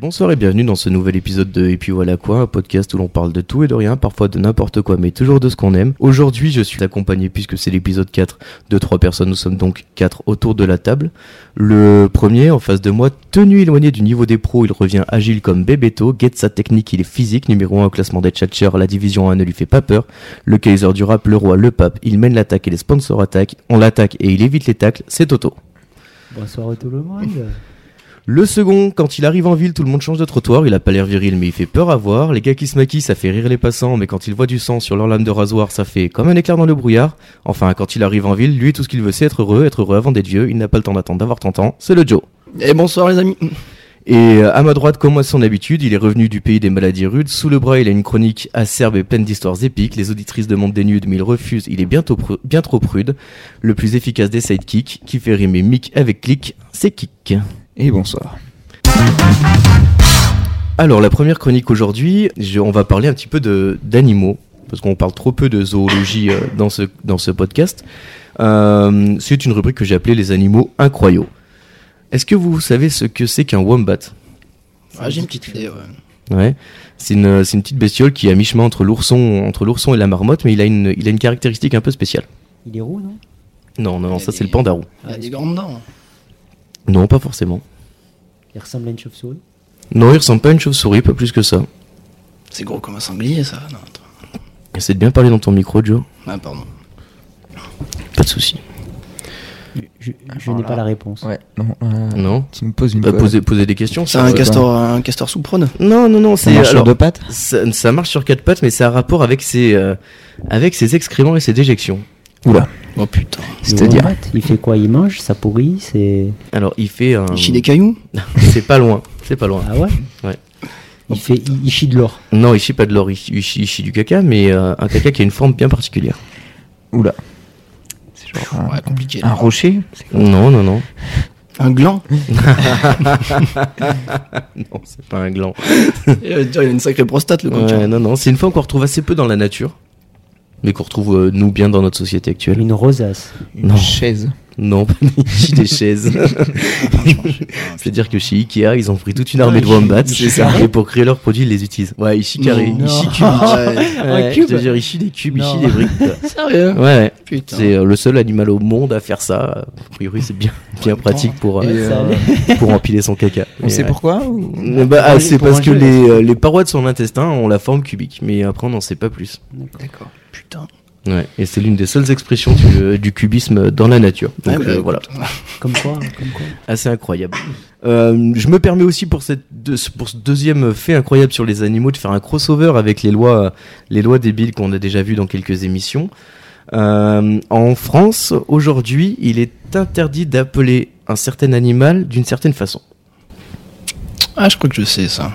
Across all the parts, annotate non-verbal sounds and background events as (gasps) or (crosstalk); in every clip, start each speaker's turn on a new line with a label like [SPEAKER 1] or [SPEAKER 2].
[SPEAKER 1] Bonsoir et bienvenue dans ce nouvel épisode de Et puis voilà quoi, un podcast où l'on parle de tout et de rien, parfois de n'importe quoi, mais toujours de ce qu'on aime. Aujourd'hui, je suis accompagné, puisque c'est l'épisode 4, de trois personnes. Nous sommes donc quatre autour de la table. Le premier, en face de moi, tenu éloigné du niveau des pros, il revient agile comme Bébéto, guette sa technique, il est physique, numéro 1 au classement des tchatchers, la division 1 ne lui fait pas peur. Le Kaiser du rap, le roi, le pape, il mène l'attaque et les sponsors attaquent, on l'attaque et il évite les tacles, c'est Toto.
[SPEAKER 2] Bonsoir à tout le monde.
[SPEAKER 1] Le second, quand il arrive en ville, tout le monde change de trottoir. Il a pas l'air viril, mais il fait peur à voir. Les gars qui se maquillent, ça fait rire les passants, mais quand ils voient du sang sur leur lame de rasoir, ça fait comme un éclair dans le brouillard. Enfin, quand il arrive en ville, lui, tout ce qu'il veut, c'est être heureux, être heureux avant d'être vieux. Il n'a pas le temps d'attendre d'avoir 30 ans. C'est le Joe.
[SPEAKER 3] Et bonsoir les amis.
[SPEAKER 1] Et euh, à ma droite, comme à son habitude, il est revenu du pays des maladies rudes. Sous le bras, il a une chronique acerbe et pleine d'histoires épiques. Les auditrices demandent des nudes, mais il refuse. Il est bientôt pru- bien trop prude. Le plus efficace des sidekicks, qui fait rimer mic avec click, c'est kick.
[SPEAKER 3] Et bonsoir.
[SPEAKER 1] Alors, la première chronique aujourd'hui, je- on va parler un petit peu de- d'animaux, parce qu'on parle trop peu de zoologie euh, dans, ce, dans ce podcast. Euh, c'est une rubrique que j'ai appelée Les animaux incroyaux. Est-ce que vous savez ce que c'est qu'un wombat
[SPEAKER 3] Ah, j'ai une petite idée. Ouais.
[SPEAKER 1] Ouais. C'est une, c'est une petite bestiole qui est à mi-chemin entre l'ourson entre l'ourson et la marmotte, mais il a, une, il a une caractéristique un peu spéciale.
[SPEAKER 2] Il est roux, non
[SPEAKER 1] Non, non, non,
[SPEAKER 3] Il a
[SPEAKER 1] ça c'est
[SPEAKER 3] des-
[SPEAKER 1] le pandarou.
[SPEAKER 3] Il a des grandes dents.
[SPEAKER 1] Non, pas forcément.
[SPEAKER 2] Il ressemble à une chauve-souris.
[SPEAKER 1] Non, il ressemble pas à une chauve-souris, pas plus que ça.
[SPEAKER 3] C'est gros comme un sanglier, ça. Non, attends.
[SPEAKER 1] Essaie de bien parler dans ton micro, Joe.
[SPEAKER 3] ah, pardon.
[SPEAKER 1] Pas de souci.
[SPEAKER 2] Je,
[SPEAKER 1] Ah,
[SPEAKER 2] je n'ai pas la réponse.
[SPEAKER 4] Ouais, non. euh,
[SPEAKER 1] Non
[SPEAKER 4] Tu me poses une
[SPEAKER 1] Bah,
[SPEAKER 4] colle.
[SPEAKER 1] poser, poser des questions. euh,
[SPEAKER 3] C'est
[SPEAKER 1] sur-
[SPEAKER 3] un castor, un castor sous prône.
[SPEAKER 1] Non, non, non,
[SPEAKER 4] Ça
[SPEAKER 1] c'est
[SPEAKER 4] marche sur
[SPEAKER 1] alors,
[SPEAKER 4] deux pattes
[SPEAKER 1] ça, ça marche sur quatre pattes, mais ça a rapport avec ses, euh, avec ses excréments et ses déjections.
[SPEAKER 4] Oula,
[SPEAKER 3] Oh putain.
[SPEAKER 2] Le
[SPEAKER 4] c'est-à-dire
[SPEAKER 2] wombat, Il fait quoi Il mange Ça pourrit C'est.
[SPEAKER 1] Alors, il fait un.
[SPEAKER 3] Il chie des cailloux.
[SPEAKER 1] (laughs) c'est pas loin, c'est pas loin.
[SPEAKER 2] Ah ouais
[SPEAKER 1] Ouais.
[SPEAKER 2] Il, fait, il, il chie de l'or.
[SPEAKER 1] Non, il chie pas de l'or, il, chie- il chie, il chie du caca, mais euh, un caca qui a une forme bien particulière.
[SPEAKER 4] Oula. C'est genre un,
[SPEAKER 3] Ouais, compliqué.
[SPEAKER 4] un
[SPEAKER 3] là.
[SPEAKER 4] rocher
[SPEAKER 1] Non, non, (laughs) non.
[SPEAKER 3] Un gland.
[SPEAKER 1] Non, c'est pas un gland.
[SPEAKER 3] Et, euh, dire, il a une sacrée prostate, le
[SPEAKER 1] Ouais,
[SPEAKER 3] coquin.
[SPEAKER 1] non, non, c'est une forme qu'on retrouve assez peu dans la nature, mais qu'on retrouve, euh, nous, bien dans notre société actuelle.
[SPEAKER 2] Une rosace.
[SPEAKER 4] Une
[SPEAKER 1] Non.
[SPEAKER 4] chaise
[SPEAKER 1] Non, il chie des
[SPEAKER 3] (laughs)
[SPEAKER 1] chaises.
[SPEAKER 3] Ah,
[SPEAKER 1] C'est-à-dire que chez Ikea, ils ont pris toute une armée
[SPEAKER 3] Ouais,
[SPEAKER 1] de
[SPEAKER 3] ils chient-
[SPEAKER 1] wombats,
[SPEAKER 3] ils chient carré
[SPEAKER 1] et pour créer leurs produits, ils les utilisent. Ouais, ils chient carré,
[SPEAKER 3] Non.
[SPEAKER 1] ils chient cubes.
[SPEAKER 3] Ouais.
[SPEAKER 1] Ouais,
[SPEAKER 2] Un cube
[SPEAKER 1] je te jure, il chie des cubes, il
[SPEAKER 2] Non.
[SPEAKER 1] chie des briques. quoi.
[SPEAKER 3] Sérieux
[SPEAKER 1] Ouais, ouais.
[SPEAKER 3] Putain.
[SPEAKER 1] c'est euh, le seul animal au monde à faire ça. A priori, c'est bien, bien
[SPEAKER 3] temps,
[SPEAKER 1] pratique pour, euh,
[SPEAKER 4] et,
[SPEAKER 2] ça
[SPEAKER 4] euh,
[SPEAKER 1] pour empiler son caca.
[SPEAKER 4] On sait pourquoi ou-
[SPEAKER 1] Mais bah, ah, c'est
[SPEAKER 2] Pour
[SPEAKER 1] parce que
[SPEAKER 2] manger,
[SPEAKER 1] les, euh, les parois de son intestin ont la forme cubique, mais après on n'en sait pas plus.
[SPEAKER 3] D'accord. Putain.
[SPEAKER 1] Ouais, et c'est l'une des seules expressions du, euh, du cubisme dans la nature. Donc
[SPEAKER 3] Ouais, bah,
[SPEAKER 1] euh, voilà,
[SPEAKER 3] putain.
[SPEAKER 2] (laughs) Comme quoi, hein, comme quoi.
[SPEAKER 1] assez incroyable. Euh, je me permets aussi pour, cette deux- pour ce deuxième fait incroyable sur les animaux de faire un crossover avec les lois, les lois débiles qu'on a déjà vues dans quelques émissions. Euh, en France, aujourd'hui, il est interdit d'appeler un certain animal d'une certaine façon.
[SPEAKER 3] Ah, je crois que je sais ça.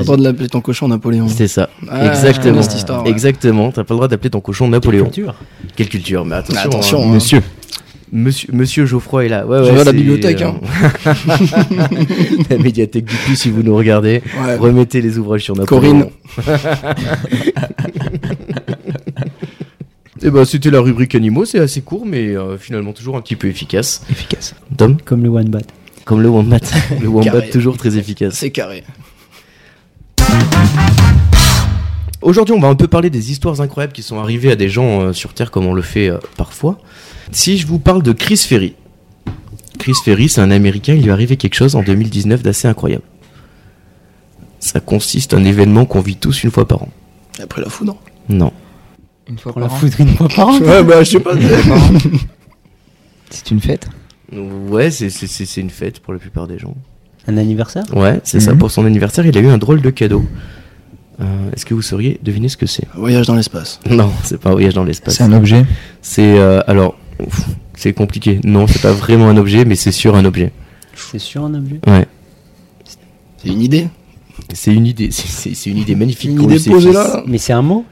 [SPEAKER 1] Vas-y.
[SPEAKER 3] pas le droit de l'appeler ton cochon Napoléon.
[SPEAKER 1] C'est ça,
[SPEAKER 3] Ah, je
[SPEAKER 1] exactement.
[SPEAKER 3] connais cette histoire, ouais.
[SPEAKER 1] Exactement, t'as pas le droit d'appeler ton cochon Napoléon.
[SPEAKER 2] Culture.
[SPEAKER 1] Quelle culture, mais attention.
[SPEAKER 3] Ah, attention,
[SPEAKER 1] hein.
[SPEAKER 3] hein.
[SPEAKER 4] Monsieur.
[SPEAKER 1] Monsieur, Monsieur Geoffroy est là. Ouais,
[SPEAKER 3] Je
[SPEAKER 1] ouais,
[SPEAKER 3] vais à la
[SPEAKER 1] c'est, euh,
[SPEAKER 3] bibliothèque, hein.
[SPEAKER 1] (laughs) la médiathèque du Puy, si vous nous regardez.
[SPEAKER 3] Ouais.
[SPEAKER 1] Remettez les ouvrages sur notre (laughs)
[SPEAKER 3] Corinne.
[SPEAKER 1] Et ben, c'était la rubrique animaux, c'est assez court, mais euh, finalement toujours un petit peu efficace.
[SPEAKER 4] Efficace.
[SPEAKER 1] Tom
[SPEAKER 2] Comme le one bat.
[SPEAKER 1] Comme le wombat. (laughs) Le wombat,
[SPEAKER 3] Carré.
[SPEAKER 1] toujours très efficace.
[SPEAKER 3] C'est carré.
[SPEAKER 1] Aujourd'hui, on va un peu parler des histoires incroyables qui sont arrivées à des gens euh, sur Terre, comme on le fait euh, parfois. Si je vous parle de Chris Ferry. Chris Ferry, c'est un Américain, il lui est arrivé quelque chose en 2019 d'assez incroyable. Ça consiste en un événement qu'on vit tous une fois par an.
[SPEAKER 3] Après la foudre.
[SPEAKER 1] Non.
[SPEAKER 4] Une fois
[SPEAKER 2] On
[SPEAKER 4] par
[SPEAKER 2] la
[SPEAKER 4] an.
[SPEAKER 2] foudre une fois par an.
[SPEAKER 3] (laughs) Ouais, bah, je sais pas.
[SPEAKER 4] C'est une fête
[SPEAKER 1] Ouais, c'est- c'est c'est- c'est une fête pour la plupart des gens.
[SPEAKER 2] Un anniversaire
[SPEAKER 1] Ouais, c'est ça.
[SPEAKER 4] Mhm.
[SPEAKER 1] Pour son anniversaire, il a eu un drôle de cadeau. Euh, Est-ce que vous sauriez deviner ce que c'est
[SPEAKER 3] Voyage dans l'espace.
[SPEAKER 1] (laughs) Non, c'est pas un voyage dans l'espace.
[SPEAKER 4] C'est un objet
[SPEAKER 1] C'est euh, alors, pff, c'est compliqué. Non, c'est pas vraiment un objet, mais c'est sûr un objet.
[SPEAKER 2] C'est sûr un objet.
[SPEAKER 1] Ouais.
[SPEAKER 3] C'est une idée.
[SPEAKER 1] C'est une idée. c'est- C'est c'est une idée magnifique.
[SPEAKER 3] Une
[SPEAKER 1] qu'on
[SPEAKER 3] idée
[SPEAKER 1] lui sait
[SPEAKER 3] posée
[SPEAKER 1] fils.
[SPEAKER 3] là.
[SPEAKER 2] Mais c'est un mot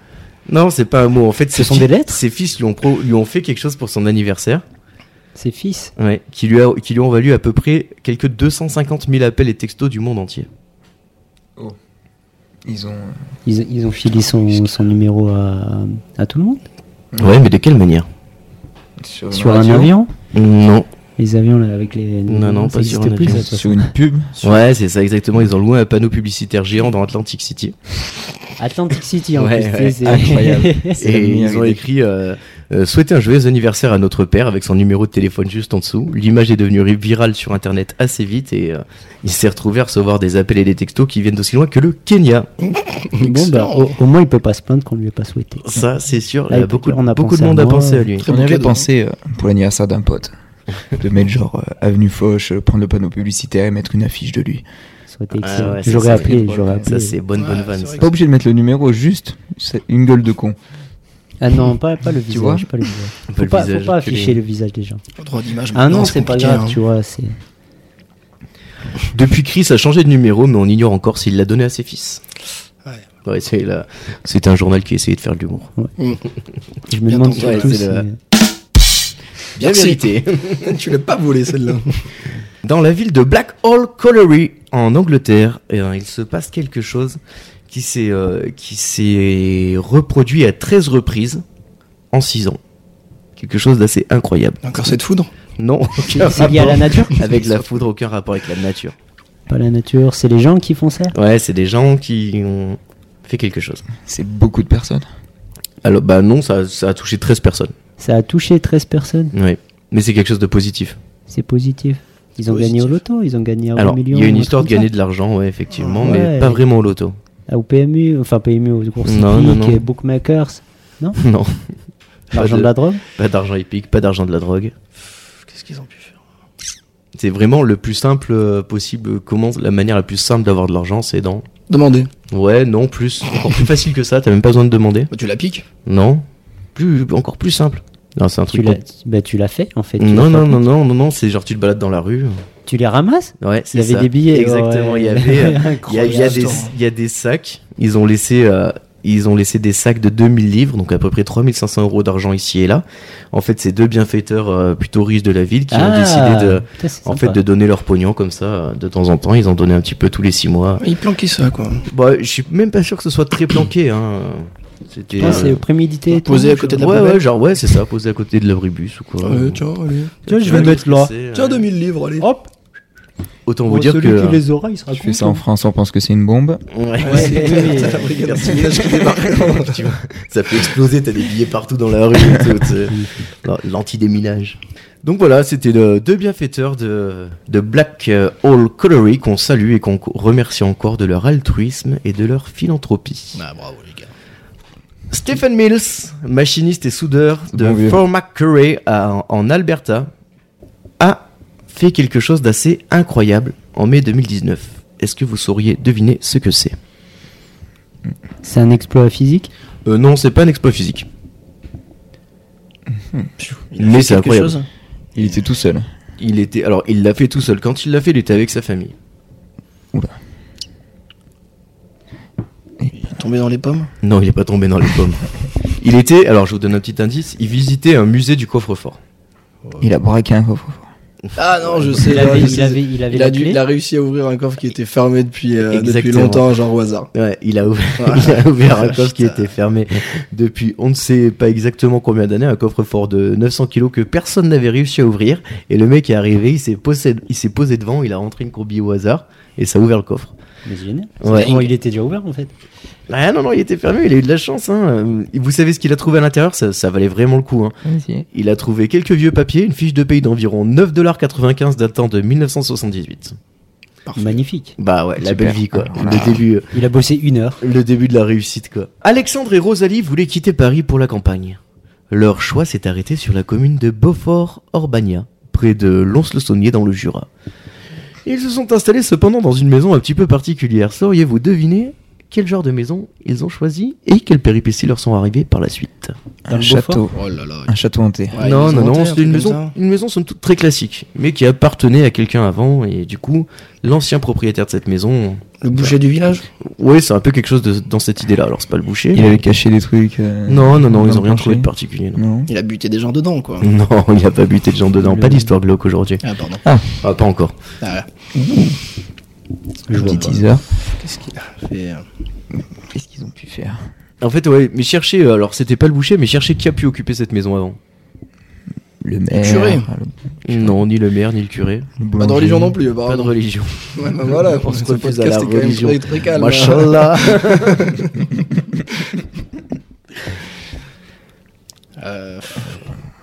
[SPEAKER 1] Non, c'est pas un mot. En fait,
[SPEAKER 2] Ce
[SPEAKER 1] ses
[SPEAKER 2] sont
[SPEAKER 1] fils-
[SPEAKER 2] des lettres
[SPEAKER 1] Ses fils lui ont pro- lui ont fait quelque chose pour son anniversaire.
[SPEAKER 2] C'est fils.
[SPEAKER 1] Ouais. Qui lui a qui lui ont valu à peu près quelques 250 000 appels et textos du monde entier.
[SPEAKER 4] Ils ont. euh,
[SPEAKER 2] Ils, ils ont filé son, son numéro à, à tout le monde
[SPEAKER 4] Ouais.
[SPEAKER 1] Ouais, mais de quelle manière
[SPEAKER 4] Sur,
[SPEAKER 2] Sur un avion
[SPEAKER 1] Non.
[SPEAKER 2] Les avions là avec les.
[SPEAKER 1] Non, non,
[SPEAKER 2] ça
[SPEAKER 1] pas sur
[SPEAKER 2] existe
[SPEAKER 1] un
[SPEAKER 2] plus,
[SPEAKER 1] avion.
[SPEAKER 2] ça, de toute
[SPEAKER 4] Sur une pub.
[SPEAKER 1] Ouais, c'est ça exactement. Ils ont loué un panneau publicitaire géant dans Atlantic City.
[SPEAKER 2] façon. Atlantic City en
[SPEAKER 1] Ouais,
[SPEAKER 2] plus.
[SPEAKER 1] ouais,
[SPEAKER 2] tu sais, (laughs) Ah, c'est-
[SPEAKER 4] incroyable. C'est la
[SPEAKER 1] Et
[SPEAKER 4] lumière
[SPEAKER 1] ils ont
[SPEAKER 4] des-
[SPEAKER 1] écrit euh, euh, Souhaitez un joyeux anniversaire à notre père avec son numéro de téléphone juste en dessous. L'image est devenue virale sur internet assez vite et euh, il s'est retrouvé à recevoir des appels et des textos qui viennent d'aussi loin que le Kenya.
[SPEAKER 2] bon, bah, au, au moins il peut pas se plaindre qu'on lui ait pas souhaité.
[SPEAKER 1] Ça, c'est sûr.
[SPEAKER 2] Ah,
[SPEAKER 1] il y a
[SPEAKER 2] écoute,
[SPEAKER 1] beaucoup,
[SPEAKER 2] on a
[SPEAKER 1] beaucoup
[SPEAKER 2] pensé
[SPEAKER 1] de
[SPEAKER 2] à
[SPEAKER 1] monde a
[SPEAKER 2] moi.
[SPEAKER 1] pensé à lui.
[SPEAKER 3] Très
[SPEAKER 4] On
[SPEAKER 3] bon
[SPEAKER 4] avait
[SPEAKER 3] cadeau.
[SPEAKER 4] pensé euh, pour l'anniversaire d'un pote de mettre genre euh, avenue Foch, euh, prendre le panneau publicitaire et mettre une affiche de lui.
[SPEAKER 2] Ça aurait été
[SPEAKER 1] Ah
[SPEAKER 2] excellent.
[SPEAKER 1] ouais, ça,
[SPEAKER 2] j'aurais
[SPEAKER 1] ça,
[SPEAKER 2] appelé,
[SPEAKER 4] c'est
[SPEAKER 2] j'aurais
[SPEAKER 4] drôle,
[SPEAKER 2] appelé.
[SPEAKER 1] Ça, c'est bonne, bonne
[SPEAKER 3] Ouais,
[SPEAKER 1] vanne.
[SPEAKER 3] c'est
[SPEAKER 1] ça.
[SPEAKER 3] vrai
[SPEAKER 4] Pas obligé de mettre le numéro, juste c'est une gueule de con.
[SPEAKER 2] Ah non, pas, pas le visage.
[SPEAKER 4] vois
[SPEAKER 2] pas le visage.
[SPEAKER 1] Pas
[SPEAKER 2] Faut
[SPEAKER 1] le
[SPEAKER 2] pas,
[SPEAKER 1] visage,
[SPEAKER 2] faut pas
[SPEAKER 1] que les-
[SPEAKER 2] afficher le visage des gens.
[SPEAKER 3] Le droit d'image.
[SPEAKER 2] Ah non,
[SPEAKER 3] maintenant,
[SPEAKER 2] c'est pas
[SPEAKER 3] compliqué,
[SPEAKER 2] grave,
[SPEAKER 3] hein.
[SPEAKER 2] tu vois. C'est
[SPEAKER 1] Depuis, Chris a changé de numéro, mais on ignore encore s'il l'a donné à ses fils. Ouais. c'est la- c'est un journal qui essayait de faire de l'humour.
[SPEAKER 2] Je me
[SPEAKER 3] Bien
[SPEAKER 2] demande
[SPEAKER 3] tenté, ouais,
[SPEAKER 2] surtout
[SPEAKER 1] c'est
[SPEAKER 2] si.
[SPEAKER 1] le-
[SPEAKER 2] (laughs)
[SPEAKER 1] Bien (laughs)
[SPEAKER 3] Bien
[SPEAKER 1] vérité.
[SPEAKER 3] tu l'as pas volé celle-là.
[SPEAKER 1] Dans la ville de Blackhall Colliery, en Angleterre, eh ben, il se passe quelque chose qui s'est euh, qui s'est reproduit à 13 reprises en 6 ans. Quelque chose d'assez incroyable.
[SPEAKER 3] Encore cette foudre
[SPEAKER 1] (laughs) Non, aucun
[SPEAKER 2] C'est lié à la
[SPEAKER 1] rapport (laughs)
[SPEAKER 2] nature
[SPEAKER 1] avec la foudre, aucun rapport avec la nature.
[SPEAKER 2] Pas la nature, c'est les gens qui font ça
[SPEAKER 1] Ouais, c'est des gens qui ont fait quelque chose.
[SPEAKER 4] C'est beaucoup de personnes.
[SPEAKER 1] Alors, bah non, ça, ça a touché 13 personnes.
[SPEAKER 2] Ça a touché 13 personnes,
[SPEAKER 1] Oui. Mais c'est quelque chose de positif.
[SPEAKER 2] c'est positif. Ils ont
[SPEAKER 3] Positif.
[SPEAKER 2] gagné au loto, ils ont gagné à 1
[SPEAKER 1] Alors,
[SPEAKER 2] million.
[SPEAKER 1] il y a une
[SPEAKER 2] Ah un
[SPEAKER 1] histoire de
[SPEAKER 2] truc comme
[SPEAKER 1] gagner de l'argent, ouais, effectivement,
[SPEAKER 2] Ah,
[SPEAKER 1] mais
[SPEAKER 2] ouais.
[SPEAKER 1] pas vraiment au loto.
[SPEAKER 2] ça. Ah, au PMU, enfin PMU, au cours
[SPEAKER 1] Non, non, non.
[SPEAKER 2] cyclique, bookmakers, (laughs)
[SPEAKER 1] Non,
[SPEAKER 2] l'argent
[SPEAKER 1] de-
[SPEAKER 2] de... la drogue.
[SPEAKER 1] pas d'argent épique, pas d'argent de la drogue.
[SPEAKER 3] Qu'est-ce qu'ils ont pu faire
[SPEAKER 1] C'est vraiment le plus simple euh, possible. Comment la manière la plus simple d'avoir de l'argent, c'est dans.
[SPEAKER 3] Demandez.
[SPEAKER 1] Ouais, non, plus. Encore plus facile que ça, t'as même pas besoin de demander.
[SPEAKER 3] Bah, tu la piques
[SPEAKER 1] Non. Plus, encore plus simple. Non, c'est un
[SPEAKER 2] Tu
[SPEAKER 1] truc.
[SPEAKER 2] l'as
[SPEAKER 1] con.
[SPEAKER 2] bah, tu l'as fait en fait. Tu
[SPEAKER 1] Non,
[SPEAKER 2] l'as
[SPEAKER 1] non,
[SPEAKER 2] fait.
[SPEAKER 1] non, non, non, non, c'est genre tu te balades dans la rue.
[SPEAKER 2] Tu les ramasses
[SPEAKER 1] Ouais,
[SPEAKER 2] Il y
[SPEAKER 1] c'est
[SPEAKER 2] avait
[SPEAKER 1] ça.
[SPEAKER 2] des billets.
[SPEAKER 1] Exactement,
[SPEAKER 2] ouais.
[SPEAKER 1] il y avait. euh,
[SPEAKER 2] (laughs)
[SPEAKER 1] Il y a,
[SPEAKER 2] Incroyable.
[SPEAKER 1] il y a des, il y a des sacs, ils ont laissé... euh, ils ont laissé des sacs de 2000 livres, donc à peu près 3500 euros d'argent ici et là. En fait, c'est deux bienfaiteurs euh, plutôt riches de la ville qui ont
[SPEAKER 2] Ah,
[SPEAKER 1] décidé de,
[SPEAKER 2] putain, c'est
[SPEAKER 1] en
[SPEAKER 2] sympa.
[SPEAKER 1] fait, de donner leur pognon comme ça euh, de temps en temps. Ils en donnaient un petit peu tous les six mois.
[SPEAKER 3] Ils planquaient Ah, ça quoi.
[SPEAKER 1] Bah, je suis même pas sûr que ce soit très planqué. Hein. C'était
[SPEAKER 2] Putain, Ah, c'est
[SPEAKER 1] euh,
[SPEAKER 2] prémédité. et tout,
[SPEAKER 3] Posé à
[SPEAKER 2] je-
[SPEAKER 3] côté de la
[SPEAKER 1] ouais,
[SPEAKER 3] poubelle.
[SPEAKER 1] ouais, genre ouais, c'est ça, posé à côté de l'abribus ou quoi.
[SPEAKER 3] Ouais, tiens, allez. Oh,
[SPEAKER 2] Tiens, je
[SPEAKER 1] Tu
[SPEAKER 2] vais
[SPEAKER 1] vois,
[SPEAKER 2] mettre là.
[SPEAKER 1] c'est, euh,
[SPEAKER 3] Tiens, 2000 livres, allez.
[SPEAKER 2] Hop,
[SPEAKER 1] Autant vous
[SPEAKER 2] bon,
[SPEAKER 1] dire
[SPEAKER 2] celui
[SPEAKER 1] que euh,
[SPEAKER 2] qui les aura,
[SPEAKER 1] Ah,
[SPEAKER 2] il sera
[SPEAKER 4] Tu fais ça
[SPEAKER 2] content.
[SPEAKER 4] en France, on pense que c'est une bombe.
[SPEAKER 1] (laughs) Ouais.
[SPEAKER 2] Ouais, c'est clair, t'as la
[SPEAKER 3] brigade (laughs)
[SPEAKER 1] Tu vois, ça fait exploser, t'as des billets partout dans la rue. et tout, t'sais. Non, L'anti-déminage. Donc voilà, c'était le- deux bienfaiteurs de, de Black euh, Hall Colliery qu'on salue et qu'on co- remercie encore de leur altruisme et de leur philanthropie.
[SPEAKER 3] Ah, bravo les gars.
[SPEAKER 1] Stephen Mills, machiniste et soudeur de
[SPEAKER 4] Bon vieux.
[SPEAKER 1] Fort McCurry à- en Alberta, a fait quelque chose d'assez incroyable en mai 2019. Est-ce que vous sauriez deviner ce que c'est
[SPEAKER 2] C'est un exploit physique
[SPEAKER 1] Euh, Non, c'est pas un exploit physique.
[SPEAKER 3] Il a
[SPEAKER 1] Mais
[SPEAKER 3] fait
[SPEAKER 1] c'est
[SPEAKER 3] quelque
[SPEAKER 1] incroyable.
[SPEAKER 3] chose
[SPEAKER 4] Il était tout seul.
[SPEAKER 1] Il était, alors il l'a fait tout seul. Quand il l'a fait, il était avec sa famille.
[SPEAKER 3] Il est tombé dans les pommes.
[SPEAKER 1] Non, il n'est pas tombé dans les (laughs) pommes. Il était, alors je vous donne un petit indice, il visitait un musée du coffre-fort.
[SPEAKER 4] Il a braqué un coffre.
[SPEAKER 3] Ah non, je sais.
[SPEAKER 2] Il
[SPEAKER 3] là,
[SPEAKER 2] avait,
[SPEAKER 3] je
[SPEAKER 2] il
[SPEAKER 3] sais.
[SPEAKER 2] avait, il avait
[SPEAKER 3] Il a,
[SPEAKER 2] la
[SPEAKER 3] dû-
[SPEAKER 2] clé.
[SPEAKER 3] il a réussi à ouvrir un coffre qui était fermé depuis, euh, depuis
[SPEAKER 1] Exactement.
[SPEAKER 3] longtemps, genre au hasard.
[SPEAKER 1] Ouais, il a ouvert, (laughs) il (laughs) a ouvert un coffre qui était fermé depuis on ne sait pas exactement combien d'années, un coffre-fort de 900 kilos que personne n'avait réussi à ouvrir. Et le mec est arrivé, il s'est posé, il s'est posé devant, il a rentré une courbille au hasard et ça a ouvert le coffre.
[SPEAKER 2] Mais c'est génial.
[SPEAKER 1] Ouais.
[SPEAKER 2] Sûrement, il était déjà ouvert en fait.
[SPEAKER 1] Ah non, non, il était fermé, il a eu de la chance. Hein. Vous savez ce qu'il a trouvé à l'intérieur, ça, ça valait vraiment le coup. Hein. Il a trouvé quelques vieux papiers, une fiche de paye d'environ 9,95$ datant de 1978.
[SPEAKER 2] Magnifique.
[SPEAKER 1] Bah ouais, la
[SPEAKER 4] Super. Ah,
[SPEAKER 1] belle vie quoi.
[SPEAKER 4] Voilà.
[SPEAKER 1] Le début, euh,
[SPEAKER 2] Il a bossé une heure.
[SPEAKER 1] le début de la réussite quoi. Alexandre et Rosalie voulaient quitter Paris pour la campagne. Leur choix s'est arrêté sur la commune de Beaufort-Orbagna, près de Lons-le-Saunier dans le Jura. Ils se sont installés cependant dans une maison un petit peu particulière. Sauriez-vous deviner quel genre de maison ils ont choisi et quelles péripéties leur sont arrivées par la suite
[SPEAKER 2] Dans
[SPEAKER 4] Un
[SPEAKER 2] le
[SPEAKER 4] château.
[SPEAKER 3] Oh là là.
[SPEAKER 4] Un château hanté.
[SPEAKER 3] Ouais,
[SPEAKER 1] non,
[SPEAKER 3] ils
[SPEAKER 1] non,
[SPEAKER 3] ont monté
[SPEAKER 1] non, c'était
[SPEAKER 3] un truc
[SPEAKER 1] une
[SPEAKER 3] comme
[SPEAKER 1] maison,
[SPEAKER 3] ça.
[SPEAKER 1] une maison somme toute très classique, mais qui appartenait à quelqu'un avant, et du coup, l'ancien propriétaire de cette maison.
[SPEAKER 3] Le boucher du village
[SPEAKER 1] Ouais, c'est un peu quelque chose de- dans cette idée-là, alors c'est pas le boucher.
[SPEAKER 4] Il
[SPEAKER 1] mais-
[SPEAKER 4] avait caché des trucs. euh,
[SPEAKER 1] Non, non, non,
[SPEAKER 4] dans
[SPEAKER 1] ils
[SPEAKER 4] le
[SPEAKER 1] ont rien trouvé de
[SPEAKER 4] plancher.
[SPEAKER 1] particulier. Non,
[SPEAKER 4] Non.
[SPEAKER 3] Il a buté des gens dedans, quoi.
[SPEAKER 1] (laughs) Non, il n'y a pas buté de gens dedans,
[SPEAKER 2] Le-
[SPEAKER 1] pas d'histoire glauque aujourd'hui.
[SPEAKER 3] Ah, pardon.
[SPEAKER 1] Ah, pas encore.
[SPEAKER 3] Ah,
[SPEAKER 4] Un
[SPEAKER 1] vois
[SPEAKER 4] petit
[SPEAKER 1] pas.
[SPEAKER 4] teaser.
[SPEAKER 3] Qu'est-ce qu'il a fait euh,
[SPEAKER 4] Qu'est-ce qu'ils ont pu faire
[SPEAKER 1] En fait, ouais, mais cherchez, euh, alors c'était pas le boucher, mais cherchez qui a pu occuper cette maison avant.
[SPEAKER 4] Le maire.
[SPEAKER 3] curé.
[SPEAKER 4] le
[SPEAKER 1] Non, ni le maire, ni le curé.
[SPEAKER 4] Le
[SPEAKER 3] Pas de
[SPEAKER 4] boulanger.
[SPEAKER 3] religion non plus,
[SPEAKER 1] Pas de
[SPEAKER 3] apparemment.
[SPEAKER 1] religion.
[SPEAKER 3] Ouais, bah
[SPEAKER 1] (laughs)
[SPEAKER 3] voilà,
[SPEAKER 1] On
[SPEAKER 3] pour
[SPEAKER 1] se
[SPEAKER 3] ce
[SPEAKER 1] refuse à la
[SPEAKER 3] podcast, c'est quand même
[SPEAKER 1] religion.
[SPEAKER 3] très, très calme.
[SPEAKER 1] Machallah.
[SPEAKER 3] Euh,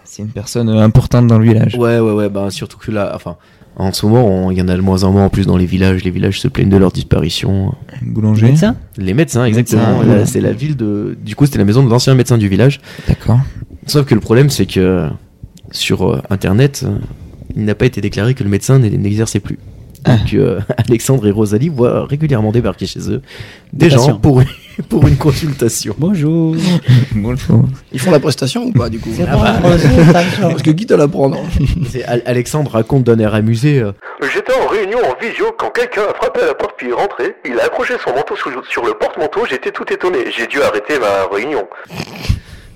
[SPEAKER 4] C'est une personne euh, importante dans le village.
[SPEAKER 1] Ouais, ouais, ouais, bah surtout que là, enfin, en ce moment, on- il y en a de moins en moins en plus dans les villages. Les villages se plaignent de leur disparition.
[SPEAKER 4] Boulanger.
[SPEAKER 2] ça
[SPEAKER 1] Les médecins,
[SPEAKER 4] Les médecins,
[SPEAKER 1] exactement.
[SPEAKER 4] ouais.
[SPEAKER 1] Là, C'est la ville de. Du coup, c'était la maison de l'ancien médecin du village. (laughs)
[SPEAKER 4] D'accord.
[SPEAKER 1] Sauf que le problème, c'est que sur euh, internet, euh, il n'a pas été déclaré que le médecin n'e- n'exerçait plus.
[SPEAKER 2] Ah.
[SPEAKER 1] Donc euh, (laughs) Alexandre et Rosalie voient régulièrement débarquer chez eux des,
[SPEAKER 2] Des
[SPEAKER 1] gens
[SPEAKER 2] patients.
[SPEAKER 1] pour, pour une (laughs)
[SPEAKER 2] (laughs)
[SPEAKER 1] consultation.
[SPEAKER 2] Bonjour. Ah,
[SPEAKER 4] Bonjour.
[SPEAKER 3] ils font la prestation ou pas, du coup Parce
[SPEAKER 2] Parce que-
[SPEAKER 3] que quitte à la prendre. hein.
[SPEAKER 1] C'est Al- Alexandre raconte d'un air amusé. euh,
[SPEAKER 5] J'étais en réunion en visio quand quelqu'un a frappé à la porte puis est rentré. Il a accroché son manteau sous- sur le porte-manteau, j'étais tout étonné. J'ai dû arrêter ma réunion.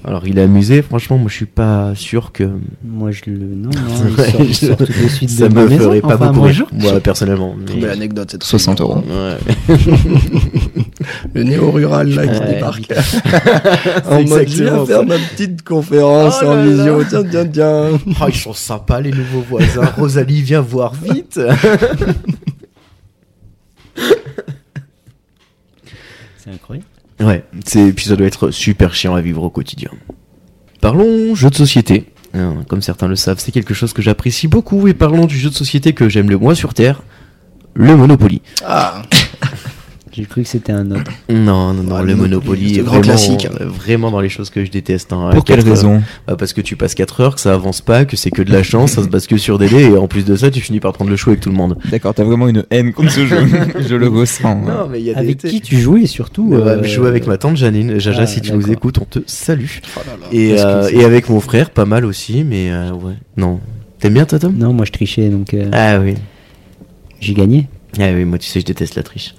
[SPEAKER 1] Alors il est amusé. Franchement, moi, je suis pas sûr que
[SPEAKER 2] Moi je le. Non, non, il
[SPEAKER 1] Ouais,
[SPEAKER 2] sort, il sort tout de suite
[SPEAKER 1] ça
[SPEAKER 2] de
[SPEAKER 1] me
[SPEAKER 2] ma maison.
[SPEAKER 1] ferait pas
[SPEAKER 2] Enfin,
[SPEAKER 1] beaucoup
[SPEAKER 2] moi,
[SPEAKER 1] rire. Moi, personnellement. mais-
[SPEAKER 3] Très belle anecdote, cette
[SPEAKER 4] 60 euros.
[SPEAKER 1] Ouais.
[SPEAKER 3] Le néo-rural, là, qui
[SPEAKER 1] Ouais. (laughs)
[SPEAKER 3] (laughs) débarque. en
[SPEAKER 1] C'est
[SPEAKER 3] mode, je
[SPEAKER 1] exactement
[SPEAKER 3] viens
[SPEAKER 1] ça.
[SPEAKER 3] faire ma petite conférence
[SPEAKER 1] Oh
[SPEAKER 3] en
[SPEAKER 1] là
[SPEAKER 3] visio.
[SPEAKER 1] là.
[SPEAKER 3] Tiens, tiens, tiens.
[SPEAKER 1] Ah, ils sont sympas les nouveaux (laughs) voisins. Rosalie, viens voir vite.
[SPEAKER 2] C'est incroyable.
[SPEAKER 1] Ouais, c'est, puis ça doit être super chiant à vivre au quotidien. Parlons jeu de société. Hein, Comme certains le savent, c'est quelque chose que j'apprécie beaucoup et parlons du jeu de société que j'aime le moins sur Terre, le Monopoly.
[SPEAKER 3] Ah,
[SPEAKER 2] J'ai cru que c'était un autre.
[SPEAKER 1] Non, non, non,
[SPEAKER 3] Ah,
[SPEAKER 1] le
[SPEAKER 3] le
[SPEAKER 1] Monopoly
[SPEAKER 3] Monopoly,
[SPEAKER 1] est
[SPEAKER 3] c'est grand
[SPEAKER 1] vraiment,
[SPEAKER 3] classique.
[SPEAKER 1] euh, vraiment dans les choses que je déteste. hein.
[SPEAKER 4] Pour quelle
[SPEAKER 1] Quatre-
[SPEAKER 4] raison
[SPEAKER 1] Bah, Parce que tu passes 4 heures, que ça avance pas, que c'est que de la chance, ça se base que sur des dés et en plus de ça, tu finis par prendre le chou avec tout le monde.
[SPEAKER 4] D'accord, t'as vraiment une haine contre ce
[SPEAKER 1] (laughs)
[SPEAKER 4] jeu. je le ressens. ouais.
[SPEAKER 1] mais il y
[SPEAKER 2] Avec qui tu joues et surtout.
[SPEAKER 1] Ouais,
[SPEAKER 2] euh,
[SPEAKER 1] Je joue avec ma tante Janine. Jaja,
[SPEAKER 2] ah,
[SPEAKER 1] si tu
[SPEAKER 2] d'accord.
[SPEAKER 1] nous écoutes, on te salue.
[SPEAKER 3] oh là là.
[SPEAKER 1] Et,
[SPEAKER 2] Parce que
[SPEAKER 1] euh,
[SPEAKER 2] c'est-
[SPEAKER 1] et avec mon frère, pas mal aussi, mais euh, ouais. Non. T'aimes bien toi, Tom
[SPEAKER 2] Non, moi je trichais donc euh,
[SPEAKER 1] Ah oui.
[SPEAKER 2] j'ai gagné.
[SPEAKER 1] Ah oui, moi tu sais, je déteste la triche.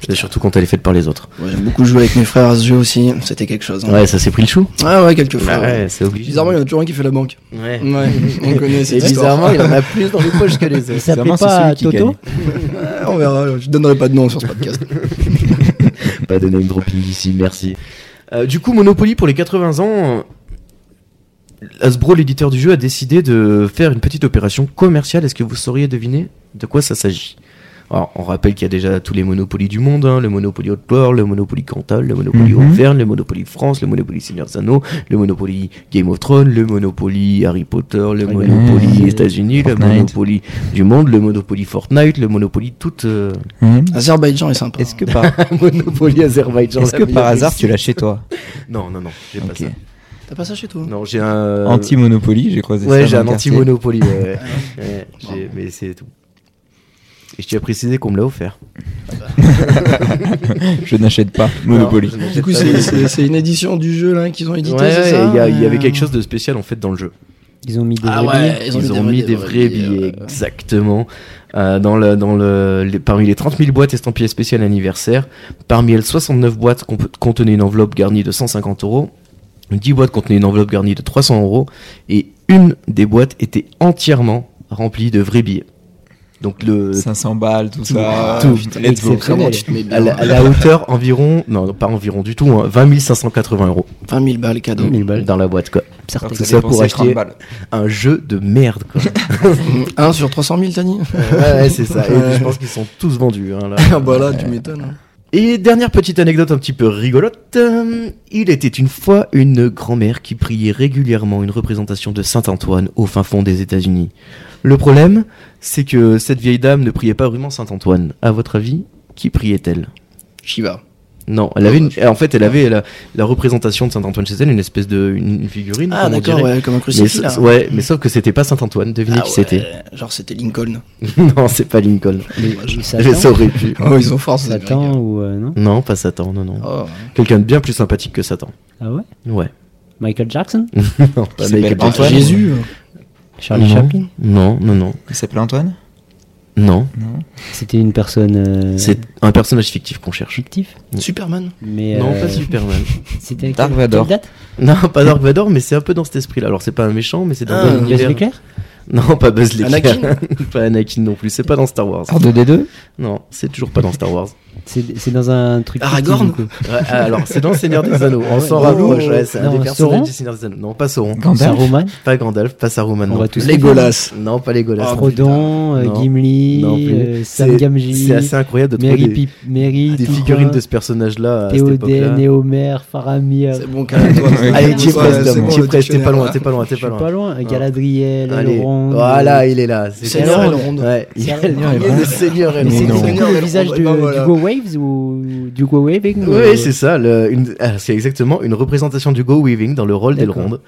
[SPEAKER 1] C'est Surtout quand elle est faite par les autres.
[SPEAKER 3] Ouais, J'ai beaucoup joué avec mes frères à ce jeu aussi. C'était quelque chose. hein.
[SPEAKER 1] Ouais, Bah ça s'est pris le chou.
[SPEAKER 3] Ah ouais, quelques fois. ouais.
[SPEAKER 1] c'est obligé.
[SPEAKER 3] Bizarrement, il y en a toujours un qui fait la banque.
[SPEAKER 1] Ouais.
[SPEAKER 3] Ouais, on connaît
[SPEAKER 1] Et
[SPEAKER 3] cette histoire.
[SPEAKER 1] bizarrement, il en a plus dans les poches que les
[SPEAKER 2] Il
[SPEAKER 1] autres.
[SPEAKER 2] s'appelait
[SPEAKER 4] Bizarrement, c'est
[SPEAKER 2] pas
[SPEAKER 4] celui qui
[SPEAKER 2] Toto
[SPEAKER 3] Ouais, on verra, je donnerai pas de nom sur
[SPEAKER 1] (laughs)
[SPEAKER 3] ce podcast.
[SPEAKER 1] Pas de name dropping ici, merci. Euh, du coup, Monopoly pour les 80 ans. euh, Hasbro, l'éditeur du jeu, a décidé de faire une petite opération commerciale. Est-ce que vous sauriez deviner de quoi ça s'agit Alors, on rappelle qu'il y a déjà tous les Monopoly du monde hein, le Monopoly Haute-Loire, le Monopoly Cantal, le Monopoly
[SPEAKER 4] Mhm.
[SPEAKER 1] Auvergne, le Monopoly France, le Monopoly Seigneur des Anneaux, le Monopoly Game of Thrones, le Monopoly Harry Potter, le
[SPEAKER 2] Ouais,
[SPEAKER 1] Monopoly
[SPEAKER 2] ouais.
[SPEAKER 1] États-Unis, le
[SPEAKER 4] Fortnite.
[SPEAKER 1] Monopoly du monde, le Monopoly Fortnite, le Monopoly toute euh,
[SPEAKER 4] Hein
[SPEAKER 3] Azerbaïdjan est sympa.
[SPEAKER 4] Est-ce que par,
[SPEAKER 1] (laughs) Monopoly Azerbaïdjan.
[SPEAKER 4] est-ce
[SPEAKER 1] la
[SPEAKER 4] que
[SPEAKER 1] meilleure
[SPEAKER 4] par hasard tu l'as chez toi
[SPEAKER 1] non, non, non, j'ai
[SPEAKER 4] Ok.
[SPEAKER 1] pas ça.
[SPEAKER 3] T'as pas ça chez toi
[SPEAKER 1] Non, j'ai un.
[SPEAKER 4] Euh, Anti-Monopoly, j'ai croisé ça.
[SPEAKER 1] Ouais, j'ai
[SPEAKER 4] dans
[SPEAKER 1] un
[SPEAKER 4] le quartier.
[SPEAKER 1] anti-monopoly. ouais, ouais. (laughs) Ouais, j'ai- mais c'est tout. Et je tiens à préciser qu'on me l'a offert.
[SPEAKER 4] Je n'achète
[SPEAKER 1] (laughs)
[SPEAKER 4] pas Monopoly.
[SPEAKER 1] Non, je
[SPEAKER 3] Du coup,
[SPEAKER 1] n'achète
[SPEAKER 3] c'est-
[SPEAKER 1] pas
[SPEAKER 3] c'est c'est une édition du jeu là qu'ils ont
[SPEAKER 1] de-
[SPEAKER 3] édité.
[SPEAKER 1] Ouais,
[SPEAKER 3] c'est
[SPEAKER 1] ouais,
[SPEAKER 3] ça Euh.
[SPEAKER 1] il y, a- il y avait quelque chose de spécial en fait dans le jeu.
[SPEAKER 2] Ils ont mis des
[SPEAKER 3] Ah
[SPEAKER 2] vrais
[SPEAKER 3] ouais,
[SPEAKER 2] billets.
[SPEAKER 3] ils ont mis des vrais- des vrais
[SPEAKER 1] vrais
[SPEAKER 3] billets,
[SPEAKER 1] billets,
[SPEAKER 3] ouais.
[SPEAKER 1] exactement. Euh, dans le, dans le, les- parmi les 30 000 boîtes estampillées spéciales anniversaire, parmi elles, 69 boîtes comp- contenaient une enveloppe garnie de 150 euros, 10 boîtes contenaient une enveloppe garnie de 300 euros, et une des boîtes était entièrement remplie de vrais billets. Donc le
[SPEAKER 4] 500 balles, tout,
[SPEAKER 1] Tout,
[SPEAKER 4] ça.
[SPEAKER 1] tout.
[SPEAKER 4] Putain, let's go.
[SPEAKER 2] Exceptionnel.
[SPEAKER 3] Comment tu te mets bien
[SPEAKER 1] à la, à la hauteur environ, non pas environ du tout, hein, 20 580 euros
[SPEAKER 3] 20 000 balles cadeau.
[SPEAKER 2] 1000 balles.
[SPEAKER 1] dans la boîte quoi.
[SPEAKER 4] Alors que
[SPEAKER 1] Tout
[SPEAKER 4] t'as
[SPEAKER 1] ça pour
[SPEAKER 4] dépensé
[SPEAKER 1] acheter-
[SPEAKER 4] 30 balles.
[SPEAKER 1] Un jeu de merde quoi.
[SPEAKER 3] 1 Mm. sur 300 000, t'as dit
[SPEAKER 1] ouais, (laughs) ouais, c'est ça. Et je pense qu'ils sont tous vendus. hein, là.
[SPEAKER 3] (laughs)
[SPEAKER 1] (laughs)
[SPEAKER 3] Ah bah là, tu m'étonnes. hein.
[SPEAKER 1] Et dernière petite anecdote un petit peu rigolote. euh, il était une fois une grand-mère qui priait régulièrement une représentation de Saint Antoine au fin fond des États-Unis. Le problème, c'est que cette vieille dame ne priait pas vraiment Saint Antoine. À votre avis, qui priait-elle
[SPEAKER 3] Shiva.
[SPEAKER 1] Non, elle avait une...
[SPEAKER 3] Euh,
[SPEAKER 1] en fait, elle avait la, la représentation de Saint Antoine chez elle, une espèce de une une figurine.
[SPEAKER 3] Ah
[SPEAKER 1] comme on
[SPEAKER 3] d'accord,
[SPEAKER 1] dirait.
[SPEAKER 3] ouais, comme un
[SPEAKER 1] Mais,
[SPEAKER 3] crucifix
[SPEAKER 1] sa-
[SPEAKER 3] là.
[SPEAKER 1] ouais, mais sauf que c'était pas Saint Antoine. Devinez
[SPEAKER 3] Ah
[SPEAKER 1] qui
[SPEAKER 3] ouais,
[SPEAKER 1] c'était
[SPEAKER 3] Genre c'était Lincoln.
[SPEAKER 1] (laughs) Non, c'est pas Lincoln.
[SPEAKER 2] Les-
[SPEAKER 1] Je
[SPEAKER 2] Satan,
[SPEAKER 1] saurais plus.
[SPEAKER 3] Oh, ils ont force. les
[SPEAKER 2] Satan ou euh, non
[SPEAKER 1] Non, pas Satan. Non, non.
[SPEAKER 3] mecs. Oh.
[SPEAKER 1] Quelqu'un de bien plus sympathique que Satan.
[SPEAKER 2] Ah ouais
[SPEAKER 1] Ouais.
[SPEAKER 2] Michael Jackson
[SPEAKER 1] (laughs) Non, pas Michael
[SPEAKER 4] Il s'appelle
[SPEAKER 3] Ah,
[SPEAKER 1] Jackson.
[SPEAKER 4] Antoine.
[SPEAKER 3] Jésus.
[SPEAKER 2] Charlie
[SPEAKER 1] Non.
[SPEAKER 2] Chaplin
[SPEAKER 1] Non, non, non,
[SPEAKER 4] Il s'appelait Antoine
[SPEAKER 1] non.
[SPEAKER 4] Non.
[SPEAKER 2] C'était une personne euh,
[SPEAKER 1] C'est un personnage fictif qu'on cherche.
[SPEAKER 2] fictive
[SPEAKER 3] Mm. Superman.
[SPEAKER 2] mais
[SPEAKER 1] Non,
[SPEAKER 2] euh,
[SPEAKER 1] pas (laughs) Superman.
[SPEAKER 2] C'était
[SPEAKER 4] Dark
[SPEAKER 2] quelle-
[SPEAKER 4] Vador.
[SPEAKER 2] quelle date
[SPEAKER 1] non, pas Dark Vador, mais c'est un peu dans cet esprit-là. Alors c'est pas un méchant, mais c'est dans
[SPEAKER 2] Euh,
[SPEAKER 3] Ah,
[SPEAKER 1] un
[SPEAKER 3] Buzz
[SPEAKER 1] univers.
[SPEAKER 2] Buzz L'éclair
[SPEAKER 1] Non, pas Buzz l'éclair.
[SPEAKER 3] Anakin
[SPEAKER 1] (laughs) pas Anakin non plus, c'est pas dans Star Wars.
[SPEAKER 4] R2D2
[SPEAKER 1] Non, c'est toujours pas dans Star Wars.
[SPEAKER 2] C'est c'est dans un truc.
[SPEAKER 3] Aragorn
[SPEAKER 2] fictif, euh, du
[SPEAKER 1] (laughs)
[SPEAKER 2] coup.
[SPEAKER 1] Ouais, ah, alors, c'est dans Seigneur des Anneaux. On
[SPEAKER 2] ouais.
[SPEAKER 1] s'en rapproche, ouais, c'est un des
[SPEAKER 2] Non, Sauron
[SPEAKER 1] personnages du Seigneur des Anneaux. Non, pas Sauron.
[SPEAKER 4] Gandalf
[SPEAKER 2] Saruman,
[SPEAKER 1] Pas Gandalf, pas Saruman.
[SPEAKER 2] On
[SPEAKER 1] non
[SPEAKER 2] va
[SPEAKER 1] plus.
[SPEAKER 2] tous
[SPEAKER 3] Legolas.
[SPEAKER 1] Non, pas Legolas.
[SPEAKER 3] Oh,
[SPEAKER 2] Frodon, euh,
[SPEAKER 1] Non.
[SPEAKER 2] Gimli,
[SPEAKER 1] Non plus.
[SPEAKER 2] euh, Sam
[SPEAKER 1] C'est-
[SPEAKER 2] Gamgee,
[SPEAKER 1] C'est assez incroyable de trouver
[SPEAKER 2] Mary,
[SPEAKER 1] des,
[SPEAKER 2] Pip, Mary,
[SPEAKER 1] des
[SPEAKER 2] Pippin,
[SPEAKER 1] figurines de ce personnage-là à cette époque-là.
[SPEAKER 2] Théoden et Homer, Faramir.
[SPEAKER 3] C'est bon, (laughs) calme-toi.
[SPEAKER 4] Ouais.
[SPEAKER 1] Allez,
[SPEAKER 3] calme-toi,
[SPEAKER 1] t'y es presque,
[SPEAKER 3] c'est
[SPEAKER 1] Dom,
[SPEAKER 3] bon,
[SPEAKER 1] t'y es
[SPEAKER 3] le
[SPEAKER 1] presque, t'es pas
[SPEAKER 3] dictionnaire,
[SPEAKER 1] loin,
[SPEAKER 3] là.
[SPEAKER 1] t'es pas loin,
[SPEAKER 2] Je
[SPEAKER 1] Ah, t'es
[SPEAKER 2] suis
[SPEAKER 1] pas
[SPEAKER 2] pas
[SPEAKER 1] loin.
[SPEAKER 2] loin. Galadriel,
[SPEAKER 1] Allez,
[SPEAKER 2] Elrond.
[SPEAKER 1] voilà, il est là.
[SPEAKER 3] C'est
[SPEAKER 1] Elrond.
[SPEAKER 3] Elrond.
[SPEAKER 1] Ouais, il y a
[SPEAKER 2] Elrond.
[SPEAKER 1] le Seigneur
[SPEAKER 2] Mais
[SPEAKER 4] Mais
[SPEAKER 2] c'est
[SPEAKER 1] Elrond.
[SPEAKER 4] non.
[SPEAKER 2] c'est du coup
[SPEAKER 3] Elrond,
[SPEAKER 2] le visage de,
[SPEAKER 3] bah voilà.
[SPEAKER 2] du Go Waves ou du Go Waving ou-
[SPEAKER 1] Oui, c'est ça. le- une- ah, c'est exactement une représentation du Go Weaving dans le rôle
[SPEAKER 2] D'accord.
[SPEAKER 1] d'Elrond,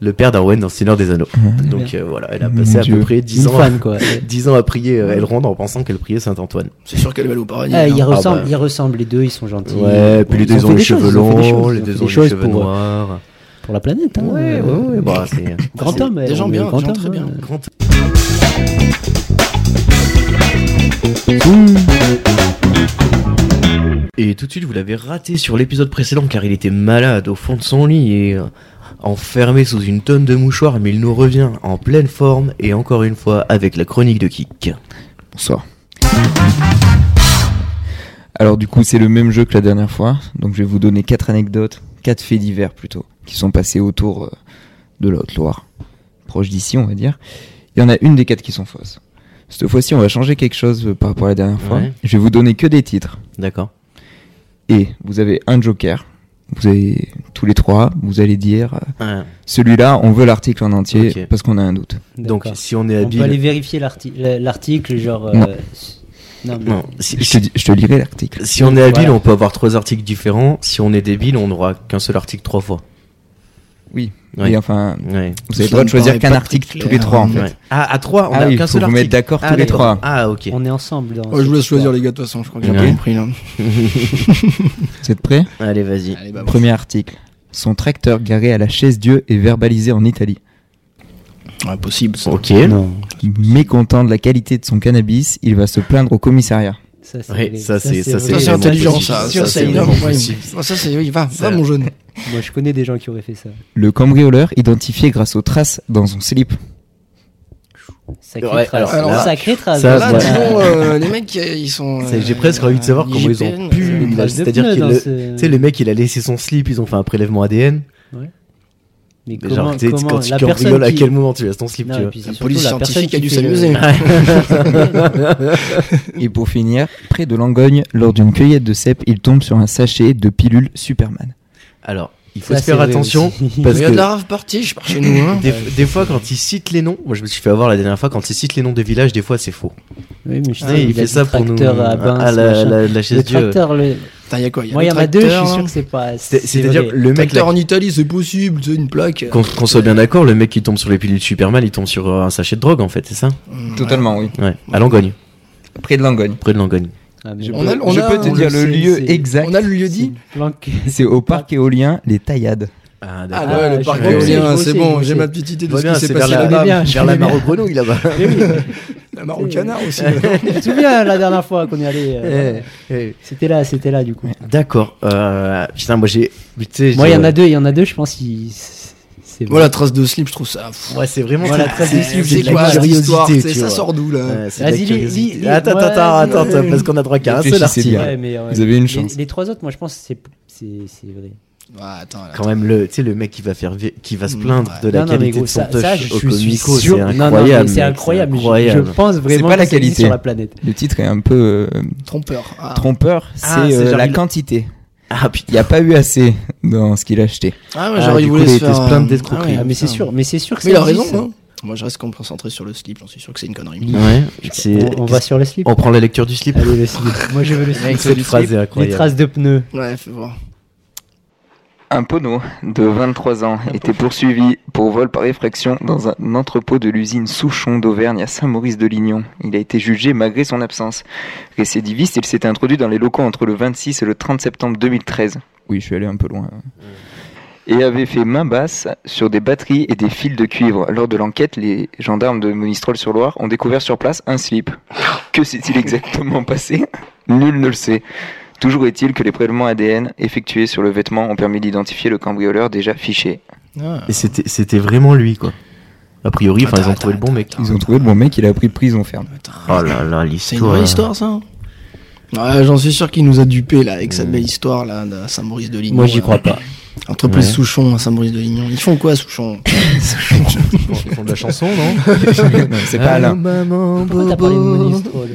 [SPEAKER 1] le père d'Arwen dans Seigneur des Anneaux. Donc euh, voilà, elle a passé à
[SPEAKER 4] Mon
[SPEAKER 1] peu
[SPEAKER 4] Dieu.
[SPEAKER 1] près
[SPEAKER 2] une
[SPEAKER 1] 10 ans,
[SPEAKER 2] fan
[SPEAKER 1] (laughs)
[SPEAKER 2] quoi.
[SPEAKER 1] 10 ans à prier euh, Elrond en pensant qu'elle priait Saint-Antoine.
[SPEAKER 3] C'est sûr qu'elle va nous parler.
[SPEAKER 2] Ah, ils,
[SPEAKER 1] Ah,
[SPEAKER 2] ressemblent,
[SPEAKER 1] bah.
[SPEAKER 2] ils ressemblent, les deux, ils sont gentils.
[SPEAKER 1] Ouais, puis les deux
[SPEAKER 2] fait
[SPEAKER 1] ont les
[SPEAKER 2] des choses,
[SPEAKER 1] cheveux
[SPEAKER 2] ils fait des
[SPEAKER 1] longs,
[SPEAKER 2] choses,
[SPEAKER 1] les
[SPEAKER 2] ils
[SPEAKER 1] deux ont
[SPEAKER 2] fait des
[SPEAKER 1] les
[SPEAKER 2] choses
[SPEAKER 1] cheveux
[SPEAKER 2] pour,
[SPEAKER 1] noirs.
[SPEAKER 2] pour la planète. Hein,
[SPEAKER 1] Ouais, ouais,
[SPEAKER 2] euh,
[SPEAKER 1] ouais, bah, c'est
[SPEAKER 2] Grand homme,
[SPEAKER 3] des
[SPEAKER 2] euh,
[SPEAKER 3] gens bien,
[SPEAKER 2] grand
[SPEAKER 3] des gens
[SPEAKER 2] homme,
[SPEAKER 3] très bien.
[SPEAKER 2] hein.
[SPEAKER 1] grand Et tout de suite, vous l'avez raté sur l'épisode précédent car il était malade au fond de son lit et euh, enfermé sous une tonne de mouchoirs, mais il nous revient en pleine forme et encore une fois avec la chronique de Kik.
[SPEAKER 4] Bonsoir. Alors du coup, c'est le même jeu que la dernière fois. Donc je vais vous donner quatre anecdotes, quatre faits divers plutôt, qui sont passés autour euh, de la Haute-Loire, proche d'ici, on va dire. Il y en a une des quatre qui sont fausses. Cette fois-ci, on va changer quelque chose euh, par rapport à la dernière fois.
[SPEAKER 1] Ouais.
[SPEAKER 4] Je vais vous donner que des titres.
[SPEAKER 1] D'accord.
[SPEAKER 4] Et vous avez un joker. Vous avez tous les trois, vous allez dire euh,
[SPEAKER 1] Ah,
[SPEAKER 4] celui-là, on veut l'article en entier
[SPEAKER 1] Ok.
[SPEAKER 4] parce qu'on a un doute.
[SPEAKER 1] Donc,
[SPEAKER 2] hein. D'accord.
[SPEAKER 1] si on est
[SPEAKER 2] on peut aller
[SPEAKER 1] habile.
[SPEAKER 2] vérifier l'arti- la- l'article, genre. euh,
[SPEAKER 4] Non.
[SPEAKER 2] non, mais-
[SPEAKER 1] Non, si,
[SPEAKER 4] Je te, dis- je te lirai l'article.
[SPEAKER 1] si on est habile,
[SPEAKER 2] Voilà.
[SPEAKER 1] on peut avoir trois articles différents. Si on est débile, on n'aura qu'un seul article trois fois.
[SPEAKER 4] Oui.
[SPEAKER 1] Ouais.
[SPEAKER 4] Et enfin,
[SPEAKER 1] Ouais.
[SPEAKER 4] vous avez le
[SPEAKER 3] Ça
[SPEAKER 4] droit de
[SPEAKER 3] me
[SPEAKER 4] choisir
[SPEAKER 3] paraît
[SPEAKER 4] qu'un
[SPEAKER 3] pas
[SPEAKER 4] article
[SPEAKER 3] très
[SPEAKER 4] tous les
[SPEAKER 3] clair.
[SPEAKER 4] trois en fait.
[SPEAKER 1] Ouais. Ah, à trois, on
[SPEAKER 4] Ah
[SPEAKER 1] a
[SPEAKER 4] oui,
[SPEAKER 1] qu'un
[SPEAKER 4] faut
[SPEAKER 1] seul
[SPEAKER 4] vous
[SPEAKER 1] article.
[SPEAKER 4] mettre d'accord
[SPEAKER 1] Ah,
[SPEAKER 4] tous les
[SPEAKER 1] d'accord.
[SPEAKER 4] trois.
[SPEAKER 1] Ah, ok.
[SPEAKER 2] On est ensemble. Dans
[SPEAKER 3] Oh, je
[SPEAKER 2] cette
[SPEAKER 3] vous laisse choisir
[SPEAKER 2] histoire.
[SPEAKER 3] les gars de toute façon, je crois que j'ai
[SPEAKER 1] Ouais.
[SPEAKER 3] bien compris là.
[SPEAKER 4] Vous êtes prêts
[SPEAKER 1] Allez, vas-y.
[SPEAKER 3] Allez, bah,
[SPEAKER 4] Premier article. Son tracteur garé à la chaise Dieu est verbalisé en Italie.
[SPEAKER 3] ouais, possible. ça.
[SPEAKER 1] Ok.
[SPEAKER 2] Non,
[SPEAKER 4] Mécontent de la qualité de son cannabis, il va se plaindre au commissariat.
[SPEAKER 2] ça c'est.
[SPEAKER 1] Ouais, ça c'est ça c'est
[SPEAKER 2] vrai.
[SPEAKER 3] Ça c'est
[SPEAKER 1] vraiment
[SPEAKER 3] intelligent
[SPEAKER 1] possible.
[SPEAKER 3] ça,
[SPEAKER 1] Ça,
[SPEAKER 3] ça c'est
[SPEAKER 1] vraiment
[SPEAKER 3] énorme. ouais.
[SPEAKER 1] possible.
[SPEAKER 3] Ah, Ça c'est oui, va,
[SPEAKER 1] Ça-
[SPEAKER 3] va mon jeune.
[SPEAKER 2] Moi je connais des gens qui auraient fait ça.
[SPEAKER 4] Le cambrioleur identifié grâce aux traces dans son slip.
[SPEAKER 2] Sacré
[SPEAKER 1] Ouais,
[SPEAKER 2] trace.
[SPEAKER 3] alors là-
[SPEAKER 2] Sacré trace.
[SPEAKER 1] Ça,
[SPEAKER 2] voilà.
[SPEAKER 3] Là,
[SPEAKER 1] voilà.
[SPEAKER 3] dis donc, euh, les mecs euh, ils sont
[SPEAKER 1] C'est-
[SPEAKER 3] euh,
[SPEAKER 1] J'ai presque envie de savoir comment ils
[SPEAKER 3] IGPN,
[SPEAKER 1] ont pu. il
[SPEAKER 2] Une
[SPEAKER 1] a-
[SPEAKER 2] trace de
[SPEAKER 1] C'est-à-dire
[SPEAKER 2] pneu
[SPEAKER 1] qu'il
[SPEAKER 2] dans
[SPEAKER 1] le- tu
[SPEAKER 2] ce-
[SPEAKER 1] sais, le mec, il a laissé son slip, ils ont fait un prélèvement ADN.
[SPEAKER 2] Mais
[SPEAKER 1] Mais
[SPEAKER 2] comment,
[SPEAKER 1] genre, tu sais,
[SPEAKER 2] comment
[SPEAKER 1] quand tu
[SPEAKER 2] la
[SPEAKER 1] cambrioles,
[SPEAKER 2] personne
[SPEAKER 1] à
[SPEAKER 2] qui-
[SPEAKER 1] quel moment tu laisses ton slip,
[SPEAKER 2] Non,
[SPEAKER 1] tu
[SPEAKER 2] et
[SPEAKER 1] vois.
[SPEAKER 2] puis c'est
[SPEAKER 3] La
[SPEAKER 2] surtout
[SPEAKER 3] police
[SPEAKER 2] personne
[SPEAKER 3] scientifique
[SPEAKER 2] qui
[SPEAKER 3] a dû
[SPEAKER 2] fait le-
[SPEAKER 3] s'amuser.
[SPEAKER 1] (laughs)
[SPEAKER 4] Et pour finir, près de Langogne, lors d'une cueillette de cèpe, il tombe sur un sachet de pilules Superman.
[SPEAKER 1] Alors, il faut
[SPEAKER 2] Ça,
[SPEAKER 1] se faire
[SPEAKER 2] c'est vrai
[SPEAKER 1] attention
[SPEAKER 2] aussi.
[SPEAKER 1] parce
[SPEAKER 3] Il y a de
[SPEAKER 1] que
[SPEAKER 3] la rave party, je pars chez nous hein.
[SPEAKER 1] des, des fois, quand ils citent les noms, moi je me suis fait avoir la dernière fois, quand ils citent les noms des villages, des fois c'est faux.
[SPEAKER 2] Ah Oui, mais je
[SPEAKER 1] Tu sais,
[SPEAKER 2] sais,
[SPEAKER 1] Ah, il,
[SPEAKER 2] il a
[SPEAKER 1] fait
[SPEAKER 2] dit
[SPEAKER 1] ça pour nous. Ah, hein,
[SPEAKER 2] tracteur à Bains,
[SPEAKER 1] la,
[SPEAKER 2] machin.
[SPEAKER 1] la- la chaise
[SPEAKER 2] Le
[SPEAKER 1] Dieu.
[SPEAKER 2] tracteur, le...
[SPEAKER 3] Putain, y a quoi y a
[SPEAKER 2] moi
[SPEAKER 3] le
[SPEAKER 2] il y en a deux, je
[SPEAKER 3] tracteur,
[SPEAKER 2] suis sûr que c'est pas.
[SPEAKER 1] C'est- C'est-à-dire,
[SPEAKER 2] vrai.
[SPEAKER 1] que le mec,
[SPEAKER 3] Tracteur
[SPEAKER 1] là,
[SPEAKER 3] en Italie, c'est possible, c'est une plaque.
[SPEAKER 1] qu'on qu'on soit bien d'accord, le mec qui tombe sur les pilules de Superman, il tombe sur euh, un sachet de drogue en fait, c'est ça
[SPEAKER 3] Hum,
[SPEAKER 4] Totalement, oui.
[SPEAKER 1] Ouais, à Langogne,
[SPEAKER 4] Près de Langogne.
[SPEAKER 1] près de Langogne.
[SPEAKER 2] Ah, mais
[SPEAKER 4] Je,
[SPEAKER 3] On
[SPEAKER 4] peux,
[SPEAKER 3] a- on
[SPEAKER 4] je
[SPEAKER 3] a-
[SPEAKER 4] peux te
[SPEAKER 3] on
[SPEAKER 4] dire
[SPEAKER 2] le
[SPEAKER 4] le
[SPEAKER 2] sait,
[SPEAKER 4] lieu
[SPEAKER 2] c'est-
[SPEAKER 4] exact.
[SPEAKER 3] On a le lieu dit
[SPEAKER 2] (laughs) Planqué.
[SPEAKER 4] (laughs) C'est au parc éolien Les Taillades.
[SPEAKER 1] Ah,
[SPEAKER 3] Ah
[SPEAKER 2] Ah,
[SPEAKER 3] ouais,
[SPEAKER 2] je
[SPEAKER 3] le parc
[SPEAKER 2] vois bien,
[SPEAKER 3] éolien,
[SPEAKER 2] je sais,
[SPEAKER 3] c'est bon,
[SPEAKER 2] je
[SPEAKER 3] j'ai
[SPEAKER 2] sais.
[SPEAKER 3] ma petite idée de
[SPEAKER 1] Ouais,
[SPEAKER 3] ce
[SPEAKER 1] bien,
[SPEAKER 3] qui s'est
[SPEAKER 1] c'est
[SPEAKER 3] passé
[SPEAKER 1] vers la-
[SPEAKER 3] là-bas.
[SPEAKER 2] bien, je
[SPEAKER 1] Vers la
[SPEAKER 2] connais bien.
[SPEAKER 1] mare grenouille là-bas.
[SPEAKER 3] La mare au canard aussi.
[SPEAKER 2] Je me souviens la dernière fois qu'on est allé. euh,
[SPEAKER 1] (laughs) Eh, eh.
[SPEAKER 2] C'était là, c'était là du coup.
[SPEAKER 1] D'accord. Euh, putain, moi j'ai. tu sais,
[SPEAKER 2] Moi, il y
[SPEAKER 1] j'ai-
[SPEAKER 2] en a deux, il y en a deux, je pense. ils- C'est
[SPEAKER 3] Moi, la trace de slip, je trouve ça. pff,
[SPEAKER 1] Ouais, c'est vraiment.
[SPEAKER 2] Voilà, très
[SPEAKER 1] c'est-
[SPEAKER 2] difficile,
[SPEAKER 1] c'est
[SPEAKER 3] C'est
[SPEAKER 2] de
[SPEAKER 1] de la
[SPEAKER 3] c'est quoi cette histoire
[SPEAKER 1] curiosité, tu
[SPEAKER 3] tu sais, Ça
[SPEAKER 1] vois.
[SPEAKER 3] sort d'où là
[SPEAKER 1] Ouais, c'est de la
[SPEAKER 2] Vas-y, lis-
[SPEAKER 1] curiosité.
[SPEAKER 2] lis- lis-
[SPEAKER 1] Attends,
[SPEAKER 2] ouais,
[SPEAKER 1] attends,
[SPEAKER 2] lis-
[SPEAKER 1] attends, attends, parce qu'on a droit qu'à un seul
[SPEAKER 4] Réfléchissez
[SPEAKER 1] article.
[SPEAKER 4] bien.
[SPEAKER 2] Ouais, mais, euh,
[SPEAKER 4] Vous avez une
[SPEAKER 2] les-
[SPEAKER 4] chance.
[SPEAKER 2] Les, trois autres, moi, je pense, c'est c'est c'est vrai.
[SPEAKER 3] Ah, attends, là.
[SPEAKER 1] Quand même, le, tu sais, le mec qui va, faire, vi- qui va se
[SPEAKER 3] Mm,
[SPEAKER 1] plaindre de
[SPEAKER 3] ouais.
[SPEAKER 1] la
[SPEAKER 2] Non, non, mais
[SPEAKER 1] qualité
[SPEAKER 2] gros,
[SPEAKER 1] de son
[SPEAKER 2] ça, ça,
[SPEAKER 1] touch
[SPEAKER 2] je
[SPEAKER 1] au
[SPEAKER 2] suis- je suis
[SPEAKER 1] comico,
[SPEAKER 2] sûr-
[SPEAKER 1] c'est
[SPEAKER 2] non, non, mais
[SPEAKER 1] incroyable.
[SPEAKER 2] C'est
[SPEAKER 1] mec,
[SPEAKER 2] incroyable. Je-
[SPEAKER 1] incroyable.
[SPEAKER 2] Je pense vraiment
[SPEAKER 4] pas
[SPEAKER 2] que
[SPEAKER 4] la
[SPEAKER 2] ça existe
[SPEAKER 4] qualité.
[SPEAKER 2] sur la planète.
[SPEAKER 4] Le titre est un peu euh,
[SPEAKER 3] Trompeur. Ah.
[SPEAKER 4] trompeur,
[SPEAKER 1] Ah,
[SPEAKER 4] c'est
[SPEAKER 1] c'est
[SPEAKER 4] euh,
[SPEAKER 1] genre
[SPEAKER 4] la
[SPEAKER 1] il-
[SPEAKER 4] quantité.
[SPEAKER 1] Ah
[SPEAKER 4] Il
[SPEAKER 1] putain.
[SPEAKER 4] n'y a pas eu assez dans ce qu'il a acheté.
[SPEAKER 3] Ah
[SPEAKER 1] Ah,
[SPEAKER 3] ouais, genre
[SPEAKER 1] du
[SPEAKER 3] il
[SPEAKER 1] coup,
[SPEAKER 3] voulait
[SPEAKER 1] il a
[SPEAKER 3] se
[SPEAKER 1] été
[SPEAKER 3] faire
[SPEAKER 1] se plaindre
[SPEAKER 3] un-
[SPEAKER 1] d'escroquerie.
[SPEAKER 3] Ah ouais,
[SPEAKER 2] Ah, mais c'est
[SPEAKER 3] putain.
[SPEAKER 2] sûr, mais c'est sûr que
[SPEAKER 3] Mais
[SPEAKER 2] ça
[SPEAKER 3] il a raison.
[SPEAKER 2] existe.
[SPEAKER 3] hein. Moi je reste concentré sur le slip, j'en suis sûr que c'est une connerie.
[SPEAKER 1] Ouais, c'est-
[SPEAKER 2] On, on va sur le slip.
[SPEAKER 1] on prend la lecture du slip.
[SPEAKER 2] Allez, le slip. Moi, je veux le slip.
[SPEAKER 1] Cette phrase est
[SPEAKER 2] Les
[SPEAKER 1] incroyable.
[SPEAKER 2] traces de pneus.
[SPEAKER 3] Ouais, fais voir.
[SPEAKER 4] Un poneau de 23 ans était poursuivi pour vol par effraction dans un entrepôt de l'usine Souchon d'Auvergne à Saint-Maurice-de-Lignon. Il a été jugé malgré son absence. Récidiviste, il s'était introduit dans les locaux entre le 26 et le 30 septembre 2013. Oui, je suis allé un peu loin. Et avait fait main basse sur des batteries et des fils de cuivre. Lors de l'enquête, les gendarmes de Monistrol-sur-Loire ont découvert sur place un slip. Que s'est-il exactement passé Nul ne le sait. Toujours est-il que les prélèvements ADN effectués sur le vêtement ont permis d'identifier le cambrioleur déjà fiché.
[SPEAKER 3] Ah.
[SPEAKER 1] Et c'était c'était vraiment lui, quoi. A priori, enfin, ils ont
[SPEAKER 3] Attends,
[SPEAKER 1] trouvé le bon mec.
[SPEAKER 3] attends,
[SPEAKER 4] Ils ont trouvé le bon mec, il a pris prison ferme.
[SPEAKER 3] Putain,
[SPEAKER 1] Oh là là,
[SPEAKER 3] c'est une vraie histoire, ça. hein. Ouais, J'en suis sûr qu'il nous a dupé là avec sa belle histoire là de Saint-Maurice de Lignon.
[SPEAKER 2] Moi, j'y
[SPEAKER 3] là.
[SPEAKER 2] crois pas.
[SPEAKER 3] Entreprise
[SPEAKER 1] Ouais.
[SPEAKER 3] Souchon à Saint-Maurice de Lignon. Ils font quoi (laughs) Souchon
[SPEAKER 1] Ils font de la chanson, non
[SPEAKER 4] (laughs) Non, c'est
[SPEAKER 3] Ah
[SPEAKER 4] pas Alain.
[SPEAKER 1] maman,
[SPEAKER 2] Pourquoi t'as parlé de Monistrol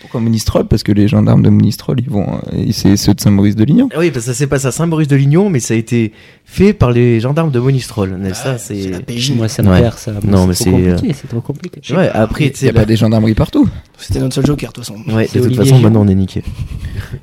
[SPEAKER 4] Pourquoi Monistrol Parce que les gendarmes de Monistrol, ils vont, euh, et c'est ceux de Saint-Maurice-de-Lignon.
[SPEAKER 1] Ah Oui, parce que ça s'est passé à Saint-Maurice-de-Lignon, mais ça a été fait par les gendarmes de Monistrol. Mais ça, c'est.
[SPEAKER 3] Ah, la PJ.
[SPEAKER 2] Moi, ça me
[SPEAKER 1] Ouais.
[SPEAKER 2] perd, ça. Moi,
[SPEAKER 1] Non, mais
[SPEAKER 2] c'est
[SPEAKER 1] c'est,
[SPEAKER 2] trop compliqué, c'est trop compliqué.
[SPEAKER 1] Ouais, après, tu
[SPEAKER 4] Il y
[SPEAKER 1] sais,
[SPEAKER 4] a pas
[SPEAKER 1] la-
[SPEAKER 4] des gendarmeries partout.
[SPEAKER 3] C'était notre seul joker de toute façon.
[SPEAKER 1] Ouais,
[SPEAKER 2] c'est
[SPEAKER 1] de toute
[SPEAKER 2] Olivier
[SPEAKER 1] façon,
[SPEAKER 2] Giroud.
[SPEAKER 1] maintenant, on est niqué.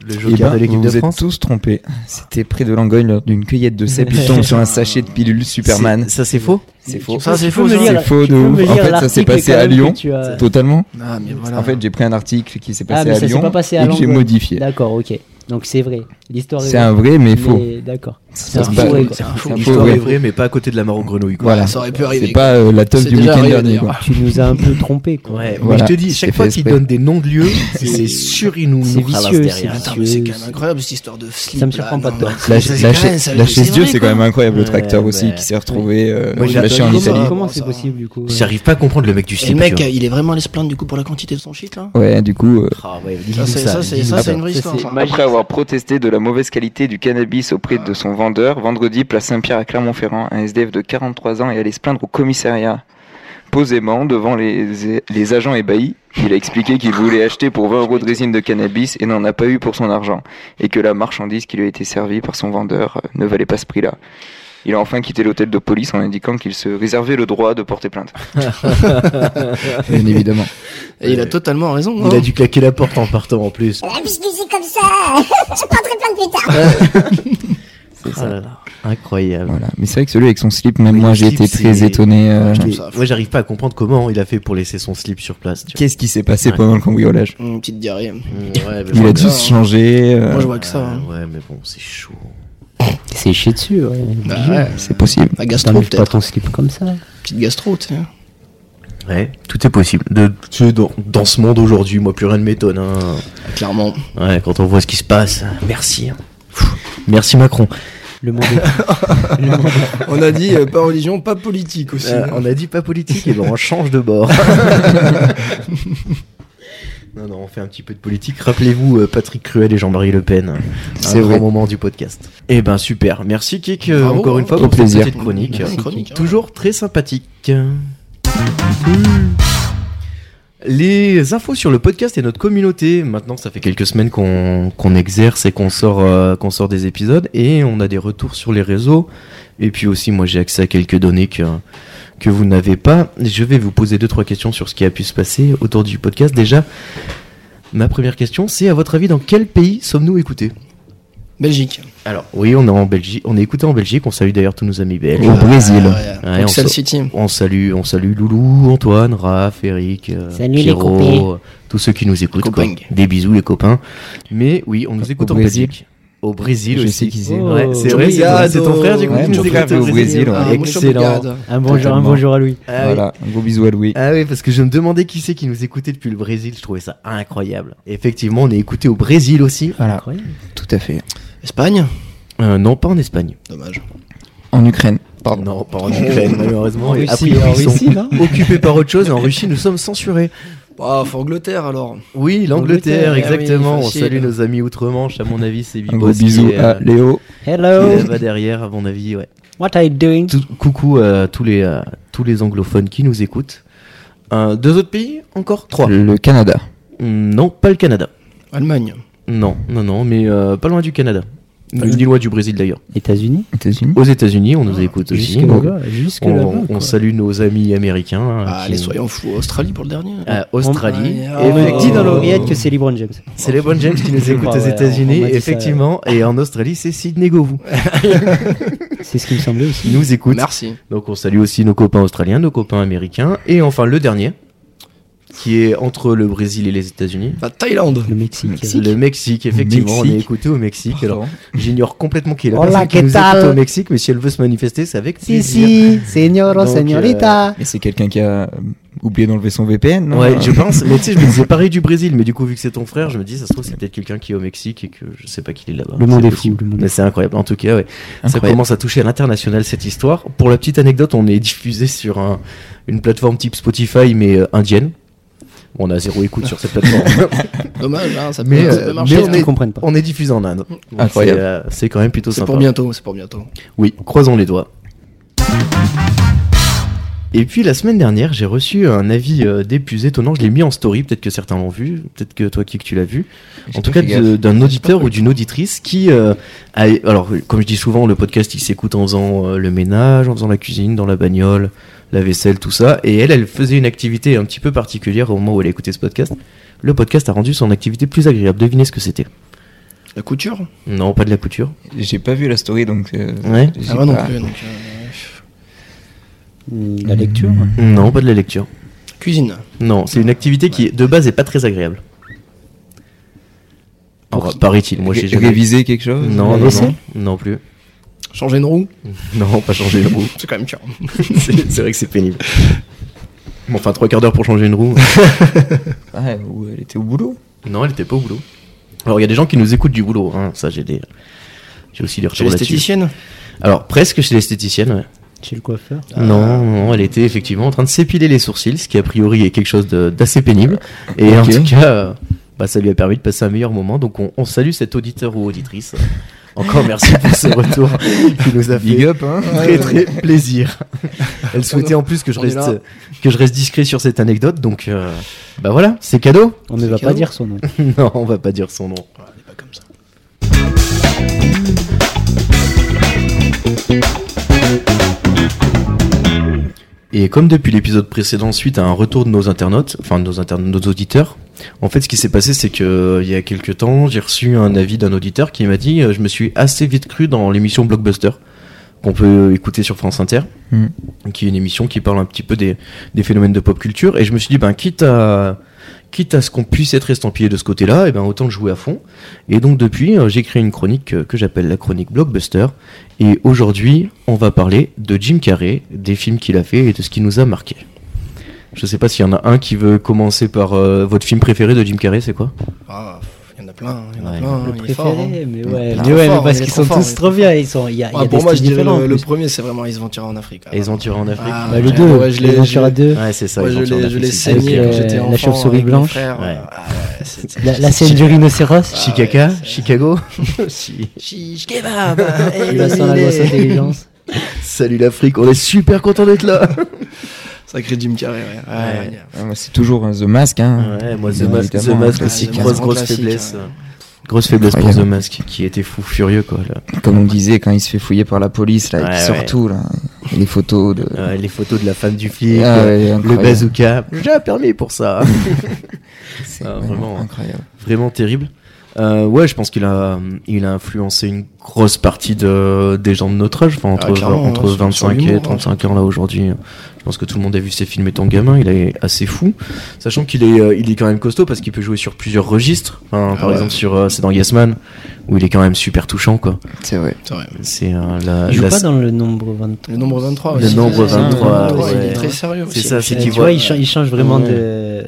[SPEAKER 1] Le
[SPEAKER 4] Eh
[SPEAKER 1] joker
[SPEAKER 4] ben,
[SPEAKER 1] de l'équipe
[SPEAKER 4] vous
[SPEAKER 1] de
[SPEAKER 4] vous
[SPEAKER 1] France.
[SPEAKER 4] êtes tous trompés. C'était près de Langogne lors d'une cueillette de cèpes. Il tombe sur un sachet de pilule Superman.
[SPEAKER 1] C'est- Ça, c'est faux
[SPEAKER 4] C'est faux.
[SPEAKER 1] Ça, c'est
[SPEAKER 2] Tu peux
[SPEAKER 1] faux,
[SPEAKER 2] me
[SPEAKER 1] ça.
[SPEAKER 2] lire-
[SPEAKER 4] C'est faux
[SPEAKER 2] tu
[SPEAKER 4] de
[SPEAKER 2] peux
[SPEAKER 4] ouf.
[SPEAKER 2] me
[SPEAKER 4] En
[SPEAKER 2] lire
[SPEAKER 4] fait, ça
[SPEAKER 2] l'article
[SPEAKER 4] s'est passé
[SPEAKER 2] quand
[SPEAKER 4] à
[SPEAKER 2] même que
[SPEAKER 4] Lyon.
[SPEAKER 2] tu as-
[SPEAKER 4] Totalement.
[SPEAKER 3] Ah, mais voilà.
[SPEAKER 4] En fait, j'ai pris un article qui s'est
[SPEAKER 2] Ah,
[SPEAKER 4] passé
[SPEAKER 2] mais
[SPEAKER 4] à
[SPEAKER 2] ça s'est
[SPEAKER 4] Lyon
[SPEAKER 2] pas passé à
[SPEAKER 4] et que j'ai
[SPEAKER 2] Londres.
[SPEAKER 4] modifié.
[SPEAKER 2] D'accord, ok. Donc c'est vrai. L'histoire est
[SPEAKER 4] C'est un vrai mais faux.
[SPEAKER 2] D'accord.
[SPEAKER 4] C'est
[SPEAKER 2] un
[SPEAKER 4] pas-
[SPEAKER 2] faux, ouais,
[SPEAKER 4] c'est
[SPEAKER 2] quoi.
[SPEAKER 4] un faux.
[SPEAKER 1] L'histoire
[SPEAKER 4] Ouais.
[SPEAKER 1] est vraie, mais pas à côté de la mare aux grenouilles. quoi.
[SPEAKER 4] Voilà.
[SPEAKER 3] ça aurait pu arriver.
[SPEAKER 4] C'est pas euh, la teuf
[SPEAKER 3] C'est
[SPEAKER 4] du
[SPEAKER 3] déjà
[SPEAKER 4] week-end
[SPEAKER 3] arrivé,
[SPEAKER 4] dernier.
[SPEAKER 3] d'ailleurs.
[SPEAKER 4] quoi.
[SPEAKER 2] Tu nous as un peu trompé quoi.
[SPEAKER 1] Ouais, mais
[SPEAKER 4] Voilà,
[SPEAKER 1] je te dis,
[SPEAKER 4] c'est
[SPEAKER 1] chaque fois
[SPEAKER 4] fait
[SPEAKER 1] qu'ils
[SPEAKER 4] exprès.
[SPEAKER 1] donnent des noms de lieux, (laughs) c'est sûr, ils nous
[SPEAKER 2] C'est
[SPEAKER 1] nous ramassent
[SPEAKER 2] vicieux,
[SPEAKER 1] derrière.
[SPEAKER 2] c'est
[SPEAKER 3] Attends, mais c'est quand même
[SPEAKER 2] Monsieur-
[SPEAKER 3] incroyable cette histoire de slip.
[SPEAKER 2] Ça me
[SPEAKER 3] là,
[SPEAKER 2] surprend
[SPEAKER 3] non,
[SPEAKER 2] pas de toi.
[SPEAKER 3] non,
[SPEAKER 4] La,
[SPEAKER 3] c'est
[SPEAKER 4] la,
[SPEAKER 3] quand même,
[SPEAKER 4] cha-
[SPEAKER 3] ça-
[SPEAKER 4] la
[SPEAKER 3] c'est
[SPEAKER 4] chaise Dieu,
[SPEAKER 3] vrai,
[SPEAKER 4] c'est quand
[SPEAKER 3] quoi.
[SPEAKER 4] même incroyable. Le
[SPEAKER 1] Ouais,
[SPEAKER 4] tracteur aussi
[SPEAKER 1] ouais.
[SPEAKER 4] qui s'est retrouvé euh,
[SPEAKER 1] Moi, j'ai
[SPEAKER 4] lâché en
[SPEAKER 1] adoré
[SPEAKER 4] Italie.
[SPEAKER 2] Comment c'est
[SPEAKER 3] Ça-
[SPEAKER 2] possible du coup ouais.
[SPEAKER 1] J'arrive pas à comprendre le mec du
[SPEAKER 3] Et le
[SPEAKER 1] slip.
[SPEAKER 3] mec,
[SPEAKER 1] tu vois.
[SPEAKER 3] il est vraiment allé se plaindre du coup pour la quantité de son shit là
[SPEAKER 4] Ouais, du coup, euh,
[SPEAKER 1] Ah ouais,
[SPEAKER 3] Ça,
[SPEAKER 1] dis-nous
[SPEAKER 3] c'est-
[SPEAKER 1] ça,
[SPEAKER 3] ça, c'est-
[SPEAKER 1] dis-nous
[SPEAKER 3] ça, c'est une vraie
[SPEAKER 2] Ça,
[SPEAKER 3] histoire.
[SPEAKER 2] c'est
[SPEAKER 3] ça.
[SPEAKER 2] magique.
[SPEAKER 4] Après avoir protesté de la mauvaise qualité du cannabis auprès de son vendeur, vendredi, place Saint-Pierre à Clermont-Ferrand, un SDF de 43 ans est allé se plaindre au commissariat. Posément, devant les, les agents ébahis, il a expliqué qu'il voulait acheter pour 20 euros de résine de cannabis et n'en a pas eu pour son argent, et que la marchandise qui lui a été servie par son vendeur euh, ne valait pas ce prix-là. Il a enfin quitté l'hôtel de police en indiquant qu'il se réservait le droit de
[SPEAKER 1] (laughs)
[SPEAKER 4] porter plainte. Bien évidemment.
[SPEAKER 3] Et il a totalement raison.
[SPEAKER 1] Il
[SPEAKER 3] hein.
[SPEAKER 1] a dû claquer la porte en partant en plus.
[SPEAKER 6] Ah, puisque c'est comme ça, (laughs) je prendrai plein de plus tard.
[SPEAKER 1] Ah là là, Incroyable.
[SPEAKER 4] Voilà. Mais c'est vrai que celui avec son slip, même
[SPEAKER 1] Oui,
[SPEAKER 4] moi
[SPEAKER 1] le
[SPEAKER 4] j'ai
[SPEAKER 1] slip,
[SPEAKER 4] été très
[SPEAKER 1] c'est-
[SPEAKER 4] étonné. euh,
[SPEAKER 3] Ouais, je trouve
[SPEAKER 1] Mais
[SPEAKER 3] ça fou.
[SPEAKER 1] Moi, j'arrive pas à comprendre comment il a fait pour laisser son slip sur place. Tu
[SPEAKER 4] Qu'est-ce qui s'est passé
[SPEAKER 1] Ouais.
[SPEAKER 4] pendant le cambriolage
[SPEAKER 3] Une petite diarrhée.
[SPEAKER 1] vois. Mmh, ouais, mais
[SPEAKER 4] Il a
[SPEAKER 1] bon,
[SPEAKER 4] dû se changer. euh,
[SPEAKER 3] Moi je vois que ça. hein.
[SPEAKER 1] euh, Ouais, mais bon, c'est chaud.
[SPEAKER 2] C'est chier dessus. Ouais.
[SPEAKER 3] Bah ouais,
[SPEAKER 4] C'est possible.
[SPEAKER 3] la
[SPEAKER 2] T'enlèves
[SPEAKER 3] gastro
[SPEAKER 2] pas
[SPEAKER 3] peut-être.
[SPEAKER 2] ton slip comme ça.
[SPEAKER 3] Petite gastro, tu sais. hein.
[SPEAKER 1] Ouais, tout est possible. De, tu sais, dans, dans ce monde aujourd'hui, moi, plus rien ne m'étonne. hein.
[SPEAKER 3] Clairement.
[SPEAKER 1] Ouais, quand on voit ce qui se passe. Merci. hein. Pfff. Merci Macron.
[SPEAKER 2] Le monde est...
[SPEAKER 3] On a dit euh, pas religion, pas politique aussi. hein.
[SPEAKER 1] Euh, on a dit pas politique, et ben on change de bord. (laughs) non, non, on fait un petit peu de politique. Rappelez-vous euh, Patrick Cruel et Jean-Marie Le Pen. hein.
[SPEAKER 4] C'est
[SPEAKER 1] un
[SPEAKER 4] vrai.
[SPEAKER 1] grand moment du podcast. Eh ben super, merci Kik euh,
[SPEAKER 3] Bravo,
[SPEAKER 1] encore une
[SPEAKER 3] hein.
[SPEAKER 1] fois
[SPEAKER 4] Au
[SPEAKER 1] pour
[SPEAKER 4] plaisir.
[SPEAKER 1] cette petite chronique.
[SPEAKER 3] Merci, chronique, hein.
[SPEAKER 1] Toujours très sympathique. Hmm. Les infos sur le podcast et notre communauté. Maintenant, ça fait quelques semaines qu'on qu'on exerce et qu'on sort, euh, qu'on sort des épisodes et on a des retours sur les réseaux. Et puis aussi, moi, j'ai accès à quelques données que, que vous n'avez pas. Je vais vous poser deux, trois questions sur ce qui a pu se passer autour du podcast. Déjà, ma première question, c'est à votre avis, dans quel pays sommes-nous écoutés
[SPEAKER 3] Belgique.
[SPEAKER 1] Alors, oui, on est en Belgique. On est écouté en Belgique. On salue d'ailleurs tous nos amis belges.
[SPEAKER 4] Au Brésil.
[SPEAKER 3] Euh, Ouais,
[SPEAKER 1] Ouais, on
[SPEAKER 3] Oxal
[SPEAKER 1] saut.
[SPEAKER 3] City.
[SPEAKER 1] On salue, on salue Loulou, Antoine, Raph, Eric, euh,
[SPEAKER 2] Salut les
[SPEAKER 1] Pierrot,
[SPEAKER 2] copains.
[SPEAKER 1] euh, tous ceux qui nous écoutent. quoi.
[SPEAKER 3] Copains.
[SPEAKER 1] Des bisous les copains. Mais oui, on nous écoute en
[SPEAKER 4] Brésil.
[SPEAKER 1] Belgique. Au Brésil
[SPEAKER 4] Je
[SPEAKER 1] aussi.
[SPEAKER 4] sais qui c'est.
[SPEAKER 2] Oh.
[SPEAKER 1] Ouais, c'est vrai, c'est
[SPEAKER 3] Obrigado.
[SPEAKER 1] c'est ton frère du coup
[SPEAKER 4] Ouais,
[SPEAKER 1] qui
[SPEAKER 4] mon
[SPEAKER 1] nous
[SPEAKER 4] frère
[SPEAKER 1] écoute
[SPEAKER 4] est
[SPEAKER 1] au
[SPEAKER 4] au
[SPEAKER 1] Brésil.
[SPEAKER 4] Brésil, ouais.
[SPEAKER 1] Ah,
[SPEAKER 3] Ah, moi, je suis
[SPEAKER 1] Excellent.
[SPEAKER 3] obligado.
[SPEAKER 2] Un bonjour, un
[SPEAKER 4] Totalement.
[SPEAKER 2] bonjour à lui.
[SPEAKER 1] Ah oui.
[SPEAKER 4] Voilà, un gros bisou à Louis.
[SPEAKER 1] Ah oui, parce que je me demandais qui c'est qui nous écoutait depuis le Brésil, je trouvais ça incroyable. Effectivement, on est écouté au Brésil aussi.
[SPEAKER 4] Voilà,
[SPEAKER 2] Incroyable.
[SPEAKER 4] tout à fait.
[SPEAKER 3] Espagne.
[SPEAKER 1] Euh, non, pas en Espagne.
[SPEAKER 3] Dommage.
[SPEAKER 4] En Ukraine, pardon.
[SPEAKER 1] Non, Ah, pas en Ukraine, malheureusement.
[SPEAKER 2] En
[SPEAKER 1] Et a
[SPEAKER 2] Russie,
[SPEAKER 1] priori,
[SPEAKER 2] en
[SPEAKER 1] ils sont
[SPEAKER 2] Russie, là
[SPEAKER 1] occupés par autre chose, et en Russie, nous sommes censurés.
[SPEAKER 3] Bah, faut Angleterre alors.
[SPEAKER 1] Oui, l'Angleterre,
[SPEAKER 3] L'Angleterre,
[SPEAKER 1] exactement.
[SPEAKER 3] ah oui,
[SPEAKER 1] on
[SPEAKER 3] facile.
[SPEAKER 1] salue nos amis outre-Manche, à mon avis, c'est
[SPEAKER 4] Un
[SPEAKER 1] Bibos
[SPEAKER 4] gros
[SPEAKER 1] qui
[SPEAKER 4] bisou
[SPEAKER 1] est,
[SPEAKER 4] à
[SPEAKER 1] euh,
[SPEAKER 4] Léo.
[SPEAKER 1] qui est
[SPEAKER 2] Hello,
[SPEAKER 1] là-bas derrière, à mon avis, ouais.
[SPEAKER 2] what are you doing?
[SPEAKER 1] Tout- coucou à tous les, euh, tous les anglophones qui nous écoutent. Un, deux autres pays Encore Trois
[SPEAKER 4] Le Canada.
[SPEAKER 1] Mm, Non, pas le Canada.
[SPEAKER 3] Allemagne.
[SPEAKER 1] Non, non, non, mais euh, pas loin du Canada. Ni loin du Brésil d'ailleurs.
[SPEAKER 2] États-Unis?
[SPEAKER 4] États-Unis.
[SPEAKER 1] Aux États-Unis, on nous écoute aussi.
[SPEAKER 2] Jusque là-bas. Jusque
[SPEAKER 1] On,
[SPEAKER 2] là-bas.
[SPEAKER 1] on
[SPEAKER 2] quoi.
[SPEAKER 1] salue nos amis américains. hein,
[SPEAKER 3] Ah,
[SPEAKER 1] qui-
[SPEAKER 3] allez, soyons fous. Australie pour le dernier.
[SPEAKER 1] Euh, Australie.
[SPEAKER 3] On-
[SPEAKER 1] Et
[SPEAKER 2] On me
[SPEAKER 1] ben-
[SPEAKER 2] dit dans l'oreillette que c'est LeBron James.
[SPEAKER 1] C'est les bonnes James qui nous
[SPEAKER 2] Je
[SPEAKER 1] écoutent
[SPEAKER 2] crois,
[SPEAKER 1] aux
[SPEAKER 2] ouais,
[SPEAKER 1] États-Unis,
[SPEAKER 2] on- on m'a dit ça,
[SPEAKER 1] effectivement. Et en Australie, c'est Sydney Govou
[SPEAKER 2] C'est ce qui me semblait aussi.
[SPEAKER 1] qui nous écoute.
[SPEAKER 3] Merci.
[SPEAKER 1] Donc on salue aussi nos copains australiens, nos copains américains. Et enfin le dernier, qui est entre le Brésil et les États-Unis.
[SPEAKER 3] La Thaïlande.
[SPEAKER 2] Le Mexique.
[SPEAKER 1] Le Mexique, effectivement, on est
[SPEAKER 4] Mexique.
[SPEAKER 1] écouté au Mexique. Alors,
[SPEAKER 4] Pardon.
[SPEAKER 1] j'ignore complètement qui est la
[SPEAKER 2] Hola,
[SPEAKER 1] personne qui
[SPEAKER 2] ¿qué
[SPEAKER 1] nous
[SPEAKER 2] tal
[SPEAKER 1] écoute au Mexique,
[SPEAKER 2] Euh,
[SPEAKER 1] mais si elle veut se manifester, c'est avec
[SPEAKER 2] Si,
[SPEAKER 1] plaisir.
[SPEAKER 2] si, señor
[SPEAKER 1] Donc,
[SPEAKER 2] señorita.
[SPEAKER 4] Et c'est quelqu'un qui a euh, oublié d'enlever son VPN. non Euh,
[SPEAKER 1] Ouais, je pense. Mais tu sais, je me disais pareil du Brésil, mais du coup, vu que c'est ton frère, je me dis, ça se trouve, c'est peut-être quelqu'un qui est au Mexique et que je sais pas qu'il est là-bas.
[SPEAKER 2] Le monde
[SPEAKER 1] C'est
[SPEAKER 2] est
[SPEAKER 1] possible.
[SPEAKER 2] fou, le monde est
[SPEAKER 1] Mais c'est incroyable. En tout cas, ouais. Ça
[SPEAKER 4] Incroyable.
[SPEAKER 1] commence à toucher à l'international cette histoire. Pour la petite anecdote, on est diffusé sur un- une plateforme type Spotify, mais euh, indienne. Bon, on a zéro écoute sur cette
[SPEAKER 2] (laughs)
[SPEAKER 1] plateforme.
[SPEAKER 3] Dommage, hein, ça peut,
[SPEAKER 1] Mais,
[SPEAKER 3] ça
[SPEAKER 1] euh,
[SPEAKER 3] peut
[SPEAKER 1] mais
[SPEAKER 3] marcher.
[SPEAKER 1] on
[SPEAKER 2] Ils
[SPEAKER 1] est-
[SPEAKER 3] hein.
[SPEAKER 2] comprennent pas.
[SPEAKER 1] on est diffusé en Inde. Donc,
[SPEAKER 4] Incroyable.
[SPEAKER 1] c'est, euh, C'est quand même plutôt
[SPEAKER 3] C'est
[SPEAKER 1] sympa.
[SPEAKER 3] pour bientôt, c'est pour bientôt.
[SPEAKER 1] Oui, croisons les doigts. Et puis la semaine dernière, j'ai reçu un avis euh, des plus étonnant. Je l'ai mis en story, peut-être que certains l'ont vu, peut-être que toi, Kik, tu l'as vu.
[SPEAKER 4] J'ai
[SPEAKER 1] En tout
[SPEAKER 4] pas
[SPEAKER 1] cas,
[SPEAKER 4] fait gaffe.
[SPEAKER 1] de-
[SPEAKER 4] (laughs)
[SPEAKER 1] d'un auditeur ou d'une auditrice qui euh, a- Alors, comme je dis souvent, le podcast, il s'écoute en faisant euh, le ménage, en faisant la cuisine, dans la bagnole, la vaisselle, tout ça. Et elle, elle faisait une activité un petit peu particulière au moment où elle écoutait ce podcast. Le podcast a rendu son activité plus agréable. Devinez ce que c'était.
[SPEAKER 3] La couture
[SPEAKER 1] Non, pas de la couture.
[SPEAKER 4] J'ai pas vu la story donc. euh,
[SPEAKER 1] Ouais.
[SPEAKER 4] j'ai
[SPEAKER 3] Ah ouais, non
[SPEAKER 4] pas-
[SPEAKER 3] plus. Donc, euh, pff.
[SPEAKER 2] La lecture
[SPEAKER 4] Euh.
[SPEAKER 1] Non, pas de la lecture.
[SPEAKER 3] cuisine.
[SPEAKER 1] Non, c'est une activité qui de base est pas très agréable. Alors, Paraît-il, moi j'ai
[SPEAKER 4] Ré-
[SPEAKER 1] jamais-
[SPEAKER 4] Réviser quelque chose
[SPEAKER 1] Non,
[SPEAKER 2] La
[SPEAKER 1] non,
[SPEAKER 2] vaisselle
[SPEAKER 1] non, non plus. (laughs)
[SPEAKER 3] Changer une roue
[SPEAKER 1] Non, pas changer (laughs) une roue.
[SPEAKER 3] C'est quand même dur.
[SPEAKER 1] c'est c'est vrai que c'est pénible. Bon, enfin, trois quarts d'heure pour changer une roue.
[SPEAKER 4] Ouais, Ah, ou elle était au boulot.
[SPEAKER 1] non, elle était pas au boulot. Alors, il y a des gens qui nous écoutent du boulot. hein, Ça, j'ai des. J'ai aussi des
[SPEAKER 3] Chez
[SPEAKER 1] retours là-dessus.
[SPEAKER 3] l'esthéticienne
[SPEAKER 1] Alors, presque chez l'esthéticienne, ouais.
[SPEAKER 2] Chez le coiffeur
[SPEAKER 4] Euh,
[SPEAKER 1] Non, non, elle était effectivement en train de s'épiler les sourcils, ce qui a priori est quelque chose de- d'assez pénible. Et en
[SPEAKER 4] Ok.
[SPEAKER 1] tout cas, euh, bah, ça lui a permis de passer un meilleur moment. Donc on, on salue cet auditeur ou auditrice. Encore merci pour ce retour qui nous a
[SPEAKER 4] Big
[SPEAKER 1] fait
[SPEAKER 4] up, hein
[SPEAKER 1] très très plaisir. Elle souhaitait en plus que je
[SPEAKER 3] On est là.
[SPEAKER 1] reste que je reste discret sur cette anecdote. Donc euh, bah voilà, c'est cadeau. (laughs)
[SPEAKER 2] On ne va
[SPEAKER 3] cadeau.
[SPEAKER 2] pas dire son nom.
[SPEAKER 1] non, on va pas dire son nom.
[SPEAKER 3] Ouais, elle est pas comme ça.
[SPEAKER 1] Et comme depuis l'épisode précédent, suite à un retour de nos internautes, enfin de nos, internautes, nos auditeurs, en fait, ce qui s'est passé, c'est que euh, il y a quelques temps, j'ai reçu un avis d'un auditeur qui m'a dit euh, Je me suis assez vite cru dans l'émission Blockbuster, qu'on peut écouter sur France Inter,
[SPEAKER 4] Mm.
[SPEAKER 1] qui est une émission qui parle un petit peu des, des phénomènes de pop culture. Et je me suis dit Ben, quitte à. Quitte à ce qu'on puisse être estampillé de ce côté-là, et ben autant le jouer à fond. Et donc depuis, euh, j'ai créé une chronique euh, que j'appelle la chronique blockbuster, et aujourd'hui, on va parler de Jim Carrey, des films qu'il a fait et de ce qui nous a marqué. Je sais pas s'il y en a un qui veut commencer par euh, votre film préféré de Jim Carrey, c'est quoi
[SPEAKER 3] Ah, il y en a plein, il y en a
[SPEAKER 1] Ouais.
[SPEAKER 3] plein.
[SPEAKER 2] Le
[SPEAKER 3] il est fort, hein.
[SPEAKER 2] préféré, mais ouais,
[SPEAKER 4] Ah,
[SPEAKER 2] mais ouais,
[SPEAKER 3] fort,
[SPEAKER 2] mais parce
[SPEAKER 3] il est
[SPEAKER 2] qu'ils
[SPEAKER 3] trop
[SPEAKER 2] sont
[SPEAKER 3] fort, il
[SPEAKER 2] tous
[SPEAKER 3] est
[SPEAKER 2] trop
[SPEAKER 3] trop
[SPEAKER 2] bien. Ils sont, il y a, il y a
[SPEAKER 3] Ah,
[SPEAKER 2] des
[SPEAKER 3] pour moi, je
[SPEAKER 2] styles
[SPEAKER 3] dirais
[SPEAKER 2] différents,
[SPEAKER 3] le,
[SPEAKER 2] en
[SPEAKER 3] le
[SPEAKER 2] plus.
[SPEAKER 3] premier, c'est vraiment Ils vont tirer en Afrique.
[SPEAKER 1] Les Aventures en Afrique.
[SPEAKER 3] Ah,
[SPEAKER 2] Bah, le
[SPEAKER 3] ouais,
[SPEAKER 2] 2,
[SPEAKER 3] ouais, je l'ai-
[SPEAKER 2] les aventures
[SPEAKER 3] je-
[SPEAKER 2] à deux.
[SPEAKER 1] Ouais, c'est ça.
[SPEAKER 3] Moi,
[SPEAKER 1] les
[SPEAKER 3] je
[SPEAKER 1] Aventures en
[SPEAKER 3] l'ai, je l'ai
[SPEAKER 1] Afrique, c'est
[SPEAKER 3] saigné
[SPEAKER 1] le film.
[SPEAKER 3] quand
[SPEAKER 2] euh,
[SPEAKER 3] j'étais
[SPEAKER 2] la
[SPEAKER 3] enfant.
[SPEAKER 2] chauve-souris
[SPEAKER 3] avec mon
[SPEAKER 2] blanche.
[SPEAKER 3] frère.
[SPEAKER 1] Ouais.
[SPEAKER 3] Ah ouais, c'était-
[SPEAKER 2] La, la scène du rhinocéros.
[SPEAKER 1] Chicaca, Chicago. Si.
[SPEAKER 3] Chiche kebab Ah,
[SPEAKER 2] Il va sans la grosse intelligence.
[SPEAKER 1] Salut l'Afrique, on est super content d'être là.
[SPEAKER 3] Sacré Jim Carrey, ouais.
[SPEAKER 1] Ouais.
[SPEAKER 3] Ouais, ouais.
[SPEAKER 4] Ah, moi, C'est toujours hein, The Mask, hein.
[SPEAKER 1] (laughs) Ouais, moi The
[SPEAKER 4] Bien
[SPEAKER 1] Mask, The
[SPEAKER 4] évidemment,
[SPEAKER 1] Mask
[SPEAKER 4] hein,
[SPEAKER 1] aussi,
[SPEAKER 3] The
[SPEAKER 1] grosse
[SPEAKER 3] Mask,
[SPEAKER 1] grosse
[SPEAKER 3] classique,
[SPEAKER 1] faiblesse.
[SPEAKER 3] hein.
[SPEAKER 1] Grosse faiblesse pour The Mask, qui était fou furieux quoi. là.
[SPEAKER 4] Comme on disait, quand il se fait fouiller par la police, là, et
[SPEAKER 1] Ouais,
[SPEAKER 4] qu'il sort
[SPEAKER 1] ouais.
[SPEAKER 4] tout, là. et Les photos de.
[SPEAKER 1] Ouais, les photos de la femme du flic,
[SPEAKER 4] Ah,
[SPEAKER 1] euh,
[SPEAKER 4] ouais,
[SPEAKER 1] le
[SPEAKER 4] incroyable.
[SPEAKER 1] bazooka, j'ai un permis pour ça.
[SPEAKER 4] C'est
[SPEAKER 1] Ah,
[SPEAKER 4] vraiment
[SPEAKER 1] vraiment.
[SPEAKER 4] incroyable.
[SPEAKER 1] vraiment terrible. Euh, ouais, je pense qu'il a, il a influencé une grosse partie de, des gens de notre âge, enfin, entre,
[SPEAKER 3] Ah, clairement,
[SPEAKER 1] entre
[SPEAKER 3] hein, sur-
[SPEAKER 1] 25
[SPEAKER 3] sur l'humour,
[SPEAKER 1] et
[SPEAKER 3] hein.
[SPEAKER 1] 35 ans là aujourd'hui. Je pense que tout le monde a vu ses films étant gamin, il est assez fou. Sachant qu'il est, euh, il est quand même costaud parce qu'il peut jouer sur plusieurs registres. Enfin,
[SPEAKER 3] Ah
[SPEAKER 1] par
[SPEAKER 3] ouais.
[SPEAKER 1] exemple, sur, euh, c'est dans Yes Man, où il est quand même super touchant, quoi.
[SPEAKER 4] C'est vrai.
[SPEAKER 3] C'est vrai.
[SPEAKER 1] C'est euh, la,
[SPEAKER 2] Il joue
[SPEAKER 1] la-
[SPEAKER 2] pas dans le nombre 23.
[SPEAKER 3] Le nombre 23
[SPEAKER 1] Le
[SPEAKER 3] aussi.
[SPEAKER 1] nombre
[SPEAKER 3] C'est ça,
[SPEAKER 1] 23,
[SPEAKER 3] le nombre
[SPEAKER 1] ouais.
[SPEAKER 3] Il est très sérieux aussi.
[SPEAKER 1] C'est ça, c'est
[SPEAKER 2] Euh,
[SPEAKER 1] qu'il
[SPEAKER 2] tu
[SPEAKER 1] voit-
[SPEAKER 2] vois, il, cha- il change vraiment
[SPEAKER 1] Ouais.
[SPEAKER 2] de.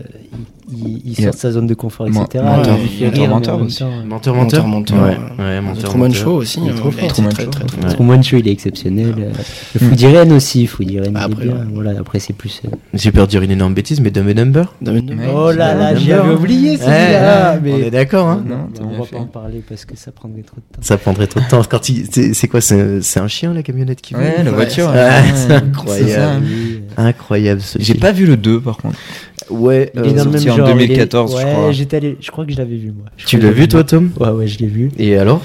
[SPEAKER 2] Il, il- il
[SPEAKER 4] Il a-
[SPEAKER 2] sort de sa zone de confort,
[SPEAKER 4] Mo-
[SPEAKER 2] etc.
[SPEAKER 3] menteur.
[SPEAKER 2] il fait
[SPEAKER 4] Menteur,
[SPEAKER 2] rire, mais en
[SPEAKER 4] menteur
[SPEAKER 2] même
[SPEAKER 4] aussi.
[SPEAKER 2] temps, euh,
[SPEAKER 1] Menteur, menteur.
[SPEAKER 3] Menteur, menteur,
[SPEAKER 1] Ouais,
[SPEAKER 3] ouais.
[SPEAKER 1] ouais,
[SPEAKER 3] Le
[SPEAKER 1] menteur,
[SPEAKER 3] Truman
[SPEAKER 1] menteur.
[SPEAKER 3] Show aussi.
[SPEAKER 4] Il est
[SPEAKER 3] euh,
[SPEAKER 4] trop
[SPEAKER 3] il a
[SPEAKER 4] fort.
[SPEAKER 3] été
[SPEAKER 4] Truman
[SPEAKER 3] très,
[SPEAKER 4] Show.
[SPEAKER 3] très, très,
[SPEAKER 1] Ouais.
[SPEAKER 3] très-
[SPEAKER 2] Truman Show, il est exceptionnel. euh, Le
[SPEAKER 4] Mm.
[SPEAKER 2] Food Irene aussi, Food Irene, il est
[SPEAKER 3] Après,
[SPEAKER 2] bien.
[SPEAKER 3] ouais.
[SPEAKER 2] Voilà, après, c'est plus. euh,
[SPEAKER 1] J'ai peur de dire une énorme bêtise, mais Dumb and Number.
[SPEAKER 3] Damien Demey.
[SPEAKER 4] Ouais. Oh là là,
[SPEAKER 1] j'avais
[SPEAKER 2] oublié ah, Bah,
[SPEAKER 1] Eh, on est d'accord, hein.
[SPEAKER 4] Non, t'as
[SPEAKER 2] on
[SPEAKER 4] bien
[SPEAKER 2] va
[SPEAKER 4] fait.
[SPEAKER 2] pas en parler parce que ça prendrait trop de temps.
[SPEAKER 1] Ça prendrait trop de temps. Quand il- c'est c'est quoi, c'est c'est un chien la camionnette qui vole
[SPEAKER 4] Ouais, la
[SPEAKER 3] Ouais,
[SPEAKER 4] voiture.
[SPEAKER 1] c'est-
[SPEAKER 4] ouais,
[SPEAKER 1] c'est
[SPEAKER 4] ouais,
[SPEAKER 1] incroyable.
[SPEAKER 4] c'est ça. hein.
[SPEAKER 2] Oui, euh,
[SPEAKER 1] Incroyable ce
[SPEAKER 4] J'ai
[SPEAKER 1] film.
[SPEAKER 4] pas vu le 2 par contre.
[SPEAKER 1] Ouais, euh,
[SPEAKER 2] il est dans le même
[SPEAKER 4] sorti en
[SPEAKER 2] genre. il est-
[SPEAKER 4] 2014, je
[SPEAKER 2] ouais,
[SPEAKER 4] crois.
[SPEAKER 2] j'étais allé. Je crois que je l'avais vu, moi. Je
[SPEAKER 1] tu
[SPEAKER 2] crois
[SPEAKER 1] l'as vu
[SPEAKER 2] que je l'avais
[SPEAKER 1] toi Tom
[SPEAKER 2] Ouais, ouais, je l'ai vu.
[SPEAKER 1] Et alors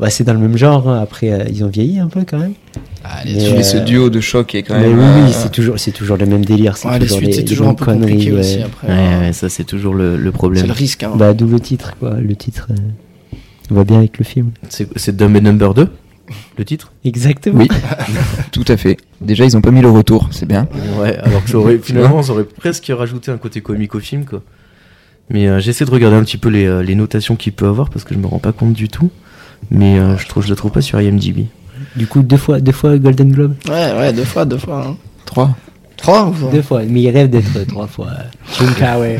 [SPEAKER 2] Bah, c'est dans le même genre. hein. Après, euh, ils ont vieilli un peu quand même.
[SPEAKER 3] Ah,
[SPEAKER 2] Mais,
[SPEAKER 3] les
[SPEAKER 4] Tu
[SPEAKER 2] euh,
[SPEAKER 4] fais ce duo de choc qui est quand
[SPEAKER 2] Mais
[SPEAKER 4] même.
[SPEAKER 2] oui, oui,
[SPEAKER 4] euh,
[SPEAKER 2] c'est toujours, c'est toujours le même délire. C'est
[SPEAKER 3] Ouais, les suites,
[SPEAKER 2] les-
[SPEAKER 3] c'est
[SPEAKER 2] les
[SPEAKER 3] toujours un
[SPEAKER 2] mêmes
[SPEAKER 3] peu
[SPEAKER 2] conneries,
[SPEAKER 3] compliqué
[SPEAKER 2] ouais.
[SPEAKER 3] aussi après.
[SPEAKER 1] ouais,
[SPEAKER 3] hein.
[SPEAKER 1] ouais, ça c'est toujours le, le
[SPEAKER 3] C'est le
[SPEAKER 1] problème.
[SPEAKER 3] risque. hein.
[SPEAKER 2] Bah, d'où le titre, quoi. Le titre euh, va bien avec le film.
[SPEAKER 1] C'est c'est Dumb and Number 2 Le titre
[SPEAKER 2] Exactement.
[SPEAKER 4] Oui. (laughs) Tout à fait. Déjà, ils ont pas mis le retour, c'est bien.
[SPEAKER 1] Ouais, alors que j'aurais finalement j'aurais presque rajouté un côté comique au film quoi. Mais euh, j'essaie de regarder un petit peu les, euh, les notations qu'il peut avoir parce que je me rends pas compte du tout. Mais euh, je trouve je le trouve pas sur IMDb.
[SPEAKER 2] Du coup, deux fois, deux fois Golden Globe.
[SPEAKER 3] Ouais, ouais, deux fois, deux fois. hein.
[SPEAKER 4] 3.
[SPEAKER 3] Trois ou pas
[SPEAKER 2] Deux fois, mais il rêve d'être trois fois. Jim (laughs) Carrey.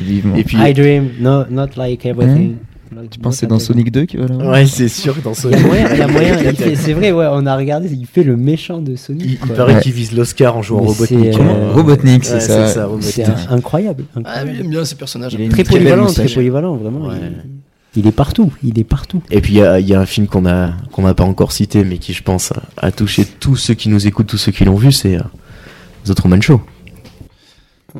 [SPEAKER 4] Vivement.
[SPEAKER 1] Et puis,
[SPEAKER 2] I dream, no, not like everything. Not-
[SPEAKER 4] Tu penses que c'est
[SPEAKER 2] not
[SPEAKER 4] dans
[SPEAKER 2] like-
[SPEAKER 4] Sonic 2 qu'il va là
[SPEAKER 1] ouais, c'est sûr que dans ce
[SPEAKER 2] Hein Il y a moyen, il y a
[SPEAKER 1] (laughs)
[SPEAKER 2] moyen.
[SPEAKER 3] (laughs)
[SPEAKER 2] il fait- C'est vrai, ouais, on a regardé, il fait le méchant de
[SPEAKER 1] Il,
[SPEAKER 2] Sonic.
[SPEAKER 1] il
[SPEAKER 2] quoi.
[SPEAKER 1] paraît
[SPEAKER 4] Ouais.
[SPEAKER 1] qu'il vise l'Oscar en jouant
[SPEAKER 2] Mais
[SPEAKER 1] Robotnik.
[SPEAKER 2] c'est,
[SPEAKER 4] Comment
[SPEAKER 2] euh,
[SPEAKER 4] Robotnik, c'est
[SPEAKER 1] Ouais,
[SPEAKER 4] ça.
[SPEAKER 1] Robotnik.
[SPEAKER 2] C'est un- incroyable.
[SPEAKER 3] Ah, mais
[SPEAKER 2] incroyable.
[SPEAKER 3] j'aime bien ces personnages.
[SPEAKER 4] Il est
[SPEAKER 2] Très
[SPEAKER 4] Une très belle
[SPEAKER 2] polyvalent,
[SPEAKER 4] moustache.
[SPEAKER 2] très polyvalent, vraiment.
[SPEAKER 1] Ouais.
[SPEAKER 2] Il- Il est partout, il est partout.
[SPEAKER 1] Et puis il y a, il y a un film qu'on a qu'on n'a pas encore cité, mais qui je pense a, a touché tous ceux qui nous écoutent, tous ceux qui l'ont vu, c'est euh, The Truman Show.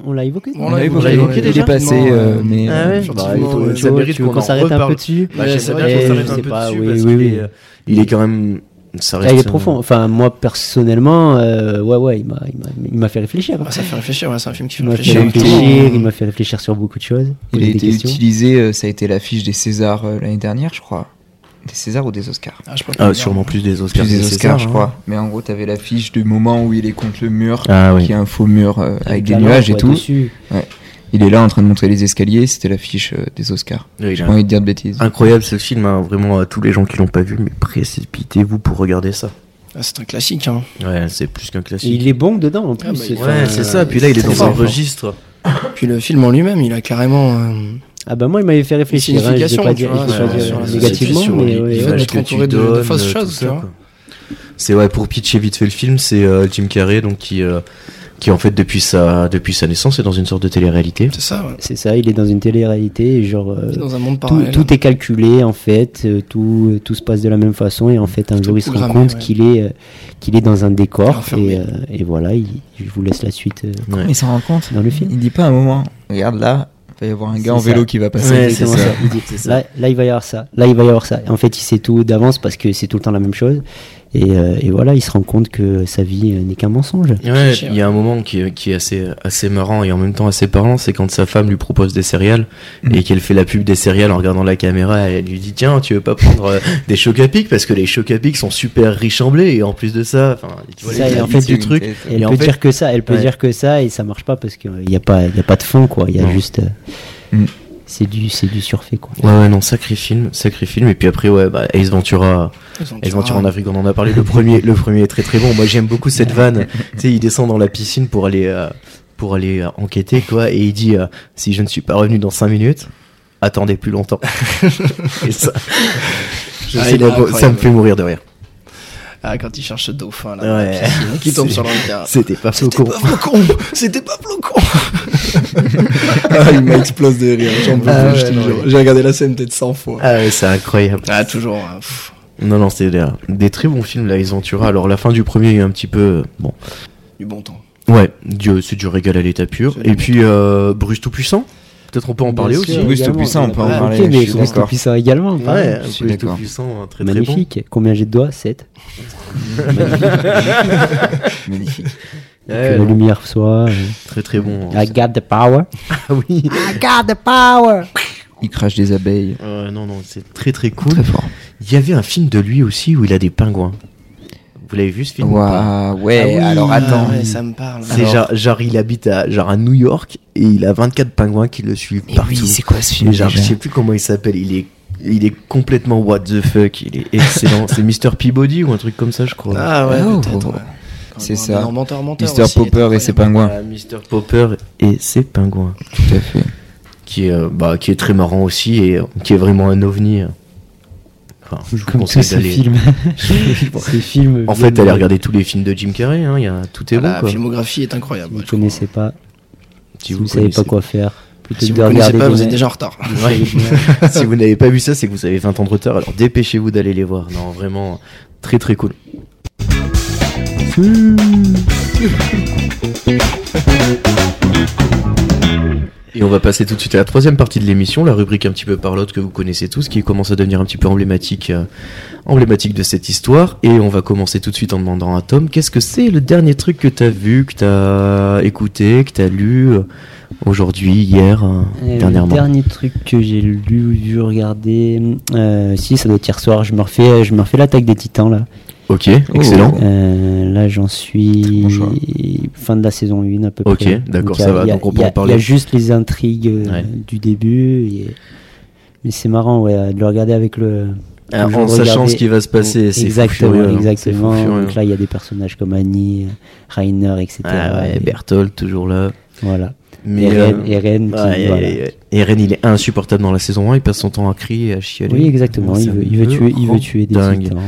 [SPEAKER 2] On l'a évoqué
[SPEAKER 3] On
[SPEAKER 4] On l'a
[SPEAKER 1] on l'a
[SPEAKER 4] évoqué,
[SPEAKER 1] évoqué
[SPEAKER 4] il
[SPEAKER 1] déjà
[SPEAKER 4] est passé,
[SPEAKER 3] Non,
[SPEAKER 4] euh,
[SPEAKER 3] euh,
[SPEAKER 4] mais.
[SPEAKER 1] Ah ouais,
[SPEAKER 3] Effectivement, euh,
[SPEAKER 1] bah,
[SPEAKER 3] ouais,
[SPEAKER 1] il faut-
[SPEAKER 3] tu
[SPEAKER 1] ça
[SPEAKER 2] vois,
[SPEAKER 1] mérite
[SPEAKER 2] tu veux
[SPEAKER 1] qu'on
[SPEAKER 2] qu'on
[SPEAKER 1] en
[SPEAKER 2] s'arrête un
[SPEAKER 1] reparle.
[SPEAKER 2] peu dessus
[SPEAKER 1] Ouais,
[SPEAKER 3] Ouais,
[SPEAKER 1] j'aimerais
[SPEAKER 3] c'est
[SPEAKER 1] Bah, bien
[SPEAKER 3] vrai
[SPEAKER 1] qu'on
[SPEAKER 3] que
[SPEAKER 1] s'arrête
[SPEAKER 2] je
[SPEAKER 1] un
[SPEAKER 2] sais
[SPEAKER 1] peu
[SPEAKER 2] pas,
[SPEAKER 1] dessus
[SPEAKER 2] oui,
[SPEAKER 1] parce
[SPEAKER 2] oui,
[SPEAKER 1] qu'il
[SPEAKER 2] oui.
[SPEAKER 1] est- euh, il est quand même ça
[SPEAKER 2] Ah, il est
[SPEAKER 1] reste euh, un-
[SPEAKER 2] profond. Enfin, moi personnellement, euh, ouais, ouais, il m'a, il m'a, il m'a fait réfléchir.
[SPEAKER 3] Ah, ça fait réfléchir, ouais, c'est un film qui fait
[SPEAKER 2] Il m'a fait
[SPEAKER 3] réfléchir.
[SPEAKER 2] réfléchir, il m'a fait réfléchir sur beaucoup de choses.
[SPEAKER 4] Il a
[SPEAKER 2] poser des
[SPEAKER 4] été
[SPEAKER 2] questions.
[SPEAKER 4] utilisé, euh, ça a été l'affiche des Césars euh, l'année dernière, je crois. Des Césars ou des Oscars
[SPEAKER 3] Ah, je sais pas
[SPEAKER 1] Ah,
[SPEAKER 3] comment
[SPEAKER 1] sûrement
[SPEAKER 3] dire.
[SPEAKER 1] plus des Oscars.
[SPEAKER 4] Plus des
[SPEAKER 1] que des
[SPEAKER 4] Oscars,
[SPEAKER 1] Césars,
[SPEAKER 4] je
[SPEAKER 1] hein.
[SPEAKER 4] crois. Mais en gros, t'avais l'affiche du moment où il est contre le mur,
[SPEAKER 1] Ah oui.
[SPEAKER 4] qui est un faux mur euh, avec des
[SPEAKER 2] la
[SPEAKER 4] nuages et
[SPEAKER 2] lampe, ouais,
[SPEAKER 4] tout.
[SPEAKER 2] dessus.
[SPEAKER 4] Il est là en train de monter les escaliers, c'était l'affiche euh, des Oscars.
[SPEAKER 1] Oui, il
[SPEAKER 4] J'ai
[SPEAKER 1] a-
[SPEAKER 4] pas envie de dire de bêtises.
[SPEAKER 1] Incroyable ce film, hein, vraiment à tous les gens qui l'ont pas vu, mais précipitez-vous pour regarder ça.
[SPEAKER 3] Ah, c'est un classique. Hein.
[SPEAKER 1] Ouais, c'est plus qu'un
[SPEAKER 2] Et
[SPEAKER 1] classique.
[SPEAKER 2] il est bon dedans en plus.
[SPEAKER 3] Ah, bah, il-
[SPEAKER 2] Enfin,
[SPEAKER 1] Ouais, c'est ça. Puis là, il est
[SPEAKER 3] c'est
[SPEAKER 1] dans
[SPEAKER 3] fort,
[SPEAKER 1] un
[SPEAKER 3] fort.
[SPEAKER 1] registre.
[SPEAKER 3] Puis le film en lui-même, il a carrément. euh,
[SPEAKER 2] Ah bah moi, il m'avait fait réfléchir. hein, je vais
[SPEAKER 3] signification,
[SPEAKER 2] pas
[SPEAKER 3] tu
[SPEAKER 2] dire, je
[SPEAKER 3] vois,
[SPEAKER 2] vais pas
[SPEAKER 3] sur-
[SPEAKER 2] dire
[SPEAKER 3] sur la société,
[SPEAKER 2] négativement,
[SPEAKER 3] sur
[SPEAKER 2] mais ouais,
[SPEAKER 3] les- les
[SPEAKER 2] ouais.
[SPEAKER 3] vagues.
[SPEAKER 1] images
[SPEAKER 3] d'être
[SPEAKER 1] que tu
[SPEAKER 3] entouré de- de
[SPEAKER 1] donnes,
[SPEAKER 3] fausses
[SPEAKER 1] tout
[SPEAKER 3] choses,
[SPEAKER 1] ça,
[SPEAKER 2] hein.
[SPEAKER 3] tu vois.
[SPEAKER 1] quoi. C'est ouais pour pitcher vite fait le film, c'est euh, Jim Carrey donc qui euh, qui en fait depuis sa depuis sa naissance est dans une sorte de télé-réalité.
[SPEAKER 3] C'est ça, ouais.
[SPEAKER 2] C'est ça, il est dans une télé-réalité et genre euh,
[SPEAKER 3] Il est dans un monde
[SPEAKER 2] tout,
[SPEAKER 3] parallèle.
[SPEAKER 2] tout est calculé en fait, euh, tout, euh, tout se passe de la même façon et en fait un
[SPEAKER 3] Tout
[SPEAKER 2] jour
[SPEAKER 3] est
[SPEAKER 2] il se rend
[SPEAKER 3] programmé,
[SPEAKER 2] compte
[SPEAKER 3] ouais.
[SPEAKER 2] qu'il est euh, qu'il est dans un décor
[SPEAKER 3] Enfermé.
[SPEAKER 2] et, euh, et voilà, il- je vous laisse la suite euh,
[SPEAKER 1] Ouais.
[SPEAKER 4] Mais ça rend compte.
[SPEAKER 2] dans le film.
[SPEAKER 4] Il dit pas un moment. Regarde là, il va y avoir un
[SPEAKER 2] C'est
[SPEAKER 4] gars en
[SPEAKER 2] ça.
[SPEAKER 4] vélo qui va passer.
[SPEAKER 2] Ouais,
[SPEAKER 1] c'est
[SPEAKER 2] exactement
[SPEAKER 1] ça.
[SPEAKER 2] ça. Il dit, là, là, il va y avoir ça. Là, il va y avoir ça. En fait, il sait tout d'avance parce que c'est tout le temps la même chose. Et, euh, et voilà, il se rend compte que sa vie euh, n'est qu'un mensonge.
[SPEAKER 1] Ouais,
[SPEAKER 3] Cliché,
[SPEAKER 1] il y a un moment qui, est- qui est assez, assez marrant et en même temps assez parlant, c'est quand sa femme lui propose des céréales et qu'elle fait la pub des céréales en regardant la caméra, elle lui dit tiens, tu veux pas prendre euh, des chocs à pic parce que les chocs à pic sont super riches en blé et en plus de ça, enfin, tu vois
[SPEAKER 2] C'est ça,
[SPEAKER 1] les
[SPEAKER 2] et en
[SPEAKER 1] limites
[SPEAKER 2] fait,
[SPEAKER 1] du truc.
[SPEAKER 2] Et elle
[SPEAKER 1] Et en
[SPEAKER 2] peut
[SPEAKER 1] fait-
[SPEAKER 2] dire que ça, elle peut
[SPEAKER 1] Ouais.
[SPEAKER 2] dire que ça et ça marche pas parce qu'il n'y a pas, il y a pas de fond quoi. Il y a
[SPEAKER 1] Non.
[SPEAKER 2] juste, euh,
[SPEAKER 4] Mm.
[SPEAKER 2] c'est du, c'est du surfait quoi.
[SPEAKER 1] Ouais, ouais, non, sacré film, sacré film. Et puis après, ouais, bah, Ace Ventura, Ace Ventura en Afrique, on en a parlé. Le premier, le premier est très très bon. Moi, j'aime beaucoup cette
[SPEAKER 3] (laughs)
[SPEAKER 1] vanne. tu sais, il descend dans la piscine pour aller, euh, pour aller euh, enquêter, quoi. Et il dit, euh, si je ne suis pas revenu dans 5 minutes, attendez plus longtemps. (laughs) et ça, je
[SPEAKER 3] Ah,
[SPEAKER 1] sais
[SPEAKER 3] il est
[SPEAKER 1] pas, quoi, ça me
[SPEAKER 3] incroyable.
[SPEAKER 1] fait mourir de rire.
[SPEAKER 3] Ah, quand il cherche ce dauphin là, dans la
[SPEAKER 1] Ouais.
[SPEAKER 3] piscine, qui
[SPEAKER 1] (laughs)
[SPEAKER 3] tombe
[SPEAKER 1] C'est-
[SPEAKER 3] sur le regard.
[SPEAKER 1] C'était pas faux
[SPEAKER 3] C'était
[SPEAKER 1] con.
[SPEAKER 3] pas flocon C'était pas flocon (laughs) ah, Il m'explose de rire, j'en peux
[SPEAKER 1] Ah
[SPEAKER 3] plus, je
[SPEAKER 1] ouais,
[SPEAKER 3] te
[SPEAKER 1] non,
[SPEAKER 3] jure.
[SPEAKER 1] mais-
[SPEAKER 3] J'ai regardé la scène peut-être 100 fois.
[SPEAKER 1] Ah ouais, c'est incroyable.
[SPEAKER 3] Ah, toujours. hein, pff.
[SPEAKER 1] Non, non, c'est des, des très bons films, là, Ace Ventura. Alors, la fin du premier est un petit peu, euh, bon.
[SPEAKER 3] du bon temps.
[SPEAKER 1] Ouais, Dieu, c'est du régal à l'état pur.
[SPEAKER 3] C'est du
[SPEAKER 1] Et puis, euh, Bruce Tout-Puissant. Peut-être on peut en parler
[SPEAKER 2] Bien
[SPEAKER 1] aussi.
[SPEAKER 2] sûr,
[SPEAKER 4] Bruce
[SPEAKER 2] également.
[SPEAKER 4] Topuissant, hein, on peut en
[SPEAKER 2] Ah, ok,
[SPEAKER 4] parler, je
[SPEAKER 2] mais
[SPEAKER 4] suis
[SPEAKER 2] Bruce
[SPEAKER 4] d'accord.
[SPEAKER 2] Topuissant également.
[SPEAKER 1] Ouais,
[SPEAKER 2] pareil.
[SPEAKER 1] un
[SPEAKER 4] je suis
[SPEAKER 1] peu
[SPEAKER 4] d'accord.
[SPEAKER 1] tout-puissant, un très
[SPEAKER 2] Magnifique. Combien j'ai de doigts 7
[SPEAKER 4] Magnifique.
[SPEAKER 1] très bon.
[SPEAKER 2] Que
[SPEAKER 1] Ouais,
[SPEAKER 2] la
[SPEAKER 1] non,
[SPEAKER 2] lumière
[SPEAKER 1] (laughs)
[SPEAKER 2] soit. euh,
[SPEAKER 1] très très bon. hein.
[SPEAKER 2] I got the power.
[SPEAKER 1] Ah
[SPEAKER 4] bah
[SPEAKER 1] oui.
[SPEAKER 2] I got the power.
[SPEAKER 4] Il crache des abeilles.
[SPEAKER 1] Euh, non, non, c'est très très cool.
[SPEAKER 4] Très fort.
[SPEAKER 1] Il y avait un film de lui aussi où il a des pingouins. Vous l'avez vu ce film ou pas
[SPEAKER 4] Ouah, ouais,
[SPEAKER 3] Ah oui,
[SPEAKER 4] alors attends.
[SPEAKER 3] ah ouais, ça me parle.
[SPEAKER 1] Eh, C'est genre, genre, il habite à, genre à New York et il a 24 pingouins qui le suivent
[SPEAKER 4] Mais
[SPEAKER 1] partout.
[SPEAKER 4] oui, c'est quoi ce film
[SPEAKER 1] Mais genre, je
[SPEAKER 4] déjà
[SPEAKER 1] sais plus comment il s'appelle. Il est, il est complètement what the fuck. Il est
[SPEAKER 4] (laughs)
[SPEAKER 1] excellent. c'est Mr. Peabody ou un truc comme ça, je crois.
[SPEAKER 3] Ah ouais,
[SPEAKER 4] Oh.
[SPEAKER 3] peut-être. ouais.
[SPEAKER 4] C'est
[SPEAKER 3] Un
[SPEAKER 4] ça.
[SPEAKER 3] énorme menteur, menteur
[SPEAKER 4] Mister
[SPEAKER 3] aussi, il est
[SPEAKER 4] Popper et ses
[SPEAKER 3] incroyable. Ah,
[SPEAKER 4] pingouins.
[SPEAKER 1] Voilà, Mr. Popper et ses pingouins.
[SPEAKER 4] Tout à fait.
[SPEAKER 1] qui est, euh, bah, qui est très marrant aussi et euh, qui est vraiment un ovni. euh. Enfin, (laughs) je vous
[SPEAKER 2] Comme tous
[SPEAKER 1] conseille
[SPEAKER 2] ces
[SPEAKER 1] d'aller- (laughs)
[SPEAKER 2] films. ces films.
[SPEAKER 1] En fait, allez regarder tous les films de Jim Carrey, hein, il y a, tout est
[SPEAKER 3] La
[SPEAKER 1] bon. Quoi.
[SPEAKER 3] filmographie est
[SPEAKER 2] Si
[SPEAKER 3] incroyable.
[SPEAKER 2] vous ne
[SPEAKER 3] ouais, je crois.
[SPEAKER 2] connaissez pas, si vous ne savez
[SPEAKER 1] connaissez-
[SPEAKER 2] pas quoi faire, plutôt
[SPEAKER 3] Si
[SPEAKER 2] que
[SPEAKER 3] vous
[SPEAKER 2] de
[SPEAKER 3] connaissez
[SPEAKER 2] regarder.
[SPEAKER 3] pas,
[SPEAKER 2] des
[SPEAKER 3] vous êtes
[SPEAKER 2] mecs-
[SPEAKER 3] déjà en retard.
[SPEAKER 1] Ouais. si vous n'avez pas vu ça, c'est que vous avez 20 ans de retard, alors dépêchez-vous d'aller les voir. Non, vraiment, très très cool. Et on va passer tout de suite à la troisième partie de l'émission, la rubrique un petit peu parlotte que vous connaissez tous, qui commence à devenir un petit peu emblématique, euh, emblématique de cette histoire. Et on va commencer tout de suite en demandant à Tom, qu'est-ce que c'est le dernier truc que t'as vu, que t'as écouté, que t'as lu euh, aujourd'hui, hier, euh,
[SPEAKER 2] Euh,
[SPEAKER 1] dernièrement
[SPEAKER 2] Le dernier truc que j'ai lu, vu, regardé, euh, si ça doit être hier soir, je me refais, je me refais l'attaque des Titans là.
[SPEAKER 1] Ok, excellent.
[SPEAKER 2] Euh, là, j'en suis
[SPEAKER 4] bon choix.
[SPEAKER 2] fin de la saison 1 à peu
[SPEAKER 1] Ok,
[SPEAKER 2] près.
[SPEAKER 1] d'accord,
[SPEAKER 2] il y a-
[SPEAKER 1] ça va,
[SPEAKER 2] il y a-
[SPEAKER 1] donc on peut
[SPEAKER 2] il y a-
[SPEAKER 1] en parler.
[SPEAKER 2] Il y a juste les intrigues euh,
[SPEAKER 1] Ouais.
[SPEAKER 2] du début. Et... Mais c'est marrant ouais, de le regarder avec le,
[SPEAKER 1] Ah,
[SPEAKER 2] toujours
[SPEAKER 1] en sachant
[SPEAKER 2] regarder.
[SPEAKER 1] ce qui va se passer, c'est fou
[SPEAKER 2] Exactement,
[SPEAKER 1] furieux, hein. C'est fou
[SPEAKER 2] exactement.
[SPEAKER 1] furieux.
[SPEAKER 2] Donc là, il y a des personnages comme Annie, Rainer, etc.
[SPEAKER 1] Ah ouais,
[SPEAKER 2] Et
[SPEAKER 1] Berthold toujours là.
[SPEAKER 2] Voilà.
[SPEAKER 1] Mais
[SPEAKER 2] et Ren,
[SPEAKER 1] euh,
[SPEAKER 2] et Ren qui-
[SPEAKER 1] ouais,
[SPEAKER 2] voilà.
[SPEAKER 1] et- et Ren, il est insupportable dans la saison 1, il passe son temps à crier, à chialer.
[SPEAKER 2] Oui, exactement.
[SPEAKER 1] Ça
[SPEAKER 2] Il veut, il
[SPEAKER 1] me
[SPEAKER 2] veut tuer, il
[SPEAKER 1] rend
[SPEAKER 2] veut tuer des hein.
[SPEAKER 1] dingue.
[SPEAKER 2] titans.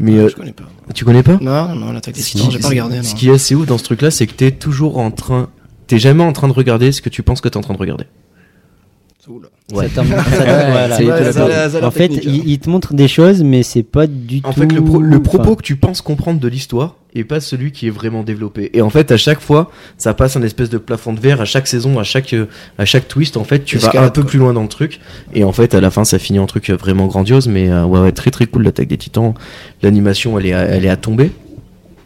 [SPEAKER 1] Mais euh,
[SPEAKER 3] Je connais pas.
[SPEAKER 1] tu connais pas
[SPEAKER 3] Non, non, l'attaque des
[SPEAKER 1] Ce
[SPEAKER 3] titans,
[SPEAKER 1] qui-
[SPEAKER 3] j'ai pas regardé. non.
[SPEAKER 1] Ce qui est assez ouf dans ce truc-là, c'est que t'es toujours en train. T'es jamais en train de regarder ce que tu penses que t'es en train de regarder.
[SPEAKER 3] Oula.
[SPEAKER 1] Ouais.
[SPEAKER 2] Ça t'en- ça t'en-
[SPEAKER 3] Ouais,
[SPEAKER 2] voilà.
[SPEAKER 3] c'est-
[SPEAKER 2] Voilà.
[SPEAKER 3] ouais, ça l'a- ça l'a
[SPEAKER 2] En fait,
[SPEAKER 3] technique, hein.
[SPEAKER 2] il, il te montre des choses, mais c'est pas du tout.
[SPEAKER 1] En fait, le, pro- le propos
[SPEAKER 2] enfin,
[SPEAKER 1] que tu penses comprendre de l'histoire et pas celui qui est vraiment développé. Et en fait, à chaque fois, ça passe un espèce de plafond de verre. À chaque saison, à chaque, euh, à chaque twist, en fait, tu vas un
[SPEAKER 3] Escalade,
[SPEAKER 1] peu
[SPEAKER 3] quoi.
[SPEAKER 1] plus loin dans le truc. Et en fait, à la fin, ça finit en truc euh, vraiment grandiose. Mais euh, ouais, ouais, très très cool l'attaque des titans. L'animation, elle est, à, elle est à tomber.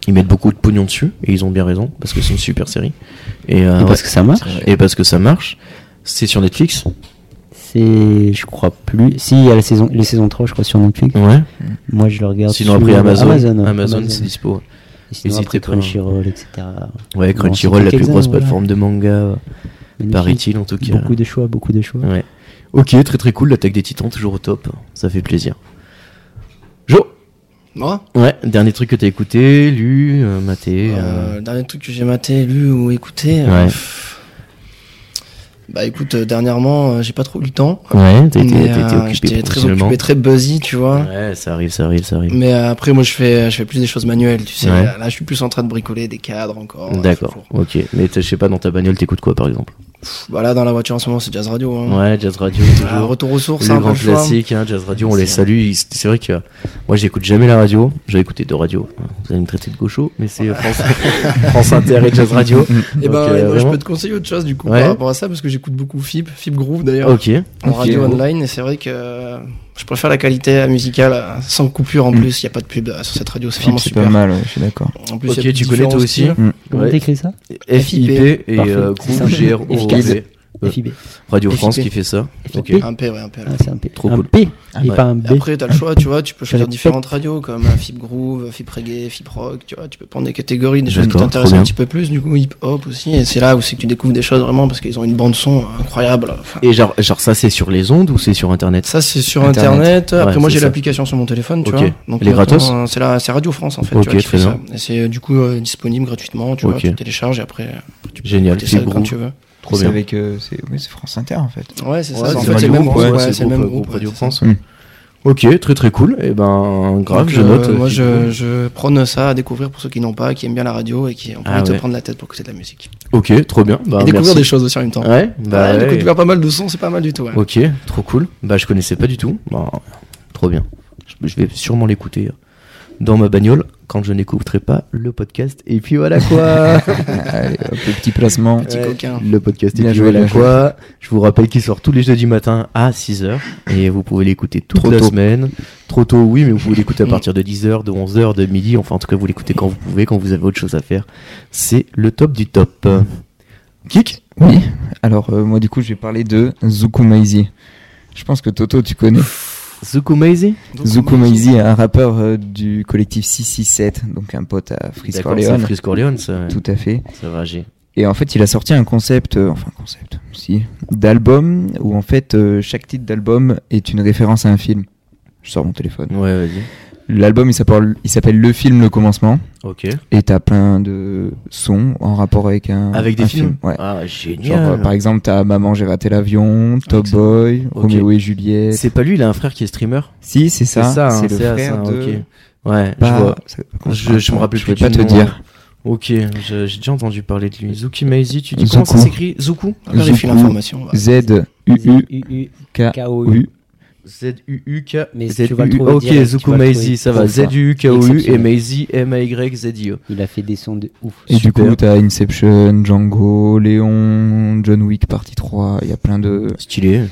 [SPEAKER 1] Ils mettent beaucoup de pognon dessus et ils ont bien raison parce que c'est une super série. Et, euh,
[SPEAKER 2] et parce
[SPEAKER 1] ouais.
[SPEAKER 2] que ça marche.
[SPEAKER 1] et parce que ça marche. C'est sur Netflix.
[SPEAKER 2] C'est, je crois plus. Si il y a la saison, les saisons 3 je crois sur Netflix.
[SPEAKER 1] Ouais.
[SPEAKER 2] Moi, je le regarde.
[SPEAKER 1] Sinon
[SPEAKER 2] sur
[SPEAKER 1] après Amazon, Amazon,
[SPEAKER 2] ouais,
[SPEAKER 1] c'est dispo.
[SPEAKER 2] Et sinon
[SPEAKER 1] Hésitez
[SPEAKER 2] après
[SPEAKER 1] pas.
[SPEAKER 2] Crunchyroll, etc.
[SPEAKER 1] Ouais,
[SPEAKER 2] Bon,
[SPEAKER 1] Crunchyroll,
[SPEAKER 2] c'est
[SPEAKER 1] la plus
[SPEAKER 2] quelques
[SPEAKER 1] grosse
[SPEAKER 2] années, voilà.
[SPEAKER 1] plateforme de manga,
[SPEAKER 2] Magnifique.
[SPEAKER 1] paraît-il en tout cas.
[SPEAKER 2] Beaucoup de choix, beaucoup de choix.
[SPEAKER 1] Ouais. Ok, très très cool, l'attaque des titans, toujours au top, ça fait plaisir. Jo
[SPEAKER 3] Moi
[SPEAKER 1] Ouais, dernier truc que t'as écouté, lu, euh, maté. euh,
[SPEAKER 3] Euh, Dernier truc que j'ai maté, lu ou écouté. euh,
[SPEAKER 1] Ouais.
[SPEAKER 3] pff. Bah écoute, euh, dernièrement, euh, j'ai pas trop eu le temps.
[SPEAKER 1] Ouais, t'as été,
[SPEAKER 3] mais,
[SPEAKER 1] t'as été
[SPEAKER 3] euh,
[SPEAKER 1] occupé
[SPEAKER 3] J'étais très
[SPEAKER 1] professionnellement.
[SPEAKER 3] occupé, très buzzy, tu vois.
[SPEAKER 1] Ouais, ça arrive, ça arrive, ça arrive.
[SPEAKER 3] Mais euh, après, moi, je fais, je fais plus des choses manuelles, tu sais.
[SPEAKER 1] Ouais.
[SPEAKER 3] Là, je suis plus en train de bricoler des cadres encore.
[SPEAKER 1] D'accord,
[SPEAKER 3] Faut-
[SPEAKER 1] ok. Mais t'as- je sais pas, dans ta bagnole, t'écoutes quoi par exemple
[SPEAKER 3] Pff, Bah là, dans la voiture en ce moment, c'est jazz radio. Hein.
[SPEAKER 1] Ouais, jazz radio,
[SPEAKER 3] Ah,
[SPEAKER 1] toujours.
[SPEAKER 3] retour aux sources,
[SPEAKER 1] le
[SPEAKER 3] hein,
[SPEAKER 1] grand
[SPEAKER 3] pas le choix.
[SPEAKER 1] classique, hein, jazz radio, on les
[SPEAKER 3] C'est-
[SPEAKER 1] salue. Ils- C'est vrai que euh, moi, j'écoute jamais la radio. J'ai écouté deux radios. Vous allez me traiter de gaucho, mais c'est euh, France,
[SPEAKER 3] (laughs)
[SPEAKER 1] France Inter et jazz radio.
[SPEAKER 3] Et
[SPEAKER 1] Donc,
[SPEAKER 3] ben,
[SPEAKER 1] euh,
[SPEAKER 3] et moi, je
[SPEAKER 1] vraiment.
[SPEAKER 3] peux te conseiller autre chose du coup
[SPEAKER 1] Ouais. Oh,
[SPEAKER 3] par rapport à ça parce que j'écoute beaucoup FIP, FIP Groove d'ailleurs,
[SPEAKER 1] Ok.
[SPEAKER 3] en radio
[SPEAKER 4] Groove.
[SPEAKER 3] online. Et c'est vrai que euh, je préfère la qualité musicale euh, sans coupure en
[SPEAKER 4] Mm.
[SPEAKER 3] plus. Il y a pas de pub euh, sur cette radio, c'est
[SPEAKER 4] Philippe,
[SPEAKER 3] vraiment
[SPEAKER 4] c'est pas
[SPEAKER 3] super.
[SPEAKER 4] mal, ouais, je suis d'accord.
[SPEAKER 3] En plus,
[SPEAKER 1] Ok,
[SPEAKER 3] il y a
[SPEAKER 1] tu connais toi
[SPEAKER 3] différents
[SPEAKER 1] aussi
[SPEAKER 3] styles.
[SPEAKER 2] Comment
[SPEAKER 1] Ouais.
[SPEAKER 2] t'écris ça
[SPEAKER 1] FIP et
[SPEAKER 2] Parfait.
[SPEAKER 1] euh,
[SPEAKER 2] C'est
[SPEAKER 1] Groove,
[SPEAKER 2] simple.
[SPEAKER 1] G-R-O-V.
[SPEAKER 2] Efficace. FIB.
[SPEAKER 1] Radio France
[SPEAKER 3] FIP.
[SPEAKER 1] qui fait ça. Ok.
[SPEAKER 2] FIP.
[SPEAKER 3] Un P, ouais, un P. ouais.
[SPEAKER 2] Ah, c'est un P.
[SPEAKER 1] Trop
[SPEAKER 2] un
[SPEAKER 1] cool. Ah,
[SPEAKER 2] P et
[SPEAKER 1] ouais.
[SPEAKER 2] pas un B.
[SPEAKER 3] Et Après, t'as le choix, tu vois, tu peux choisir
[SPEAKER 2] J'avais
[SPEAKER 3] différentes radios comme euh, FIP Groove, FIP Reggae, FIP Rock, tu vois, tu peux prendre des catégories, des choses qui
[SPEAKER 1] D'accord,
[SPEAKER 3] t'intéressent
[SPEAKER 1] trop
[SPEAKER 3] un
[SPEAKER 1] bien.
[SPEAKER 3] petit peu plus, du coup, hip hop aussi. Et c'est là où c'est que tu découvres des choses vraiment parce qu'ils ont une bande-son incroyable. Enfin,
[SPEAKER 1] Et genre, genre ça c'est sur les ondes ou c'est sur internet
[SPEAKER 3] Ça c'est sur
[SPEAKER 4] Internet.
[SPEAKER 3] internet. Après
[SPEAKER 1] Ouais,
[SPEAKER 3] moi
[SPEAKER 1] c'est
[SPEAKER 3] j'ai
[SPEAKER 1] ça.
[SPEAKER 3] l'application sur mon téléphone, tu
[SPEAKER 1] Ok.
[SPEAKER 3] vois.
[SPEAKER 1] Elle est
[SPEAKER 3] maintenant,
[SPEAKER 1] gratos
[SPEAKER 3] euh, C'est la- c'est Radio France en fait.
[SPEAKER 1] Ok,
[SPEAKER 3] tu vois, qui
[SPEAKER 1] très
[SPEAKER 3] fait ça. Et c'est euh, du coup euh, disponible gratuitement, tu
[SPEAKER 1] Ok.
[SPEAKER 3] vois. Tu télécharges et après euh, tu peux
[SPEAKER 1] Génial,
[SPEAKER 3] écouter
[SPEAKER 1] c'est
[SPEAKER 3] ça quand
[SPEAKER 1] gros.
[SPEAKER 3] tu veux.
[SPEAKER 1] Trop
[SPEAKER 4] C'est
[SPEAKER 1] bien.
[SPEAKER 4] avec, euh, c'est oui, c'est France Inter en fait.
[SPEAKER 3] Ouais c'est
[SPEAKER 1] Ouais,
[SPEAKER 3] ça. En
[SPEAKER 1] c'est
[SPEAKER 3] fait c'est
[SPEAKER 1] Radio
[SPEAKER 3] le même
[SPEAKER 1] Groupe,
[SPEAKER 3] groupe.
[SPEAKER 1] ouais,
[SPEAKER 3] ouais, C'est le même
[SPEAKER 1] groupe
[SPEAKER 3] groupe. ouais,
[SPEAKER 1] Radio
[SPEAKER 3] c'est ça.
[SPEAKER 1] France.
[SPEAKER 4] ça.
[SPEAKER 1] ouais. Ok, très très cool. Et ben grave,
[SPEAKER 3] Donc,
[SPEAKER 1] je
[SPEAKER 3] euh,
[SPEAKER 1] note.
[SPEAKER 3] Moi
[SPEAKER 1] FIP
[SPEAKER 3] je,
[SPEAKER 1] Groove.
[SPEAKER 3] je prône ça à découvrir pour ceux qui n'ont pas, qui aiment bien la radio et qui ont pas
[SPEAKER 1] Ah
[SPEAKER 3] envie de
[SPEAKER 1] ouais.
[SPEAKER 3] se prendre la tête pour écouter de la musique.
[SPEAKER 1] Ok, trop bien. Bah,
[SPEAKER 3] et découvrir
[SPEAKER 1] merci.
[SPEAKER 3] des choses aussi en même temps.
[SPEAKER 1] Ouais, bah
[SPEAKER 3] Ouais,
[SPEAKER 1] ouais.
[SPEAKER 3] Découvrir pas mal de sons, c'est pas mal du tout. ouais.
[SPEAKER 1] Ok, trop cool. Bah je connaissais pas du tout. Bah, trop bien. Je- Je vais sûrement l'écouter hein, dans ma bagnole quand je n'écouterai pas le podcast. Et puis voilà
[SPEAKER 3] (laughs)
[SPEAKER 1] quoi.
[SPEAKER 4] Allez, hop, le petit placement.
[SPEAKER 3] Petit coquin.
[SPEAKER 1] Le podcast
[SPEAKER 4] Bien
[SPEAKER 1] est
[SPEAKER 4] joué,
[SPEAKER 1] joué
[SPEAKER 4] bien
[SPEAKER 1] la quoi. Je vous rappelle qu'il sort tous les jeudis matin à 6h et vous pouvez l'écouter toute
[SPEAKER 4] Trop
[SPEAKER 1] la
[SPEAKER 4] tôt. Mm.
[SPEAKER 1] semaine. Trop tôt, oui, mais vous pouvez l'écouter à partir de 10h, de 11h, de midi. Enfin, en tout cas, vous l'écoutez quand vous pouvez, quand vous avez autre chose à faire. C'est le top du top. Kik
[SPEAKER 4] Oui. Alors euh, moi du coup je vais parler de Zuko Maizi. Je pense que Toto tu connais.
[SPEAKER 1] Zuko Maizi
[SPEAKER 4] Zuko Maizi, un rappeur euh, du collectif 667, donc un pote à Freeze
[SPEAKER 1] D'accord, c'est
[SPEAKER 4] Corleone.
[SPEAKER 1] Freeze Corleone, ça,
[SPEAKER 4] Tout à fait.
[SPEAKER 1] ça va agir.
[SPEAKER 4] Et en fait, il a sorti un concept, euh, enfin concept, si, d'album où en fait euh, chaque titre d'album est une référence à un film. Je sors mon téléphone.
[SPEAKER 1] Ouais, vas-y.
[SPEAKER 4] L'album il s'appelle, il s'appelle Le film, le commencement.
[SPEAKER 1] Ok.
[SPEAKER 4] Et t'as plein de sons en rapport avec un.
[SPEAKER 1] Avec des
[SPEAKER 4] un
[SPEAKER 1] films
[SPEAKER 4] film, Ouais.
[SPEAKER 1] Ah,
[SPEAKER 4] Genre, euh,
[SPEAKER 1] génial.
[SPEAKER 4] par exemple, t'as Maman, j'ai raté l'avion, Top
[SPEAKER 3] Excellent.
[SPEAKER 4] Boy,
[SPEAKER 1] Ok.
[SPEAKER 4] Roméo et Juliette.
[SPEAKER 1] C'est pas lui, il a un frère qui est streamer
[SPEAKER 4] Si, c'est ça.
[SPEAKER 1] C'est ça, hein,
[SPEAKER 4] c'est le
[SPEAKER 1] c'est à
[SPEAKER 4] frère
[SPEAKER 1] ça,
[SPEAKER 4] de.
[SPEAKER 1] ok. Ouais,
[SPEAKER 4] Pas-
[SPEAKER 1] je vois.
[SPEAKER 4] c'est- comment
[SPEAKER 1] Je- je me
[SPEAKER 4] Ah,
[SPEAKER 1] rappelle
[SPEAKER 4] Je
[SPEAKER 1] plus
[SPEAKER 4] vais
[SPEAKER 1] du
[SPEAKER 4] pas te
[SPEAKER 1] nom. hein.
[SPEAKER 4] dire.
[SPEAKER 1] Ok, je- j'ai déjà entendu parler de lui. Zuki Maizi, tu dis
[SPEAKER 4] Zuko.
[SPEAKER 1] comment ça s'écrit Zuku
[SPEAKER 3] On Vérifie
[SPEAKER 4] Zuko.
[SPEAKER 3] l'information. ouais.
[SPEAKER 4] Z
[SPEAKER 2] Ah,
[SPEAKER 4] U U K
[SPEAKER 2] K-O-U.
[SPEAKER 4] U.
[SPEAKER 1] Z-U-U-K.
[SPEAKER 2] Mais
[SPEAKER 1] Z
[SPEAKER 2] tu vas le
[SPEAKER 1] U U-
[SPEAKER 2] trouver
[SPEAKER 1] Ok,
[SPEAKER 2] direct, tu
[SPEAKER 1] Zuko
[SPEAKER 2] vas le
[SPEAKER 1] Maizi,
[SPEAKER 2] trouver.
[SPEAKER 1] ça va.
[SPEAKER 2] Trouve ça.
[SPEAKER 1] Z-U-U-K-O-U et
[SPEAKER 2] Exceptionnel.
[SPEAKER 1] Maizi, M-A-Y-Z-I-E.
[SPEAKER 2] Il a fait des sons de ouf.
[SPEAKER 4] Et du
[SPEAKER 1] Super.
[SPEAKER 4] coup, t'as Inception, Django, Léon, John Wick partie 3, il y a plein de...
[SPEAKER 1] Stylé.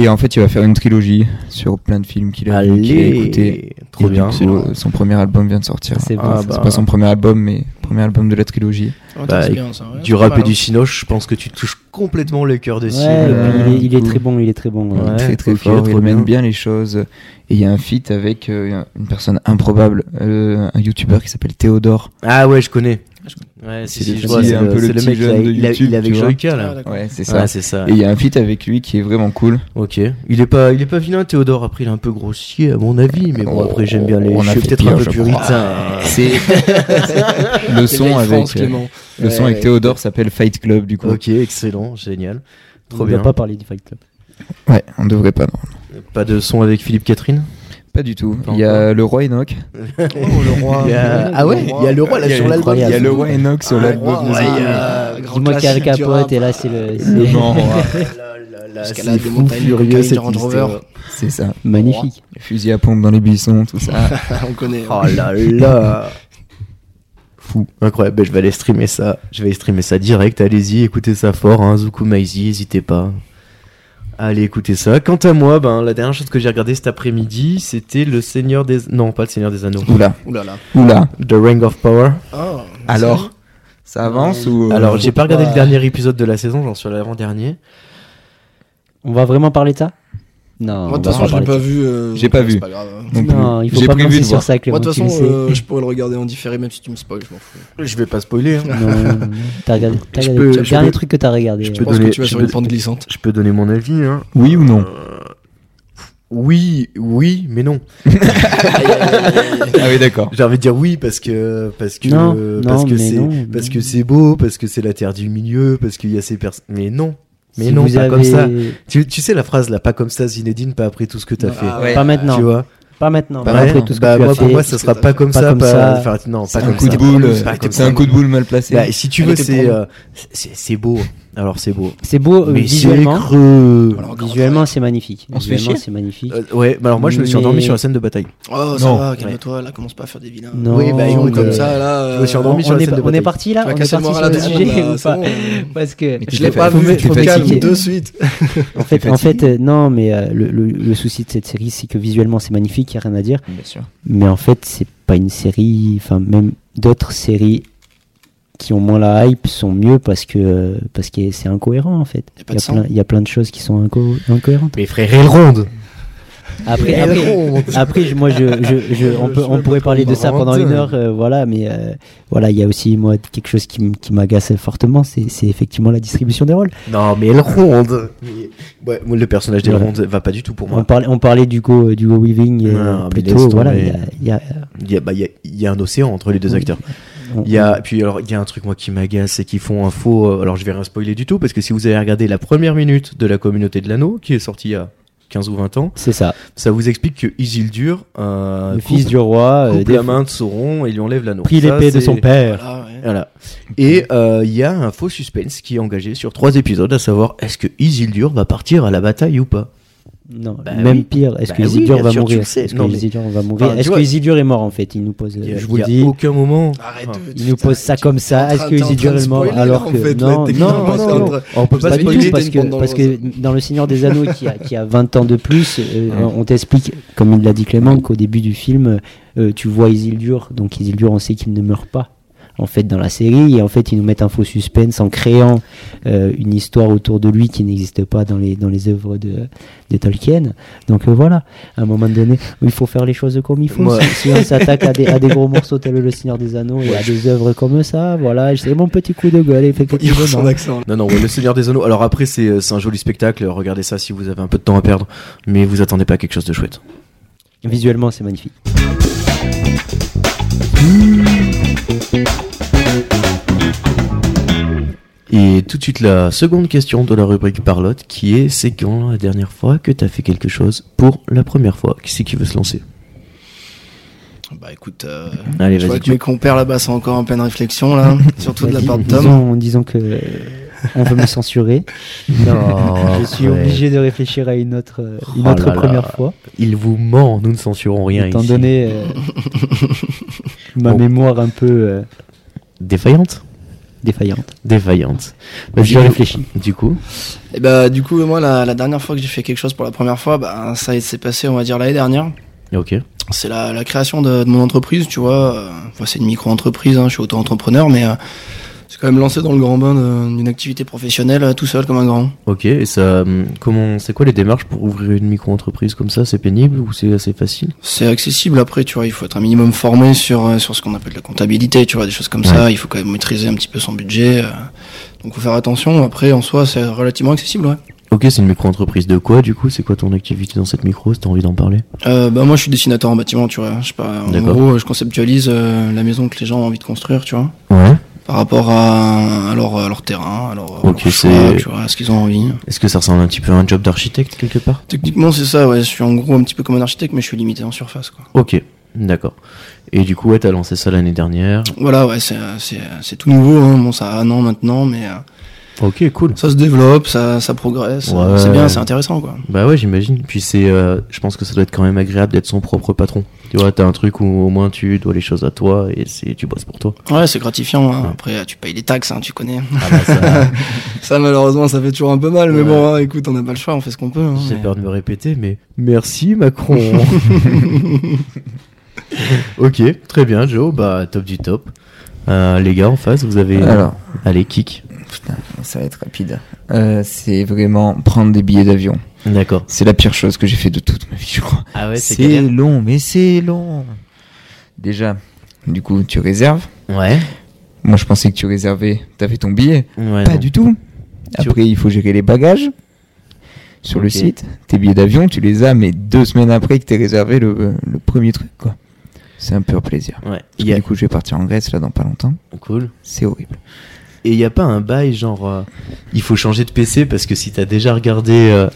[SPEAKER 4] Et en fait, il va faire une trilogie sur plein de films qu'il a, vu, qu'il a écouté.
[SPEAKER 1] Allez, trop bien.
[SPEAKER 4] son premier album vient de sortir.
[SPEAKER 2] C'est
[SPEAKER 1] Ah,
[SPEAKER 2] bon.
[SPEAKER 1] bah.
[SPEAKER 4] C'est pas son premier album, mais premier album de la trilogie.
[SPEAKER 3] Ouais,
[SPEAKER 1] Bah,
[SPEAKER 3] t'as bien, ça, ouais,
[SPEAKER 1] Du
[SPEAKER 3] pas
[SPEAKER 1] rap
[SPEAKER 3] mal,
[SPEAKER 1] et
[SPEAKER 3] hein.
[SPEAKER 1] du cinoche, je pense que tu touches complètement le cœur de
[SPEAKER 2] Ouais,
[SPEAKER 1] cible.
[SPEAKER 2] et puis il est- il est
[SPEAKER 1] Cool.
[SPEAKER 2] très bon, il est très bon.
[SPEAKER 1] Ouais,
[SPEAKER 2] ouais.
[SPEAKER 4] très très
[SPEAKER 1] ok,
[SPEAKER 4] fort,
[SPEAKER 1] trop
[SPEAKER 4] il mène
[SPEAKER 1] bien.
[SPEAKER 4] bien les choses. Et il y a un feat avec euh, une personne improbable, euh, un youtubeur qui s'appelle Théodore.
[SPEAKER 1] Ah ouais, je connais. Ouais, si,
[SPEAKER 4] C'est
[SPEAKER 1] si,
[SPEAKER 4] le
[SPEAKER 1] je vois,
[SPEAKER 4] petit-
[SPEAKER 1] c'est
[SPEAKER 4] un
[SPEAKER 1] le,
[SPEAKER 4] peu le
[SPEAKER 1] c'est le
[SPEAKER 4] petit
[SPEAKER 1] mec
[SPEAKER 4] jeune
[SPEAKER 1] là,
[SPEAKER 4] de
[SPEAKER 1] il, a-
[SPEAKER 4] YouTube,
[SPEAKER 1] il est avec
[SPEAKER 4] tu vois.
[SPEAKER 1] Joyka
[SPEAKER 3] Ah,
[SPEAKER 1] là.
[SPEAKER 3] d'accord.
[SPEAKER 4] Ouais, c'est ça.
[SPEAKER 1] Ouais, c'est ça.
[SPEAKER 4] Et il y a un feat avec lui qui est vraiment cool.
[SPEAKER 1] Ok. Il est pas, il est pas vilain, Théodore. Après, il est un peu grossier, à mon avis. Mais bon,
[SPEAKER 4] Oh,
[SPEAKER 1] après, j'aime bien les.
[SPEAKER 4] on
[SPEAKER 1] je
[SPEAKER 4] a
[SPEAKER 1] suis
[SPEAKER 4] fait
[SPEAKER 1] peut-être
[SPEAKER 4] pire,
[SPEAKER 1] un peu
[SPEAKER 4] je crois. Ah.
[SPEAKER 1] puritain.
[SPEAKER 4] C'est (laughs) le son
[SPEAKER 3] vieille
[SPEAKER 4] avec euh,
[SPEAKER 3] France, Clément.
[SPEAKER 4] le son avec Théodore s'appelle Fight Club du coup.
[SPEAKER 1] Ok, excellent, génial. Trop
[SPEAKER 2] on
[SPEAKER 1] bien.
[SPEAKER 2] va pas parler du Fight Club.
[SPEAKER 4] Ouais, on devrait pas non.
[SPEAKER 1] Pas de son avec Philippe Catherine
[SPEAKER 4] Pas du tout.
[SPEAKER 1] Pas
[SPEAKER 4] il y a le roi Enoch.
[SPEAKER 3] le roi.
[SPEAKER 1] Il y a- Ah ouais, il y a le roi là
[SPEAKER 4] Il y a
[SPEAKER 1] sur
[SPEAKER 4] le-
[SPEAKER 1] l'album.
[SPEAKER 4] Il y a le roi Enoch
[SPEAKER 3] Ah,
[SPEAKER 4] sur l'album.
[SPEAKER 3] le roi,
[SPEAKER 4] Music
[SPEAKER 3] ouais, il y
[SPEAKER 4] Man.
[SPEAKER 3] a un grand
[SPEAKER 2] Dis-moi qu'il y a le
[SPEAKER 3] classique du
[SPEAKER 2] capote
[SPEAKER 3] rap.
[SPEAKER 2] et là c'est le. c'est-
[SPEAKER 4] Non,
[SPEAKER 3] Escalade des montagnes,
[SPEAKER 1] furieux,
[SPEAKER 3] caille
[SPEAKER 1] cette
[SPEAKER 3] du Range Rover.
[SPEAKER 1] histoire.
[SPEAKER 4] c'est ça.
[SPEAKER 2] Magnifique.
[SPEAKER 4] Le fusil à pompe dans les buissons, tout (laughs) ça.
[SPEAKER 3] on connaît.
[SPEAKER 1] Oh là là Fou, incroyable, Ben, je vais aller streamer ça. Je vais aller streamer ça direct, allez-y, écoutez ça fort, hein. Zuku Maizi, n'hésitez pas. Allez, écoutez ça. Quant à moi, ben, la dernière chose que j'ai regardée cet après-midi, c'était Le Seigneur des... Non, pas Le Seigneur des Anneaux.
[SPEAKER 4] Oula,
[SPEAKER 3] Ouh là là.
[SPEAKER 4] oula.
[SPEAKER 1] The Ring of Power.
[SPEAKER 3] Ah,
[SPEAKER 4] Alors, ça avance ou euh,
[SPEAKER 1] Alors, j'ai pas regardé le dernier épisode de la saison, j'en suis à l'avant-dernier.
[SPEAKER 2] On va vraiment parler de ça Non.
[SPEAKER 3] Moi, de
[SPEAKER 2] on
[SPEAKER 3] toute
[SPEAKER 2] va
[SPEAKER 3] façon, j'ai
[SPEAKER 2] parler de
[SPEAKER 3] pas vu. euh,
[SPEAKER 4] J'ai pas
[SPEAKER 3] c'est
[SPEAKER 4] vu.
[SPEAKER 3] grave, hein.
[SPEAKER 4] non
[SPEAKER 2] ça.
[SPEAKER 4] plus.
[SPEAKER 2] Non, il faut
[SPEAKER 4] J'ai
[SPEAKER 2] pas
[SPEAKER 4] prévu
[SPEAKER 2] penser
[SPEAKER 4] de
[SPEAKER 2] sur
[SPEAKER 4] voir.
[SPEAKER 2] ça, Clément.
[SPEAKER 3] Moi, de toute
[SPEAKER 2] tu le
[SPEAKER 3] façon,
[SPEAKER 2] sais.
[SPEAKER 3] euh, je pourrais le regarder en différé, même si tu me spoil, je m'en fous.
[SPEAKER 1] Je vais pas spoiler. hein.
[SPEAKER 2] Non, non, non. T'as regardé, t'as
[SPEAKER 1] Je
[SPEAKER 2] regardé
[SPEAKER 1] peux-
[SPEAKER 2] le
[SPEAKER 1] je
[SPEAKER 2] dernier
[SPEAKER 1] peux-
[SPEAKER 2] truc que t'as regardé.
[SPEAKER 1] je
[SPEAKER 2] euh,
[SPEAKER 1] peux
[SPEAKER 3] Je pense
[SPEAKER 1] donner-
[SPEAKER 3] que tu vas
[SPEAKER 1] je
[SPEAKER 3] sur
[SPEAKER 1] peux-
[SPEAKER 3] une pente glissante.
[SPEAKER 1] Je peux donner mon avis. hein.
[SPEAKER 4] Oui ou non
[SPEAKER 1] Euh, Oui, oui, mais non.
[SPEAKER 4] Ah oui, d'accord.
[SPEAKER 1] J'ai envie de dire oui parce que parce que
[SPEAKER 2] Non,
[SPEAKER 1] parce
[SPEAKER 2] non,
[SPEAKER 1] que
[SPEAKER 2] mais
[SPEAKER 1] c'est
[SPEAKER 2] non,
[SPEAKER 1] parce
[SPEAKER 2] non.
[SPEAKER 1] que c'est beau, parce que c'est la terre du milieu, parce qu'il y a ces personnes. Mais non, mais
[SPEAKER 2] si
[SPEAKER 1] non,
[SPEAKER 2] vous
[SPEAKER 1] pas
[SPEAKER 2] avez-
[SPEAKER 1] comme ça. Tu, tu sais la phrase là, pas comme ça, Zinedine, pas après tout ce que t'as fait.
[SPEAKER 3] Ah ouais.
[SPEAKER 2] Pas maintenant.
[SPEAKER 1] Tu vois
[SPEAKER 2] Pas maintenant.
[SPEAKER 1] Bah,
[SPEAKER 2] après
[SPEAKER 1] ouais.
[SPEAKER 2] tout ce que
[SPEAKER 1] Bah,
[SPEAKER 2] tu as
[SPEAKER 1] moi, pour
[SPEAKER 2] fait.
[SPEAKER 1] moi, ça
[SPEAKER 3] tout ce
[SPEAKER 1] sera
[SPEAKER 3] que
[SPEAKER 1] pas
[SPEAKER 3] t'as
[SPEAKER 1] comme
[SPEAKER 2] fait.
[SPEAKER 1] ça,
[SPEAKER 2] Pas comme
[SPEAKER 1] pas.
[SPEAKER 2] ça.
[SPEAKER 1] enfin, non, pas
[SPEAKER 3] C'est
[SPEAKER 4] C'est un
[SPEAKER 1] comme
[SPEAKER 4] coup
[SPEAKER 1] ça.
[SPEAKER 4] de boule.
[SPEAKER 1] Pas comme
[SPEAKER 4] C'est
[SPEAKER 1] ça.
[SPEAKER 4] un coup de boule mal placé.
[SPEAKER 1] Bah, si tu
[SPEAKER 3] Elle
[SPEAKER 1] veux,
[SPEAKER 3] était
[SPEAKER 1] c'est
[SPEAKER 3] pour
[SPEAKER 1] euh, c'est c'est beau. Alors c'est beau.
[SPEAKER 2] C'est beau euh,
[SPEAKER 1] Mais c'est
[SPEAKER 2] visuellement.
[SPEAKER 1] creux.
[SPEAKER 3] Voilà, encore
[SPEAKER 2] Visuellement, c'est magnifique.
[SPEAKER 4] On se fait
[SPEAKER 2] Visuellement,
[SPEAKER 4] chier
[SPEAKER 2] c'est magnifique.
[SPEAKER 1] Euh, ouais, bah alors moi je me suis
[SPEAKER 2] Mais-
[SPEAKER 1] endormi sur la scène de bataille.
[SPEAKER 3] Oh, ça
[SPEAKER 4] Non.
[SPEAKER 3] va, calme-toi, là, commence pas à faire des vilains.
[SPEAKER 2] Non,
[SPEAKER 1] oui, bah, écoute,
[SPEAKER 3] comme
[SPEAKER 1] euh,
[SPEAKER 3] ça, là. euh,
[SPEAKER 1] je me suis endormi. dormi
[SPEAKER 2] on,
[SPEAKER 1] sur
[SPEAKER 2] on
[SPEAKER 1] la
[SPEAKER 2] est,
[SPEAKER 1] scène de
[SPEAKER 2] on est
[SPEAKER 1] bataille.
[SPEAKER 2] parti
[SPEAKER 3] Tu
[SPEAKER 2] là, on
[SPEAKER 3] vas
[SPEAKER 2] est
[SPEAKER 3] casser le
[SPEAKER 2] parti sur
[SPEAKER 3] moral à
[SPEAKER 2] le
[SPEAKER 3] tout le
[SPEAKER 2] sujet
[SPEAKER 3] monde,
[SPEAKER 2] ou
[SPEAKER 3] là, c'est
[SPEAKER 2] pas
[SPEAKER 3] bon.
[SPEAKER 2] Parce que
[SPEAKER 4] tu
[SPEAKER 3] Je
[SPEAKER 4] t'es
[SPEAKER 3] l'ai
[SPEAKER 4] fait-
[SPEAKER 3] pas
[SPEAKER 2] faut
[SPEAKER 3] vu,
[SPEAKER 2] mettre-
[SPEAKER 3] je
[SPEAKER 2] Ah, faut
[SPEAKER 3] me calme
[SPEAKER 2] fatiguer.
[SPEAKER 3] de suite.
[SPEAKER 2] En fait,
[SPEAKER 4] T'es
[SPEAKER 2] en fait, euh, non, mais euh, le, le- le souci de cette série, c'est que visuellement, c'est magnifique, il n'y a rien à dire.
[SPEAKER 4] Bien sûr.
[SPEAKER 2] Mais en fait, c'est pas une série. Enfin, même d'autres séries qui ont moins la hype sont mieux parce que euh, parce que c'est incohérent en fait.
[SPEAKER 3] Y a pas
[SPEAKER 2] Il y,
[SPEAKER 3] de sang.
[SPEAKER 2] plein- il y a plein de choses qui sont inco- incohérentes.
[SPEAKER 1] Mais frère, elle ronde.
[SPEAKER 2] (laughs) Après,
[SPEAKER 1] Elle
[SPEAKER 2] après,
[SPEAKER 1] ronde.
[SPEAKER 2] après, je- moi, je, je- je- on, peut,
[SPEAKER 1] oh, Je
[SPEAKER 2] on
[SPEAKER 1] me
[SPEAKER 2] pourrait parler de ça
[SPEAKER 1] comprends.
[SPEAKER 2] pendant une heure, euh, voilà, mais euh, voilà, il y a aussi, moi, quelque chose qui, m- qui m'agace fortement, c'est c'est effectivement la distribution des rôles.
[SPEAKER 1] Non, mais elle ronde. Mais- Ouais, moi, le personnage des
[SPEAKER 2] Voilà.
[SPEAKER 1] rondes va pas du tout pour moi.
[SPEAKER 2] On parlait, on parlait du go, du go weaving, euh,
[SPEAKER 1] Non, Ah, mais
[SPEAKER 2] plutôt,
[SPEAKER 1] laisse
[SPEAKER 2] voilà,
[SPEAKER 1] tomber.
[SPEAKER 2] il y a- il y a, euh,
[SPEAKER 1] Il y a, bah, il y a- il y a un océan entre les deux acteurs.
[SPEAKER 2] on-
[SPEAKER 1] Il y a, puis alors, il y a un truc, moi, qui m'agace, c'est qu'ils font un faux. euh, alors, je vais rien spoiler du tout, parce que si vous avez regardé la première minute de la communauté de l'anneau, qui est sortie il y a 15 ou 20 ans,
[SPEAKER 2] c'est ça,
[SPEAKER 1] ça vous explique que Isildur, euh,
[SPEAKER 2] le
[SPEAKER 1] coupe-
[SPEAKER 2] fils du roi, euh,
[SPEAKER 1] coupe
[SPEAKER 2] des-
[SPEAKER 1] la main de Sauron et lui enlève l'anneau.
[SPEAKER 2] pris
[SPEAKER 1] Ça,
[SPEAKER 2] l'épée de
[SPEAKER 1] c'est-
[SPEAKER 2] son père.
[SPEAKER 3] Voilà, ouais.
[SPEAKER 1] Voilà. Et euh, il y a un faux suspense qui est engagé sur trois épisodes, à savoir est-ce que Isildur va partir à la bataille ou pas
[SPEAKER 2] Non,
[SPEAKER 1] Bah
[SPEAKER 2] même
[SPEAKER 1] oui.
[SPEAKER 2] pire, est-ce
[SPEAKER 1] Bah
[SPEAKER 2] que
[SPEAKER 1] oui,
[SPEAKER 2] Isildur
[SPEAKER 1] bien
[SPEAKER 2] va
[SPEAKER 1] sûr, tu
[SPEAKER 2] mourir
[SPEAKER 1] le sais.
[SPEAKER 2] Est-ce
[SPEAKER 1] Non,
[SPEAKER 2] que
[SPEAKER 1] mais-
[SPEAKER 2] Isildur va mourir
[SPEAKER 1] Enfin, tu
[SPEAKER 2] Est-ce
[SPEAKER 1] vois-
[SPEAKER 2] que Isildur est mort en fait Il nous pose,
[SPEAKER 1] Il y
[SPEAKER 2] euh,
[SPEAKER 1] a-
[SPEAKER 2] je
[SPEAKER 1] il
[SPEAKER 2] vous
[SPEAKER 1] y
[SPEAKER 2] le
[SPEAKER 1] a
[SPEAKER 2] dis,
[SPEAKER 1] aucun moment.
[SPEAKER 3] Arrête
[SPEAKER 1] Enfin,
[SPEAKER 3] de-
[SPEAKER 2] il nous
[SPEAKER 3] putain,
[SPEAKER 2] pose ça
[SPEAKER 3] tu-
[SPEAKER 2] comme
[SPEAKER 3] t'es en
[SPEAKER 2] ça. Est-ce
[SPEAKER 3] train-
[SPEAKER 2] que
[SPEAKER 3] t'es en train
[SPEAKER 2] Isildur
[SPEAKER 3] de
[SPEAKER 2] est mort
[SPEAKER 3] spoiler,
[SPEAKER 2] alors
[SPEAKER 3] en
[SPEAKER 2] que
[SPEAKER 3] fait, là,
[SPEAKER 2] non,
[SPEAKER 3] techniquement,
[SPEAKER 2] non,
[SPEAKER 3] parce
[SPEAKER 2] non,
[SPEAKER 3] qu'entre-
[SPEAKER 1] On peut
[SPEAKER 3] Pas
[SPEAKER 2] Pas
[SPEAKER 1] pas
[SPEAKER 2] du
[SPEAKER 3] spoiler,
[SPEAKER 1] spoiler.
[SPEAKER 2] tout,
[SPEAKER 3] t'es
[SPEAKER 2] parce
[SPEAKER 3] une
[SPEAKER 2] que,
[SPEAKER 3] bande
[SPEAKER 2] parce que
[SPEAKER 3] dangereuse.
[SPEAKER 2] dans Le Seigneur des Anneaux, qui a, qui a 20 ans de plus, euh, on t'explique, comme il l'a dit Clément, qu'au début du film, euh, tu vois Isildur. Donc Isildur, on sait qu'il ne meurt pas, en fait, dans la série. Et en fait, ils nous mettent un faux suspense en créant euh, une histoire autour de lui qui n'existe pas dans les, dans les œuvres de, de Tolkien. Donc euh, voilà, à un moment donné, il faut faire les choses comme il faut.
[SPEAKER 1] Moi-
[SPEAKER 2] Si, si on s'attaque à des, à des
[SPEAKER 1] (laughs)
[SPEAKER 2] gros morceaux tels Le Seigneur des Anneaux et à des œuvres comme ça, voilà, c'est mon petit coup de gueule,
[SPEAKER 3] Il
[SPEAKER 2] effectivement.
[SPEAKER 3] prend son accent. là.
[SPEAKER 1] Non, non, ouais, le Seigneur des Anneaux. Alors après, c'est c'est un joli spectacle. Regardez ça si vous avez un peu de temps à perdre. Mais vous attendez pas à quelque chose de chouette.
[SPEAKER 2] Visuellement, c'est magnifique.
[SPEAKER 1] Et tout de suite, la seconde question de la rubrique Parlotte qui est c'est quand la dernière fois que t'as fait quelque chose pour la première fois Qui c'est qui veut se lancer
[SPEAKER 3] Bah écoute, euh,
[SPEAKER 1] Allez,
[SPEAKER 3] je vois
[SPEAKER 1] vas-y.
[SPEAKER 3] que mes compères là-bas sont encore en pleine réflexion, là. (laughs) Surtout de la
[SPEAKER 2] Dis-
[SPEAKER 3] part de
[SPEAKER 2] disons-
[SPEAKER 3] Tom.
[SPEAKER 2] Disons, que euh, on veut me censurer.
[SPEAKER 1] (laughs) Non,
[SPEAKER 2] (laughs) je suis
[SPEAKER 1] ouais.
[SPEAKER 2] obligé de réfléchir à une autre, euh, une
[SPEAKER 1] Oh
[SPEAKER 2] autre
[SPEAKER 1] là là.
[SPEAKER 2] première fois,
[SPEAKER 1] Il vous ment, nous ne censurons rien
[SPEAKER 2] étant
[SPEAKER 1] ici.
[SPEAKER 2] donné
[SPEAKER 1] (laughs)
[SPEAKER 2] euh, ma
[SPEAKER 1] Bon.
[SPEAKER 2] mémoire un peu euh,
[SPEAKER 1] Défaillante
[SPEAKER 2] défaillante.
[SPEAKER 1] Défaillante.
[SPEAKER 2] J'y
[SPEAKER 1] du-
[SPEAKER 2] réfléchis.
[SPEAKER 1] Du coup
[SPEAKER 3] Et bah du coup, moi, la, la dernière fois que j'ai fait quelque chose pour la première fois, bah ça s'est passé, on va dire, l'année dernière.
[SPEAKER 1] Ok.
[SPEAKER 3] C'est la, la création de, de mon entreprise, tu vois. Euh, Enfin, c'est une micro-entreprise, hein, je suis auto-entrepreneur, mais euh, C'est quand même lancé dans le grand bain de- d'une activité professionnelle euh, tout seul comme un grand.
[SPEAKER 1] Ok, et ça, hum, comment, c'est quoi les démarches pour ouvrir une micro-entreprise comme ça C'est pénible ou c'est assez facile
[SPEAKER 3] C'est accessible après, tu vois, il faut être un minimum formé sur, euh, sur ce qu'on appelle la comptabilité, tu vois, des choses comme ça, il faut quand même maîtriser un petit peu son budget. euh, donc faut faire attention, après en soi c'est relativement accessible, ouais.
[SPEAKER 1] Ok, c'est une micro-entreprise de quoi du coup C'est quoi ton activité dans cette micro Si t'as envie d'en parler
[SPEAKER 3] Euh, bah moi je suis dessinateur en bâtiment, tu vois, je sais pas, en
[SPEAKER 1] D'accord.
[SPEAKER 3] gros je conceptualise euh, la maison que les gens ont envie de construire, tu vois,
[SPEAKER 1] Ouais.
[SPEAKER 3] par rapport à, à leur, à leur terrain, à leur, à
[SPEAKER 1] Ok,
[SPEAKER 3] leur choix,
[SPEAKER 1] c'est-
[SPEAKER 3] tu vois, à ce qu'ils ont envie.
[SPEAKER 1] Est-ce que ça ressemble un petit peu à un job d'architecte quelque part
[SPEAKER 3] Techniquement c'est ça, ouais, je suis en gros un petit peu comme un architecte mais je suis limité en surface, quoi.
[SPEAKER 1] Ok, d'accord. Et du coup, ouais, t'as lancé ça l'année dernière.
[SPEAKER 3] Voilà, ouais, c'est, euh, c'est, euh, c'est tout nouveau, hein. bon ça a un an maintenant, mais... euh,
[SPEAKER 1] Ok, cool.
[SPEAKER 3] Ça se développe, ça, ça progresse,
[SPEAKER 1] Ouais.
[SPEAKER 3] c'est bien, c'est intéressant quoi.
[SPEAKER 1] Bah ouais, j'imagine. Puis c'est, euh, je pense que ça doit être quand même agréable d'être son propre patron. Tu vois, t'as un truc où au moins tu dois les choses à toi et c'est, tu bosses pour toi.
[SPEAKER 3] Ouais, c'est gratifiant. hein.
[SPEAKER 1] Ouais.
[SPEAKER 3] Après, tu payes les taxes, hein, tu connais.
[SPEAKER 1] Ah bah (laughs) ça,
[SPEAKER 3] (laughs) Ça, malheureusement, ça fait toujours un peu mal, mais
[SPEAKER 1] Ouais.
[SPEAKER 3] bon, hein, écoute, on n'a pas le choix, on fait ce qu'on peut. hein,
[SPEAKER 1] j'ai
[SPEAKER 3] mais-
[SPEAKER 1] peur de me répéter, mais merci Macron. (laughs) ok, très bien Joe, bah top du top. Euh, les gars en face, vous avez... euh,
[SPEAKER 4] Alors,
[SPEAKER 1] Allez, kick.
[SPEAKER 4] putain, ça va être rapide. Euh, c'est vraiment prendre des billets d'avion.
[SPEAKER 1] D'accord.
[SPEAKER 4] C'est la pire chose que j'ai fait de toute ma vie, je crois.
[SPEAKER 1] Ah
[SPEAKER 4] c'est long, mais c'est long. Déjà, du coup, tu réserves.
[SPEAKER 1] Ouais.
[SPEAKER 4] Moi, je pensais que tu réservais, t'avais ton billet.
[SPEAKER 1] ouais Ah
[SPEAKER 4] pas
[SPEAKER 1] non.
[SPEAKER 4] du tout.
[SPEAKER 1] Tu-
[SPEAKER 4] Après, il faut gérer les bagages sur le
[SPEAKER 1] Ok.
[SPEAKER 4] site. Tes billets d'avion, tu les as, mais deux semaines après que t'aies réservé le, le premier truc, quoi. C'est un pur plaisir.
[SPEAKER 1] Ouais.
[SPEAKER 4] Parce
[SPEAKER 1] Y
[SPEAKER 4] que
[SPEAKER 1] a-
[SPEAKER 4] Du coup, je vais partir en Grèce, là, dans pas longtemps.
[SPEAKER 1] Cool.
[SPEAKER 4] C'est horrible.
[SPEAKER 1] Et il n'y a pas un bail genre euh, il faut changer de PC parce que si t'as déjà regardé euh,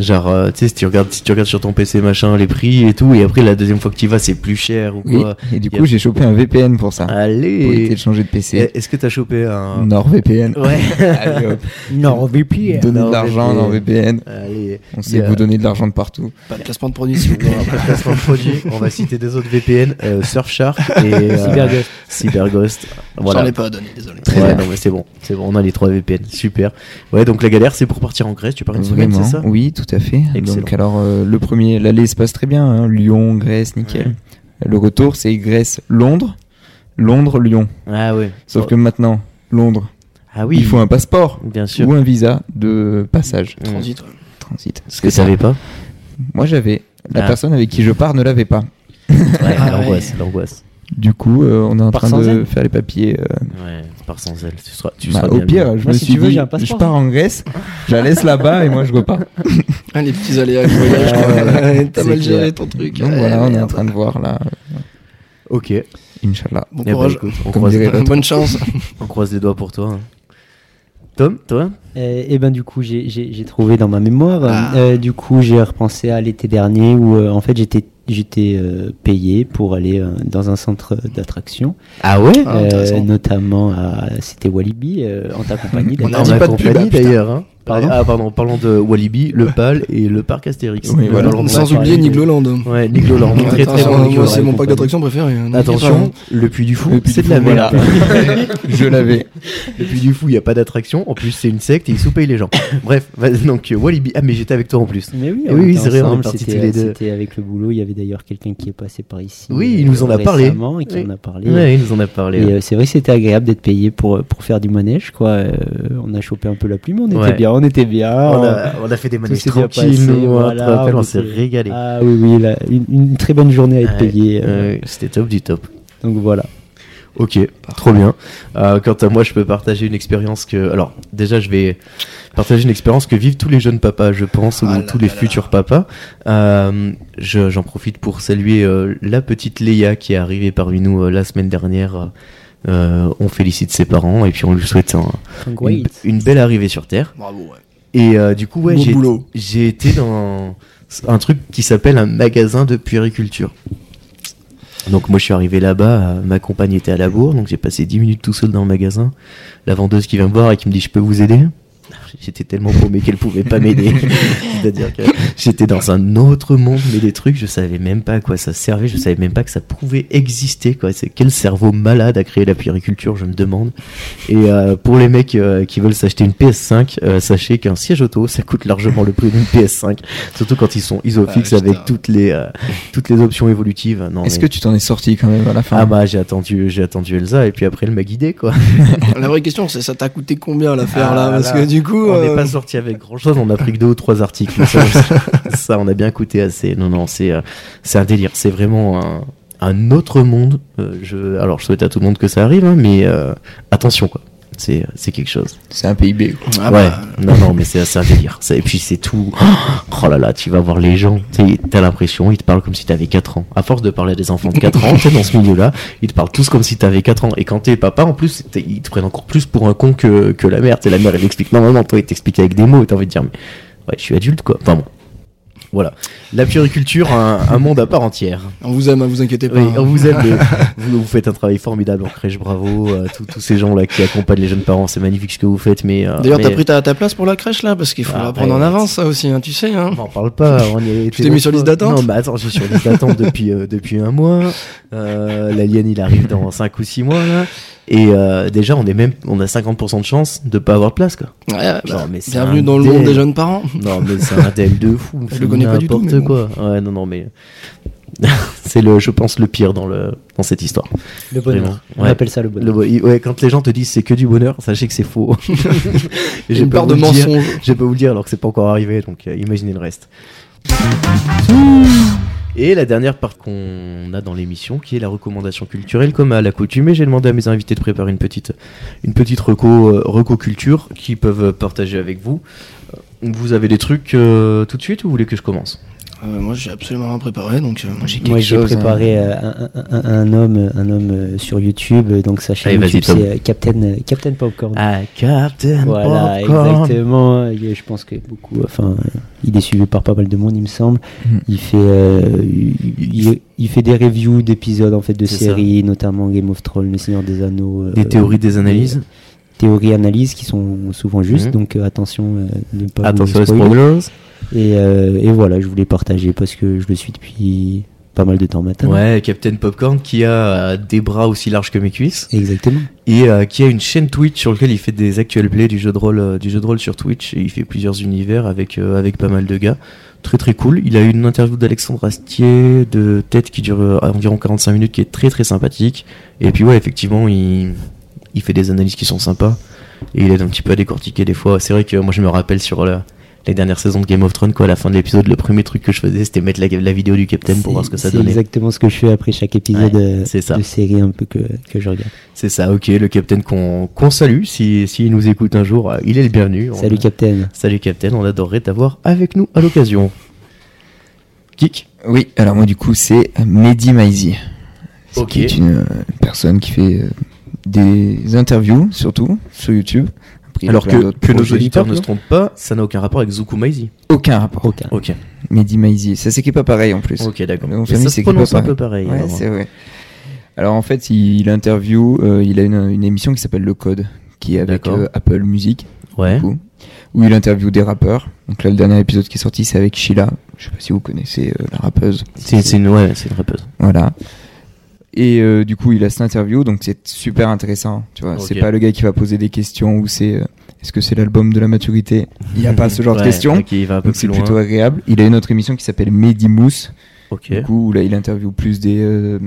[SPEAKER 1] genre euh, tu sais si tu regardes si tu regardes sur ton PC machin les prix et tout et après la deuxième fois que tu vas c'est plus cher ou
[SPEAKER 4] Oui.
[SPEAKER 1] quoi.
[SPEAKER 4] Et du
[SPEAKER 1] y a-
[SPEAKER 4] coup, j'ai chopé un VPN pour
[SPEAKER 1] Ah,
[SPEAKER 4] ça. Pour éviter
[SPEAKER 1] Allez.
[SPEAKER 4] de changer de PC.
[SPEAKER 1] Eh, Est-ce que t'as chopé un
[SPEAKER 4] (laughs) NordVPN.
[SPEAKER 1] Ouais.
[SPEAKER 4] Allez, hop.
[SPEAKER 2] NordVPN.
[SPEAKER 4] Donnez
[SPEAKER 1] NordVPN.
[SPEAKER 4] de l'argent, NordVPN.
[SPEAKER 1] Allez.
[SPEAKER 4] On sait
[SPEAKER 1] Y a-
[SPEAKER 4] que vous donnez de l'argent de partout.
[SPEAKER 3] Pas de placement de produit, s'il vous
[SPEAKER 1] Bon,
[SPEAKER 3] plaît.
[SPEAKER 1] après, placement de produit, on va citer des autres VPN, euh, Surfshark et euh,
[SPEAKER 2] Cyberghost.
[SPEAKER 1] Cyberghost. (laughs)
[SPEAKER 3] J'en
[SPEAKER 1] Voilà.
[SPEAKER 3] ai pas donné, désolé.
[SPEAKER 4] Très
[SPEAKER 1] ouais,
[SPEAKER 4] bien.
[SPEAKER 1] non, mais c'est bon, c'est bon, on a les trois VPN, super. Ouais, donc la galère, c'est pour partir en Grèce, tu pars une semaine,
[SPEAKER 4] Vraiment,
[SPEAKER 1] c'est ça
[SPEAKER 4] oui, tout à fait.
[SPEAKER 1] Excellent.
[SPEAKER 4] Donc alors euh, le premier, l'aller se passe très bien, hein, Lyon, Grèce, nickel. Le retour c'est Grèce, Londres, Londres, Lyon.
[SPEAKER 1] Ah ouais.
[SPEAKER 4] Sauf que maintenant, Londres,
[SPEAKER 1] ah oui,
[SPEAKER 4] il faut un passeport
[SPEAKER 1] bien sûr.
[SPEAKER 4] ou un visa de passage,
[SPEAKER 1] Mm.
[SPEAKER 3] Transit, ouais.
[SPEAKER 4] transit.
[SPEAKER 1] Parce que ça avait
[SPEAKER 4] (laughs)
[SPEAKER 1] pas.
[SPEAKER 4] Moi j'avais, la
[SPEAKER 1] Ah.
[SPEAKER 4] personne avec qui je pars ne l'avait pas.
[SPEAKER 1] Ouais,
[SPEAKER 3] Ah
[SPEAKER 1] l'angoisse, l'angoisse.
[SPEAKER 4] Du coup, euh, on est en
[SPEAKER 2] Par
[SPEAKER 4] train
[SPEAKER 2] sans
[SPEAKER 4] de
[SPEAKER 2] aide
[SPEAKER 4] faire les papiers. euh,
[SPEAKER 1] Ouais, pars sans elle. Tu seras, tu
[SPEAKER 4] bah,
[SPEAKER 1] seras
[SPEAKER 4] au
[SPEAKER 1] bien
[SPEAKER 4] pire,
[SPEAKER 1] mis.
[SPEAKER 4] je
[SPEAKER 2] Moi,
[SPEAKER 4] me
[SPEAKER 2] si
[SPEAKER 4] suis
[SPEAKER 2] tu veux,
[SPEAKER 4] dit,
[SPEAKER 2] j'ai un passeport.
[SPEAKER 4] je pars en Grèce, je la laisse là-bas et moi je repars.
[SPEAKER 3] Ah, les petits aléas du voyage, quoi.
[SPEAKER 4] Ouais,
[SPEAKER 3] Ah, (laughs)
[SPEAKER 4] (laughs)
[SPEAKER 3] T'as
[SPEAKER 4] c'est
[SPEAKER 3] mal géré
[SPEAKER 4] clair.
[SPEAKER 3] ton
[SPEAKER 4] Donc
[SPEAKER 3] truc. Ouais,
[SPEAKER 4] voilà, on est en
[SPEAKER 3] merde.
[SPEAKER 4] train de voir là,
[SPEAKER 1] Ok. Eh
[SPEAKER 4] Inch'Allah.
[SPEAKER 3] Bon
[SPEAKER 1] ben,
[SPEAKER 3] courage.
[SPEAKER 1] écoute, on,
[SPEAKER 4] Comme
[SPEAKER 1] croise,
[SPEAKER 4] dirait-
[SPEAKER 3] (laughs) Bonne chance.
[SPEAKER 1] on croise les doigts pour toi. hein. Tom, toi
[SPEAKER 2] Euh, et ben du coup j'ai- j'ai j'ai trouvé dans ma mémoire.
[SPEAKER 3] Ah.
[SPEAKER 2] Euh, du coup j'ai repensé à l'été dernier où euh, en fait j'étais j'étais euh, payé pour aller euh, dans un centre d'attraction,
[SPEAKER 1] Ah ouais
[SPEAKER 3] Ah,
[SPEAKER 2] Euh,
[SPEAKER 3] intéressant.
[SPEAKER 2] notamment à c'était Walibi euh, en ta compagnie.
[SPEAKER 3] On a
[SPEAKER 2] d'ailleurs.
[SPEAKER 3] dit pas de pub, ah, putain.
[SPEAKER 1] d'ailleurs. hein.
[SPEAKER 2] Pardon
[SPEAKER 1] ah, pardon, parlons de Walibi, le PAL et le parc Astérix.
[SPEAKER 4] Oui,
[SPEAKER 1] Le
[SPEAKER 4] voilà.
[SPEAKER 1] Valrhon
[SPEAKER 3] Sans
[SPEAKER 1] Park.
[SPEAKER 3] oublier
[SPEAKER 2] parler de-
[SPEAKER 3] Nigloland.
[SPEAKER 1] Ouais, Nick Loland,
[SPEAKER 3] Ouais,
[SPEAKER 1] très très
[SPEAKER 3] attention, hein,
[SPEAKER 1] bon Nick
[SPEAKER 3] Moi,
[SPEAKER 1] Loland
[SPEAKER 3] c'est
[SPEAKER 1] et
[SPEAKER 3] mon pack
[SPEAKER 1] compagnie.
[SPEAKER 3] d'attraction préféré. hein.
[SPEAKER 1] Attention, le Puy du Fou,
[SPEAKER 4] Le Puy
[SPEAKER 1] c'est
[SPEAKER 4] du
[SPEAKER 1] de la
[SPEAKER 4] Fou,
[SPEAKER 1] merde.
[SPEAKER 4] Je
[SPEAKER 1] (laughs)
[SPEAKER 4] l'avais.
[SPEAKER 1] Le Puy du Fou, il n'y a pas d'attraction. En plus, c'est une secte et ils sous-payent les gens. Bref, vas- donc euh, Walibi. Ah, mais j'étais avec toi en plus.
[SPEAKER 2] Mais oui,
[SPEAKER 1] Et
[SPEAKER 2] on
[SPEAKER 1] oui,
[SPEAKER 2] était
[SPEAKER 1] c'est vrai, on est
[SPEAKER 2] ensemble,
[SPEAKER 1] partis
[SPEAKER 2] c'était-
[SPEAKER 1] tous les deux.
[SPEAKER 2] C'était avec le boulot. Il y avait d'ailleurs quelqu'un qui est passé par ici. euh,
[SPEAKER 1] Oui, il nous en a parlé.
[SPEAKER 2] récemment Et qui
[SPEAKER 1] Oui.
[SPEAKER 2] en a parlé.
[SPEAKER 1] Ouais, il nous en a parlé.
[SPEAKER 2] Et euh, c'est vrai que c'était agréable d'être payé pour, pour faire du manège, quoi. Euh, on a chopé un peu la pluie, mais on était
[SPEAKER 1] Ouais.
[SPEAKER 2] bien, on était bien.
[SPEAKER 1] euh, on, a, on a fait des manèges
[SPEAKER 2] s'est bien
[SPEAKER 1] tranquilles,
[SPEAKER 2] passé,
[SPEAKER 1] nous, hein,
[SPEAKER 2] voilà,
[SPEAKER 1] tu te rappelles,
[SPEAKER 2] on
[SPEAKER 1] on s'est
[SPEAKER 2] était-
[SPEAKER 1] régalé.
[SPEAKER 2] Ah oui, oui, là, une, une très bonne journée à être
[SPEAKER 1] Ouais,
[SPEAKER 2] payé. euh,
[SPEAKER 1] ouais, C'était top du top.
[SPEAKER 2] Donc voilà.
[SPEAKER 1] Ok, trop bien. Euh, quant à moi, je peux partager une expérience que. Alors, déjà, je vais partager une expérience que vivent tous les jeunes papas, je pense, ou
[SPEAKER 3] Ah là
[SPEAKER 1] tous les
[SPEAKER 3] là là.
[SPEAKER 1] futurs papas. Euh, je- J'en profite pour saluer euh, la petite Léa qui est arrivée parmi nous euh, la semaine dernière. Euh, on félicite ses parents et puis on lui souhaite un- une, une belle arrivée sur Terre.
[SPEAKER 3] Bravo, ouais.
[SPEAKER 1] Et euh, du coup, ouais,
[SPEAKER 3] Beau
[SPEAKER 1] j'ai-
[SPEAKER 3] boulot.
[SPEAKER 1] j'ai été dans un truc qui s'appelle un magasin de puériculture. Donc moi je suis arrivé là-bas, euh, ma compagne était à la bourre, donc j'ai passé 10 minutes tout seul dans le magasin. La vendeuse qui vient me voir et qui me dit je peux vous aider (laughs) J'étais tellement paumé qu'elle pouvait pas m'aider. C'est-à-dire que j'étais dans un autre monde, mais des trucs, je savais même pas à quoi ça servait, je savais même pas que ça pouvait exister. Quoi. C'est quel cerveau malade a créé la puériculture, je me demande. Et euh, pour les mecs euh, qui veulent s'acheter une PS5, euh, sachez qu'un siège auto, ça coûte largement le prix d'une PS5, surtout quand ils sont isofixes
[SPEAKER 3] Ah, putain.
[SPEAKER 1] avec toutes les, euh, toutes les options évolutives. Non,
[SPEAKER 4] Est-ce
[SPEAKER 1] mais-
[SPEAKER 4] que tu t'en es sorti quand même à la fin
[SPEAKER 1] Ah bah j'ai attendu, j'ai attendu Elsa et puis après elle m'a guidé quoi.
[SPEAKER 3] La vraie question, c'est ça t'a coûté combien l'affaire
[SPEAKER 1] Ah,
[SPEAKER 3] là Parce
[SPEAKER 1] là,
[SPEAKER 3] que du coup.
[SPEAKER 1] On n'est
[SPEAKER 3] euh,
[SPEAKER 1] pas sorti avec grand chose, on a pris que deux ou trois articles. mais Ça, ça, on a bien coûté assez. Non, non, c'est euh, c'est un délire. C'est vraiment un, un autre monde. Euh, je, alors, je souhaite à tout le monde que ça arrive, hein, mais euh, attention, quoi. C'est c'est quelque chose.
[SPEAKER 4] C'est un PIB. quoi.
[SPEAKER 3] ah
[SPEAKER 1] ouais.
[SPEAKER 3] bah,
[SPEAKER 1] Non, non, mais c'est c'est un délire. Ça- Et puis, c'est tout. (gasps) Oh là là, tu vas voir les gens. Tu sais, T'as l'impression, ils te parlent comme si t'avais 4 ans. À force de parler à des enfants de 4 ans, tu sais, dans ce milieu-là, ils te parlent tous comme si t'avais 4 ans. Et quand t'es papa, en plus, t'es- ils te prennent encore plus pour un con que, que la mère. Tu sais, la mère, elle explique. Non, non, non, toi, il t'explique avec des mots. Et t'as envie de dire, mais ouais, je suis adulte, quoi. Enfin bon. Voilà. La puériculture, un, un monde à part entière.
[SPEAKER 3] On vous aime, hein, vous inquiétez pas.
[SPEAKER 1] Oui, on vous aime.
[SPEAKER 3] (laughs)
[SPEAKER 1] mais vous, vous faites un travail formidable en crèche, bravo. euh, tous- tous ces gens-là qui accompagnent les jeunes parents, c'est magnifique ce que vous faites. Mais euh,
[SPEAKER 3] D'ailleurs,
[SPEAKER 1] mais-
[SPEAKER 3] t'as pris ta, ta place pour la crèche là Parce qu'il faut
[SPEAKER 1] Ah,
[SPEAKER 3] la prendre en
[SPEAKER 1] ouais.
[SPEAKER 3] avance, ça aussi, hein, tu sais. Hein.
[SPEAKER 1] On m'en parle pas. On y
[SPEAKER 3] (laughs) Tu t'es mis sur liste d'attente
[SPEAKER 1] Non, mais attends, je suis sur liste d'attente depuis, euh, depuis un mois. Euh, L'alien, il arrive dans 5 ou 6 mois, là. Et euh, déjà, on, est même, on a 50% de chance de pas avoir de place, quoi.
[SPEAKER 3] Ouais, bah,
[SPEAKER 1] Genre, mais c'est
[SPEAKER 3] bienvenue
[SPEAKER 1] un
[SPEAKER 3] dans le monde
[SPEAKER 1] délire.
[SPEAKER 3] des jeunes parents.
[SPEAKER 1] Non, mais c'est un DL de fou.
[SPEAKER 3] Je
[SPEAKER 1] c'est
[SPEAKER 3] le connais pas du tout,
[SPEAKER 1] n'importe
[SPEAKER 3] mais bon.
[SPEAKER 1] quoi. Ouais, non, non, mais. (laughs) c'est le, je pense, le pire dans, le, dans cette histoire.
[SPEAKER 2] Le
[SPEAKER 1] Vraiment.
[SPEAKER 2] bonheur. On
[SPEAKER 1] Ouais.
[SPEAKER 2] appelle ça le
[SPEAKER 1] Le
[SPEAKER 2] bonheur.
[SPEAKER 1] bo- il- ouais, quand les gens te disent c'est que du bonheur, sachez que c'est
[SPEAKER 3] (laughs)
[SPEAKER 1] faux. Et
[SPEAKER 3] J'ai
[SPEAKER 1] peux
[SPEAKER 3] peur de
[SPEAKER 1] vous le dire-
[SPEAKER 3] mensonges.
[SPEAKER 1] Je peux vous le dire alors que c'est pas encore arrivé, donc euh, imaginez le reste. Et la dernière part qu'on a dans l'émission, qui est la recommandation culturelle, comme à l'accoutumée, j'ai demandé à mes invités de préparer une petite, une petite reco, euh, reco culture qu'ils peuvent partager avec vous. Euh, Vous avez des trucs euh, tout de suite ou vous voulez que je commence
[SPEAKER 3] Euh, moi, j'ai absolument rien préparé, donc. euh, moi, j'ai-
[SPEAKER 2] Moi,
[SPEAKER 4] quelque
[SPEAKER 2] j'ai
[SPEAKER 4] chose,
[SPEAKER 2] préparé euh, un, un- un- un homme, euh, un homme euh, sur YouTube, euh, donc sa chaîne
[SPEAKER 1] Allez, vas-y,
[SPEAKER 2] YouTube,
[SPEAKER 1] Tom.
[SPEAKER 2] c'est euh, Captain, euh, Captain Popcorn.
[SPEAKER 1] Ah, Captain
[SPEAKER 2] Voilà, exactement. Il y a- Je pense que beaucoup, enfin, euh, il est suivi par pas mal de monde, il me semble.
[SPEAKER 4] Mm.
[SPEAKER 2] Il fait, euh, il, il- il fait des reviews d'épisodes en fait de
[SPEAKER 1] C'est ça.
[SPEAKER 2] séries, notamment Game of Thrones, Le Seigneur des Anneaux. euh,
[SPEAKER 1] Des théories, des analyses.
[SPEAKER 2] théories, analyses qui sont souvent justes.
[SPEAKER 1] Mhm.
[SPEAKER 2] Donc euh, attention, euh, ne pas vous
[SPEAKER 1] Attention aux
[SPEAKER 2] spoiler.
[SPEAKER 1] spoilers.
[SPEAKER 2] Et, euh, et voilà, je voulais partager parce que je le suis depuis pas mal de temps maintenant.
[SPEAKER 1] Ouais, Captain Popcorn qui a euh, des bras aussi larges que mes cuisses
[SPEAKER 2] Exactement.
[SPEAKER 1] et euh, qui a une chaîne Twitch sur laquelle il fait des actual plays du jeu de rôle euh, du jeu de rôle sur Twitch et il fait plusieurs univers avec euh, avec pas mal de gars. Très très cool. Il a eu une interview d'Alexandre Astier de tête qui dure euh, environ 45 minutes qui est très très sympathique et puis ouais, effectivement, il il fait des analyses qui sont sympas et il aide un petit peu à décortiquer des fois. C'est vrai que moi je me rappelle sur la les dernières saisons de Game of Thrones, quoi, à la fin de l'épisode, le premier truc que je faisais, c'était mettre la, la vidéo du Captain pour
[SPEAKER 2] C'est-
[SPEAKER 1] voir ce que ça
[SPEAKER 2] c'est
[SPEAKER 1] donnait.
[SPEAKER 2] exactement ce que je fais après chaque épisode
[SPEAKER 1] Ouais,
[SPEAKER 2] euh,
[SPEAKER 1] c'est ça.
[SPEAKER 2] de série un peu que, que je regarde.
[SPEAKER 1] C'est ça, ok, le capitaine qu'on qu'on salue, si, s'il nous écoute un jour, euh, il est le bienvenu. On-
[SPEAKER 2] Salut Captain.
[SPEAKER 1] Salut capitaine, on adorerait t'avoir avec nous à l'occasion. Geek
[SPEAKER 4] Oui, alors moi du coup c'est Mehdi Maizi. C'est
[SPEAKER 1] Ok.
[SPEAKER 4] qui est une euh, personne qui fait euh, des interviews surtout sur YouTube. Après, il a
[SPEAKER 1] Alors
[SPEAKER 4] plein
[SPEAKER 1] que,
[SPEAKER 4] d'autres
[SPEAKER 1] que nos
[SPEAKER 4] projets. hein.
[SPEAKER 1] auditeurs ne se trompent pas, ça n'a aucun rapport avec Zuku Maizi.
[SPEAKER 4] Aucun rapport.
[SPEAKER 2] Aucun.
[SPEAKER 1] Ok,
[SPEAKER 4] Mehdi Maizi, ça s'écrit pas pareil en plus.
[SPEAKER 1] ok, d'accord.
[SPEAKER 4] Mon
[SPEAKER 1] Mais
[SPEAKER 4] famille,
[SPEAKER 1] Ça
[SPEAKER 4] c'est
[SPEAKER 1] se
[SPEAKER 4] qui peut
[SPEAKER 1] prononce un
[SPEAKER 4] pas-
[SPEAKER 1] peu pareil.
[SPEAKER 4] Ouais,
[SPEAKER 1] alors.
[SPEAKER 4] c'est vrai. Alors en fait, il, interview, euh, il a une, une émission qui s'appelle Le Code, qui est avec
[SPEAKER 1] D'accord.
[SPEAKER 4] euh, Apple Music,
[SPEAKER 1] Ouais.
[SPEAKER 4] du coup, où il interview des rappeurs. Donc là, le dernier épisode qui est sorti, c'est avec Sheila. Je sais pas si vous connaissez euh, la rappeuse.
[SPEAKER 1] C'est c'est une, ouais, c'est une rappeuse.
[SPEAKER 4] Voilà. Et euh, du coup, il a cette interview, donc c'est super intéressant. Tu vois, c'est
[SPEAKER 1] Ok.
[SPEAKER 4] pas le gars qui va poser des questions ou c'est euh, est-ce que c'est l'album de la maturité Il n'y a pas ce genre de
[SPEAKER 1] Ouais,
[SPEAKER 4] questions.
[SPEAKER 1] ok, il va un peu
[SPEAKER 4] Donc
[SPEAKER 1] plus
[SPEAKER 4] c'est
[SPEAKER 1] loin.
[SPEAKER 4] plutôt agréable. Il a une autre émission qui s'appelle Medimousse,
[SPEAKER 1] Ok.
[SPEAKER 4] du coup, où là, il interviewe plus des. euh,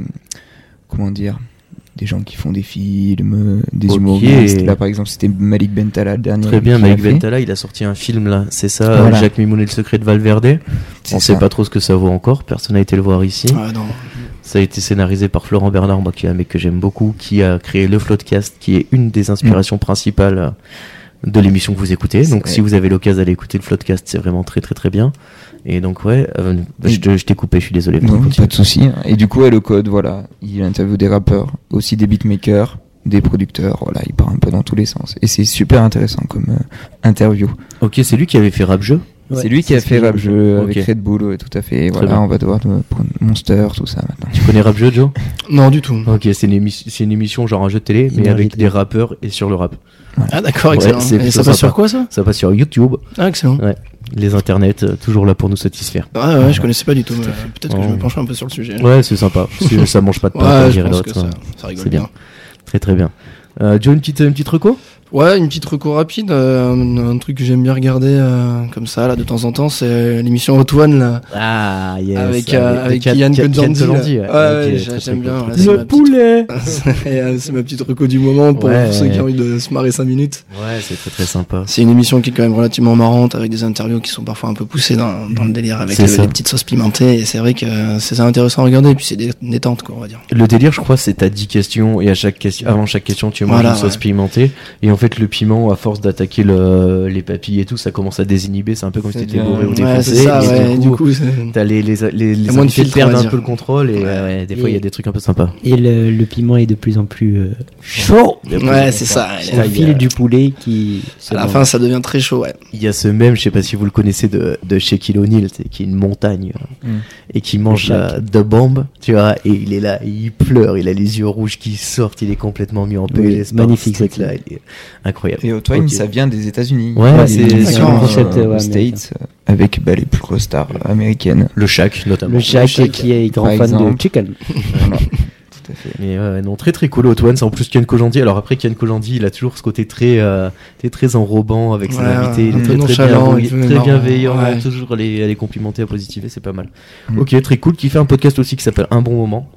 [SPEAKER 4] comment dire Des gens qui font des films, euh, des
[SPEAKER 1] Ok.
[SPEAKER 4] humoristes. Là, par exemple, c'était Malik Bentala le dernier.
[SPEAKER 1] Très bien,
[SPEAKER 4] qu'il a
[SPEAKER 1] Malik
[SPEAKER 4] fait.
[SPEAKER 1] Bentala, il a sorti un film là, c'est ça, euh,
[SPEAKER 4] Voilà.
[SPEAKER 1] Jacques Mimoun et le secret de Valverde.
[SPEAKER 4] C'est
[SPEAKER 1] On
[SPEAKER 4] ça.
[SPEAKER 1] sait pas trop ce que ça vaut encore, personne n'a été le voir ici.
[SPEAKER 3] Ah, non.
[SPEAKER 1] Ça a été scénarisé par Florent Bernard, moi qui est un mec que j'aime beaucoup, qui a créé le Floodcast, qui est une des inspirations principales euh, de l'émission que vous écoutez.
[SPEAKER 4] C'est
[SPEAKER 1] Donc
[SPEAKER 4] vrai.
[SPEAKER 1] si vous avez l'occasion d'aller écouter le Floodcast, c'est vraiment très très très bien. Et donc ouais, euh, je te- je t'ai coupé, je suis désolé.
[SPEAKER 4] Non,
[SPEAKER 1] Continue.
[SPEAKER 4] pas de souci. hein. Et du coup, ouais, le code, voilà. Il interviewe des rappeurs, aussi des beatmakers, des producteurs. Voilà, il part un peu dans tous les sens. Et c'est super intéressant comme euh, interview.
[SPEAKER 1] Ok, c'est lui qui avait fait Rap Jeu
[SPEAKER 2] Ouais,
[SPEAKER 4] c'est lui qui a
[SPEAKER 2] ce
[SPEAKER 4] fait
[SPEAKER 2] que-
[SPEAKER 4] Rap Jeu
[SPEAKER 1] Ok.
[SPEAKER 4] avec Red Bull, ouais, tout à fait. Voilà,
[SPEAKER 1] bien.
[SPEAKER 4] on va devoir euh, prendre Monster, tout ça maintenant.
[SPEAKER 1] Tu connais Rap Jeu, Joe
[SPEAKER 3] Non, du tout.
[SPEAKER 1] (laughs) Ok, c'est une, émi- c'est une émission genre un jeu de télé, mais
[SPEAKER 2] Énergie
[SPEAKER 1] avec
[SPEAKER 2] télé.
[SPEAKER 1] des rappeurs et sur le rap.
[SPEAKER 3] Ah, d'accord,
[SPEAKER 1] Ouais,
[SPEAKER 3] excellent.
[SPEAKER 1] c'est
[SPEAKER 3] Et
[SPEAKER 1] plutôt
[SPEAKER 3] ça passe
[SPEAKER 1] sympa.
[SPEAKER 3] sur quoi ça
[SPEAKER 1] Ça passe sur YouTube,
[SPEAKER 3] Ah, excellent.
[SPEAKER 1] les internets, euh, toujours là pour nous satisfaire.
[SPEAKER 3] Ah, ouais, je connaissais pas du tout. mais, euh, Peut-être que je
[SPEAKER 1] Ouais.
[SPEAKER 3] me pencherai un peu sur le sujet.
[SPEAKER 1] Ouais, c'est sympa. C'est- ça mange pas de pain,
[SPEAKER 3] Ouais,
[SPEAKER 1] comme
[SPEAKER 3] je
[SPEAKER 1] dirait
[SPEAKER 3] pense que
[SPEAKER 1] l'autre.
[SPEAKER 3] ça,
[SPEAKER 1] hein.
[SPEAKER 3] ça rigole
[SPEAKER 1] C'est
[SPEAKER 3] bien.
[SPEAKER 1] bien. Très très bien. Euh, Joe, une petite, une petite reco
[SPEAKER 3] Ouais, une petite recours rapide, euh, un, un truc que j'aime bien regarder euh, comme ça là de temps en temps, c'est euh, l'émission Hot One là,
[SPEAKER 1] Ah, yes.
[SPEAKER 3] avec, euh, avec Ian Gunjandi. là. Ouais, ouais, j'a- j'aime bien. voilà, c'est ma
[SPEAKER 2] Le
[SPEAKER 3] petite-
[SPEAKER 2] poulet
[SPEAKER 3] Et, euh, c'est ma petite reco du moment pour
[SPEAKER 1] Ouais.
[SPEAKER 3] ceux qui ont envie de se marrer 5 minutes.
[SPEAKER 1] Ouais, c'est très très sympa.
[SPEAKER 3] C'est une émission qui est quand même relativement marrante avec des interviews qui sont parfois un peu poussées dans, dans le délire avec
[SPEAKER 1] C'est
[SPEAKER 3] euh,
[SPEAKER 1] ça.
[SPEAKER 3] des petites sauces pimentées et c'est vrai que euh, c'est intéressant à regarder et puis c'est dé- détente quoi on va dire.
[SPEAKER 1] Le délire, je crois, c'est t'as 10 questions et à chaque question, avant chaque question, tu manges
[SPEAKER 3] Voilà,
[SPEAKER 1] une sauce
[SPEAKER 3] ouais.
[SPEAKER 1] pimentée. Et en fait, le piment, à force d'attaquer le, les papilles et tout, ça commence à désinhiber. C'est un peu comme si
[SPEAKER 4] C'est
[SPEAKER 1] t'étais
[SPEAKER 4] bien.
[SPEAKER 1] bourré ou
[SPEAKER 3] Ouais,
[SPEAKER 1] défoncé.
[SPEAKER 3] c'est ça,
[SPEAKER 1] et
[SPEAKER 3] ouais,
[SPEAKER 1] du coup,
[SPEAKER 3] c'est-
[SPEAKER 1] t'as les, les, les, les
[SPEAKER 3] moins de
[SPEAKER 1] invités
[SPEAKER 3] filtre, on
[SPEAKER 1] perdent
[SPEAKER 3] va
[SPEAKER 1] un
[SPEAKER 3] dire.
[SPEAKER 1] peu le contrôle. Et
[SPEAKER 3] Ouais.
[SPEAKER 1] euh, ouais, des fois, il y a
[SPEAKER 2] Et-
[SPEAKER 1] des trucs un peu sympas.
[SPEAKER 2] Et le, le piment est de plus en plus euh, chaud
[SPEAKER 3] Ouais, c'est ça.
[SPEAKER 1] C'est
[SPEAKER 3] et
[SPEAKER 2] au
[SPEAKER 1] ça, il y a-
[SPEAKER 2] fil du poulet qui.
[SPEAKER 3] À la fin, ça devient très chaud, ouais.
[SPEAKER 1] Il y a ce même, je sais pas si vous le connaissez, de, de Shaquille O'Neal, tu sais, qui est une montagne, hein,
[SPEAKER 4] Mm.
[SPEAKER 1] et qui mange
[SPEAKER 2] Shaq.
[SPEAKER 1] euh, deux bombes, tu vois, et il est là, et il pleure, il a les yeux rouges qui sortent, il est complètement mis en PLS. par
[SPEAKER 2] magnifique,
[SPEAKER 1] ce truc-là,
[SPEAKER 2] cette
[SPEAKER 1] il est incroyable.
[SPEAKER 4] Et Hot Wine,
[SPEAKER 1] Ok.
[SPEAKER 4] ça vient des États-Unis.
[SPEAKER 1] Ouais,
[SPEAKER 2] Ouais,
[SPEAKER 1] c'est
[SPEAKER 2] c'est
[SPEAKER 1] c'est
[SPEAKER 3] un
[SPEAKER 1] un
[SPEAKER 2] concept,
[SPEAKER 1] euh,
[SPEAKER 2] ouais.
[SPEAKER 4] aux
[SPEAKER 2] américain.
[SPEAKER 4] States euh, avec bah, les plus grosses stars américaines.
[SPEAKER 1] le Shaq notamment.
[SPEAKER 2] Le chat
[SPEAKER 3] Shaq,
[SPEAKER 2] qui est grand
[SPEAKER 4] par
[SPEAKER 2] fan de
[SPEAKER 4] exemple.
[SPEAKER 2] chicken.
[SPEAKER 4] Voilà. Tout à fait.
[SPEAKER 1] Mais ouais, non, très très cool Hot One, c'est en plus Ken Kojandi. Alors après Ken Kojandi, il a toujours ce côté très euh, très, très enrobant avec ses
[SPEAKER 3] Ouais,
[SPEAKER 1] invités, il
[SPEAKER 3] un
[SPEAKER 1] est
[SPEAKER 3] peu
[SPEAKER 1] très, très,
[SPEAKER 3] nonchalant
[SPEAKER 1] bienveillant-
[SPEAKER 3] et tout,
[SPEAKER 1] très
[SPEAKER 3] marrant,
[SPEAKER 1] bienveillant,
[SPEAKER 3] ouais.
[SPEAKER 1] toujours à les, à les complimenter, à positiver, c'est pas mal.
[SPEAKER 4] Mm.
[SPEAKER 1] Ok, très cool, qui fait un podcast aussi qui s'appelle Un bon moment.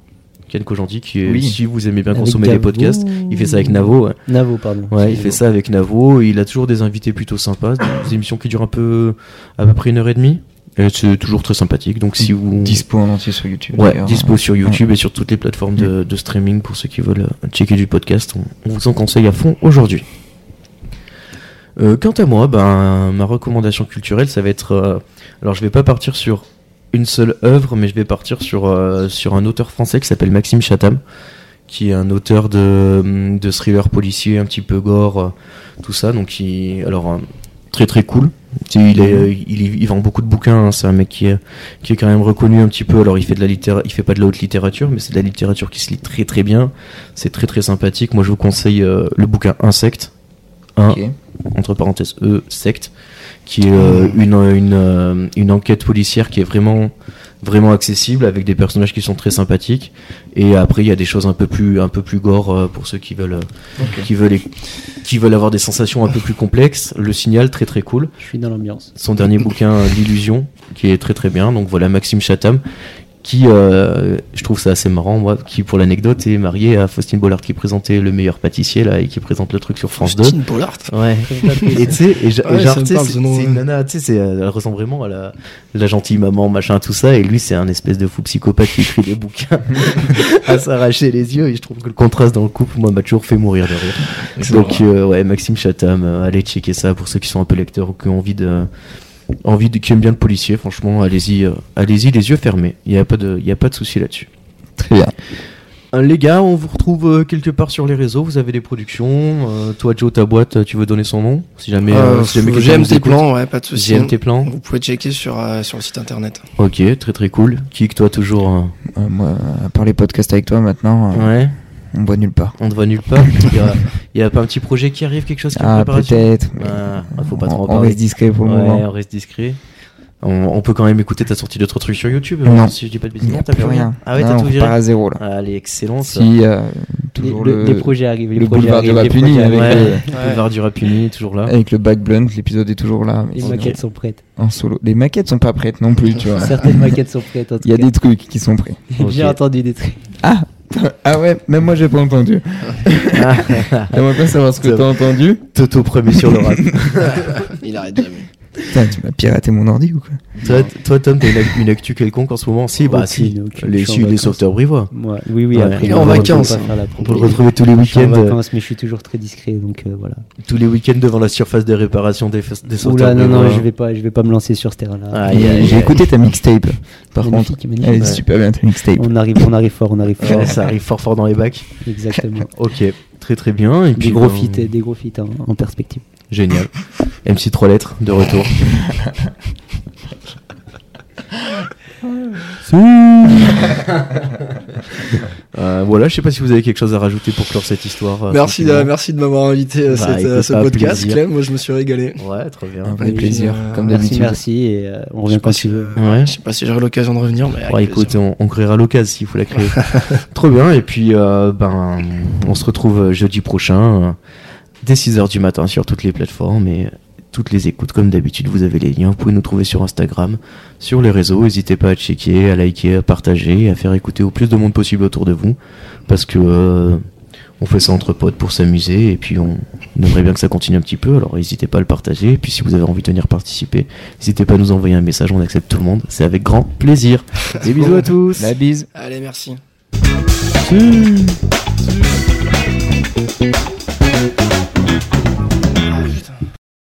[SPEAKER 1] Ken Kojandi, qui est-
[SPEAKER 4] Oui.
[SPEAKER 1] si vous aimez bien
[SPEAKER 2] Avec
[SPEAKER 1] consommer les
[SPEAKER 2] Navo.
[SPEAKER 1] podcasts, il fait ça avec Navo. Ouais,
[SPEAKER 2] Navo, pardon.
[SPEAKER 1] Ouais, il fait ça avec Navo. Il a toujours des invités plutôt sympas, des émissions qui durent un peu à peu près une heure et demie. Et c'est toujours très sympathique. Donc
[SPEAKER 4] Mm.
[SPEAKER 1] si vous
[SPEAKER 4] Dispo en entier sur YouTube.
[SPEAKER 1] Ouais,
[SPEAKER 4] d'ailleurs. Mm.
[SPEAKER 1] dispo sur YouTube et sur toutes les plateformes de, de streaming pour ceux qui veulent euh, checker du podcast. On, on vous en conseille à fond aujourd'hui. Euh, quant à moi, ben, ma recommandation culturelle, ça va être. euh, alors, je vais pas partir sur une seule œuvre, mais je vais partir sur, euh, sur un auteur français qui s'appelle Maxime Chatham, qui est un auteur de, de thrillers policiers, un petit peu gore, euh, tout ça. Donc, il, alors, euh, très très cool. Tu sais, Il, est, euh, il, il vend beaucoup de bouquins, hein, c'est un mec qui est, qui est quand même reconnu un petit peu. Alors il fait de la littéra- il fait pas de la haute littérature, mais c'est de la littérature qui se lit très très bien. C'est très très sympathique. Moi je vous conseille euh, le bouquin Insecte, un
[SPEAKER 4] hein. Ok.
[SPEAKER 1] entre parenthèses E secte, qui est euh, une une, euh, une enquête policière qui est vraiment vraiment accessible avec des personnages qui sont très sympathiques. Et après il y a des choses un peu plus un peu plus gore euh, pour ceux qui veulent euh,
[SPEAKER 4] Ok.
[SPEAKER 1] qui veulent qui veulent avoir des sensations un peu plus complexes. Le signal très très cool
[SPEAKER 2] Je suis dans l'ambiance.
[SPEAKER 1] son dernier bouquin euh, L'illusion qui est très très bien donc voilà Maxime Chatham qui euh, je trouve ça assez marrant moi qui pour l'anecdote est marié à Faustine Bollard qui présentait le meilleur pâtissier là et qui présente le truc sur France 2
[SPEAKER 3] Justine Pollard.
[SPEAKER 1] ouais et tu sais et, ja- et
[SPEAKER 3] Ouais,
[SPEAKER 1] genre,
[SPEAKER 3] ça me
[SPEAKER 1] tu sais,
[SPEAKER 3] parle,
[SPEAKER 1] c'est
[SPEAKER 3] ce nom,
[SPEAKER 1] c'est
[SPEAKER 3] ouais.
[SPEAKER 1] une nana tu sais c'est- elle ressemble vraiment à la, la gentille maman machin tout ça et lui c'est un espèce de fou psychopathe qui écrit des
[SPEAKER 3] (laughs)
[SPEAKER 1] bouquins (laughs) à s'arracher les yeux et je trouve que le contraste dans le couple moi m'a toujours fait mourir de rire donc euh, ouais, Maxime Chatham, euh, allez checker ça pour ceux qui sont un peu lecteurs ou qui ont envie de, envie de, qui aiment bien le policier. Franchement, allez-y, euh, allez-y les yeux fermés. Il n'y a pas de, il y a pas de souci là-dessus.
[SPEAKER 4] Très bien.
[SPEAKER 1] Euh, Les gars, on vous retrouve euh, quelque part sur les réseaux. Vous avez des productions. Euh, toi, Joe, ta boîte, euh, tu veux donner son nom Si jamais, euh,
[SPEAKER 3] Euh,
[SPEAKER 1] si jamais quelqu'un
[SPEAKER 3] J'aime
[SPEAKER 1] nous
[SPEAKER 3] tes
[SPEAKER 1] écoute.
[SPEAKER 3] plans, ouais, pas de soucis.
[SPEAKER 1] J'aime tes plans.
[SPEAKER 3] Vous pouvez checker sur, euh, sur le
[SPEAKER 1] (laughs)
[SPEAKER 3] site internet.
[SPEAKER 1] Ok, très très cool. Kick, toi toujours. euh,
[SPEAKER 4] Euh, moi, à part les podcasts avec toi maintenant, euh,
[SPEAKER 1] Ouais.
[SPEAKER 4] on voit nulle part.
[SPEAKER 1] On te voit nulle part. Il y a- il y, a pas un petit projet qui arrive, quelque chose qui est en
[SPEAKER 4] Ah,
[SPEAKER 1] préparation
[SPEAKER 4] peut-être. mais
[SPEAKER 1] Ah, faut pas
[SPEAKER 4] on-
[SPEAKER 1] trop en
[SPEAKER 4] on
[SPEAKER 1] parler.
[SPEAKER 4] reste discret pour le
[SPEAKER 1] ouais,
[SPEAKER 4] moment.
[SPEAKER 1] on reste discret. On, on peut quand même écouter ta sortie d'autres trucs sur YouTube,
[SPEAKER 4] Non.
[SPEAKER 1] euh, si je dis pas de
[SPEAKER 4] Il
[SPEAKER 1] bêtises.
[SPEAKER 4] n'y
[SPEAKER 1] Non,
[SPEAKER 4] a
[SPEAKER 1] t'as
[SPEAKER 4] plus rien.
[SPEAKER 1] Ah ouais,
[SPEAKER 4] Non,
[SPEAKER 1] t'as
[SPEAKER 4] on
[SPEAKER 1] tout viré. Ah,
[SPEAKER 4] repart à zéro là.
[SPEAKER 1] Allez, excellent ça.
[SPEAKER 4] Si, euh,
[SPEAKER 2] Les,
[SPEAKER 4] toujours
[SPEAKER 2] le-
[SPEAKER 4] le,
[SPEAKER 2] les projets arrivent. les
[SPEAKER 4] le
[SPEAKER 2] projets
[SPEAKER 4] boulevard de
[SPEAKER 2] arrivent, les
[SPEAKER 4] Vapuni
[SPEAKER 2] projets
[SPEAKER 4] avec,
[SPEAKER 2] arrivent.
[SPEAKER 1] Ouais.
[SPEAKER 4] le,
[SPEAKER 1] Le boulevard du Rapini, toujours là.
[SPEAKER 4] avec le back blunt, l'épisode est toujours là. mais
[SPEAKER 2] Les
[SPEAKER 4] sinon,
[SPEAKER 2] maquettes sont prêtes.
[SPEAKER 4] En solo. Les maquettes sont pas prêtes non plus, tu vois.
[SPEAKER 2] Certaines maquettes sont prêtes. en tout
[SPEAKER 4] Il y a
[SPEAKER 2] cas.
[SPEAKER 4] des trucs qui sont prêts.
[SPEAKER 1] Ok.
[SPEAKER 2] J'ai entendu des trucs.
[SPEAKER 4] Ah ouais, même moi j'ai pas entendu. J'aimerais bien savoir ce que
[SPEAKER 1] Top.
[SPEAKER 4] t'as entendu.
[SPEAKER 1] (laughs) Toto premier sur le rap.
[SPEAKER 3] Il arrête jamais.
[SPEAKER 4] Putain, tu m'as piraté mon ordi ou quoi
[SPEAKER 1] toi, toi, Tom, t'as une, ac- une actu quelconque en ce moment Si, bah
[SPEAKER 2] Aucune,
[SPEAKER 1] si.
[SPEAKER 2] aucune.
[SPEAKER 1] Les,
[SPEAKER 2] Je suis en
[SPEAKER 1] si, les
[SPEAKER 2] vacances.
[SPEAKER 1] sauveteurs brivois.
[SPEAKER 2] Moi, oui, oui.
[SPEAKER 1] Ouais.
[SPEAKER 2] Après,
[SPEAKER 1] Il est
[SPEAKER 2] on
[SPEAKER 1] en
[SPEAKER 2] va- on peut
[SPEAKER 3] vacances.
[SPEAKER 2] pas faire la
[SPEAKER 1] On peut le
[SPEAKER 2] promo.
[SPEAKER 1] retrouver tous les
[SPEAKER 2] Je suis en
[SPEAKER 1] week-ends. euh,
[SPEAKER 2] vacances, mais je suis toujours très discret, donc euh, voilà.
[SPEAKER 1] Tous les week-ends devant la surface de réparation des, fes- des
[SPEAKER 2] Oula,
[SPEAKER 1] sauveteurs
[SPEAKER 2] non,
[SPEAKER 1] brivois.
[SPEAKER 2] non, je vais pas, je vais pas me lancer sur ce terrain-là.
[SPEAKER 1] Ah, Aïe, aïe,
[SPEAKER 4] J'ai
[SPEAKER 1] aïe.
[SPEAKER 4] écouté ta mixtape, par contre.
[SPEAKER 2] magnifique, magnifique.
[SPEAKER 4] Elle est
[SPEAKER 2] Ouais.
[SPEAKER 4] super bien ta mixtape.
[SPEAKER 2] On arrive, on arrive fort, on arrive fort.
[SPEAKER 1] (laughs) Ouais, ça arrive fort fort dans les bacs.
[SPEAKER 2] Exactement.
[SPEAKER 1] Ok, très très bien. Et puis,
[SPEAKER 2] Des gros
[SPEAKER 1] ben,
[SPEAKER 2] feats, des gros feats en, en perspective.
[SPEAKER 1] Génial. MC 3 lettres, de retour. Euh, voilà, je sais pas si vous avez quelque chose à rajouter pour clore cette histoire. euh,
[SPEAKER 3] Merci de,
[SPEAKER 1] tranquillement.
[SPEAKER 3] merci de m'avoir invité à,
[SPEAKER 1] Bah,
[SPEAKER 3] cette- à
[SPEAKER 1] écoute,
[SPEAKER 3] ce
[SPEAKER 1] pas
[SPEAKER 3] podcast,
[SPEAKER 1] plaisir.
[SPEAKER 3] Clem. Moi, je me suis régalé.
[SPEAKER 1] Ouais, très bien.
[SPEAKER 4] Avec plaisir,
[SPEAKER 3] euh,
[SPEAKER 4] comme
[SPEAKER 2] Merci,
[SPEAKER 4] d'habitude.
[SPEAKER 2] merci. Et euh, on
[SPEAKER 3] Je sais
[SPEAKER 2] revient
[SPEAKER 3] pas
[SPEAKER 2] quand
[SPEAKER 3] si,
[SPEAKER 2] tu veux.
[SPEAKER 3] euh,
[SPEAKER 1] Ouais.
[SPEAKER 3] Je sais pas si j'aurai l'occasion de revenir, mais. avec
[SPEAKER 1] Bon,
[SPEAKER 3] plaisir.
[SPEAKER 1] écoute, on, on créera l'occasion s'il faut la
[SPEAKER 3] (laughs)
[SPEAKER 1] créer. Trop bien, et puis euh, ben, on se retrouve jeudi prochain, euh, dès 6h du matin sur toutes les plateformes et toutes les écoutes. Comme d'habitude, vous avez les liens, vous pouvez nous trouver sur Instagram, sur les réseaux. N'hésitez pas à checker, à liker, à partager, à faire écouter au plus de monde possible autour de vous, parce que euh, on fait ça entre potes pour s'amuser, et puis on, on aimerait bien que ça continue un petit peu, alors n'hésitez pas à le partager, et puis si vous avez envie de venir participer, n'hésitez pas à nous envoyer un message, on accepte tout le monde, c'est avec grand plaisir. Des bisous à tous
[SPEAKER 4] La bise.
[SPEAKER 3] Allez, merci.
[SPEAKER 1] Tchuss.
[SPEAKER 3] Salut.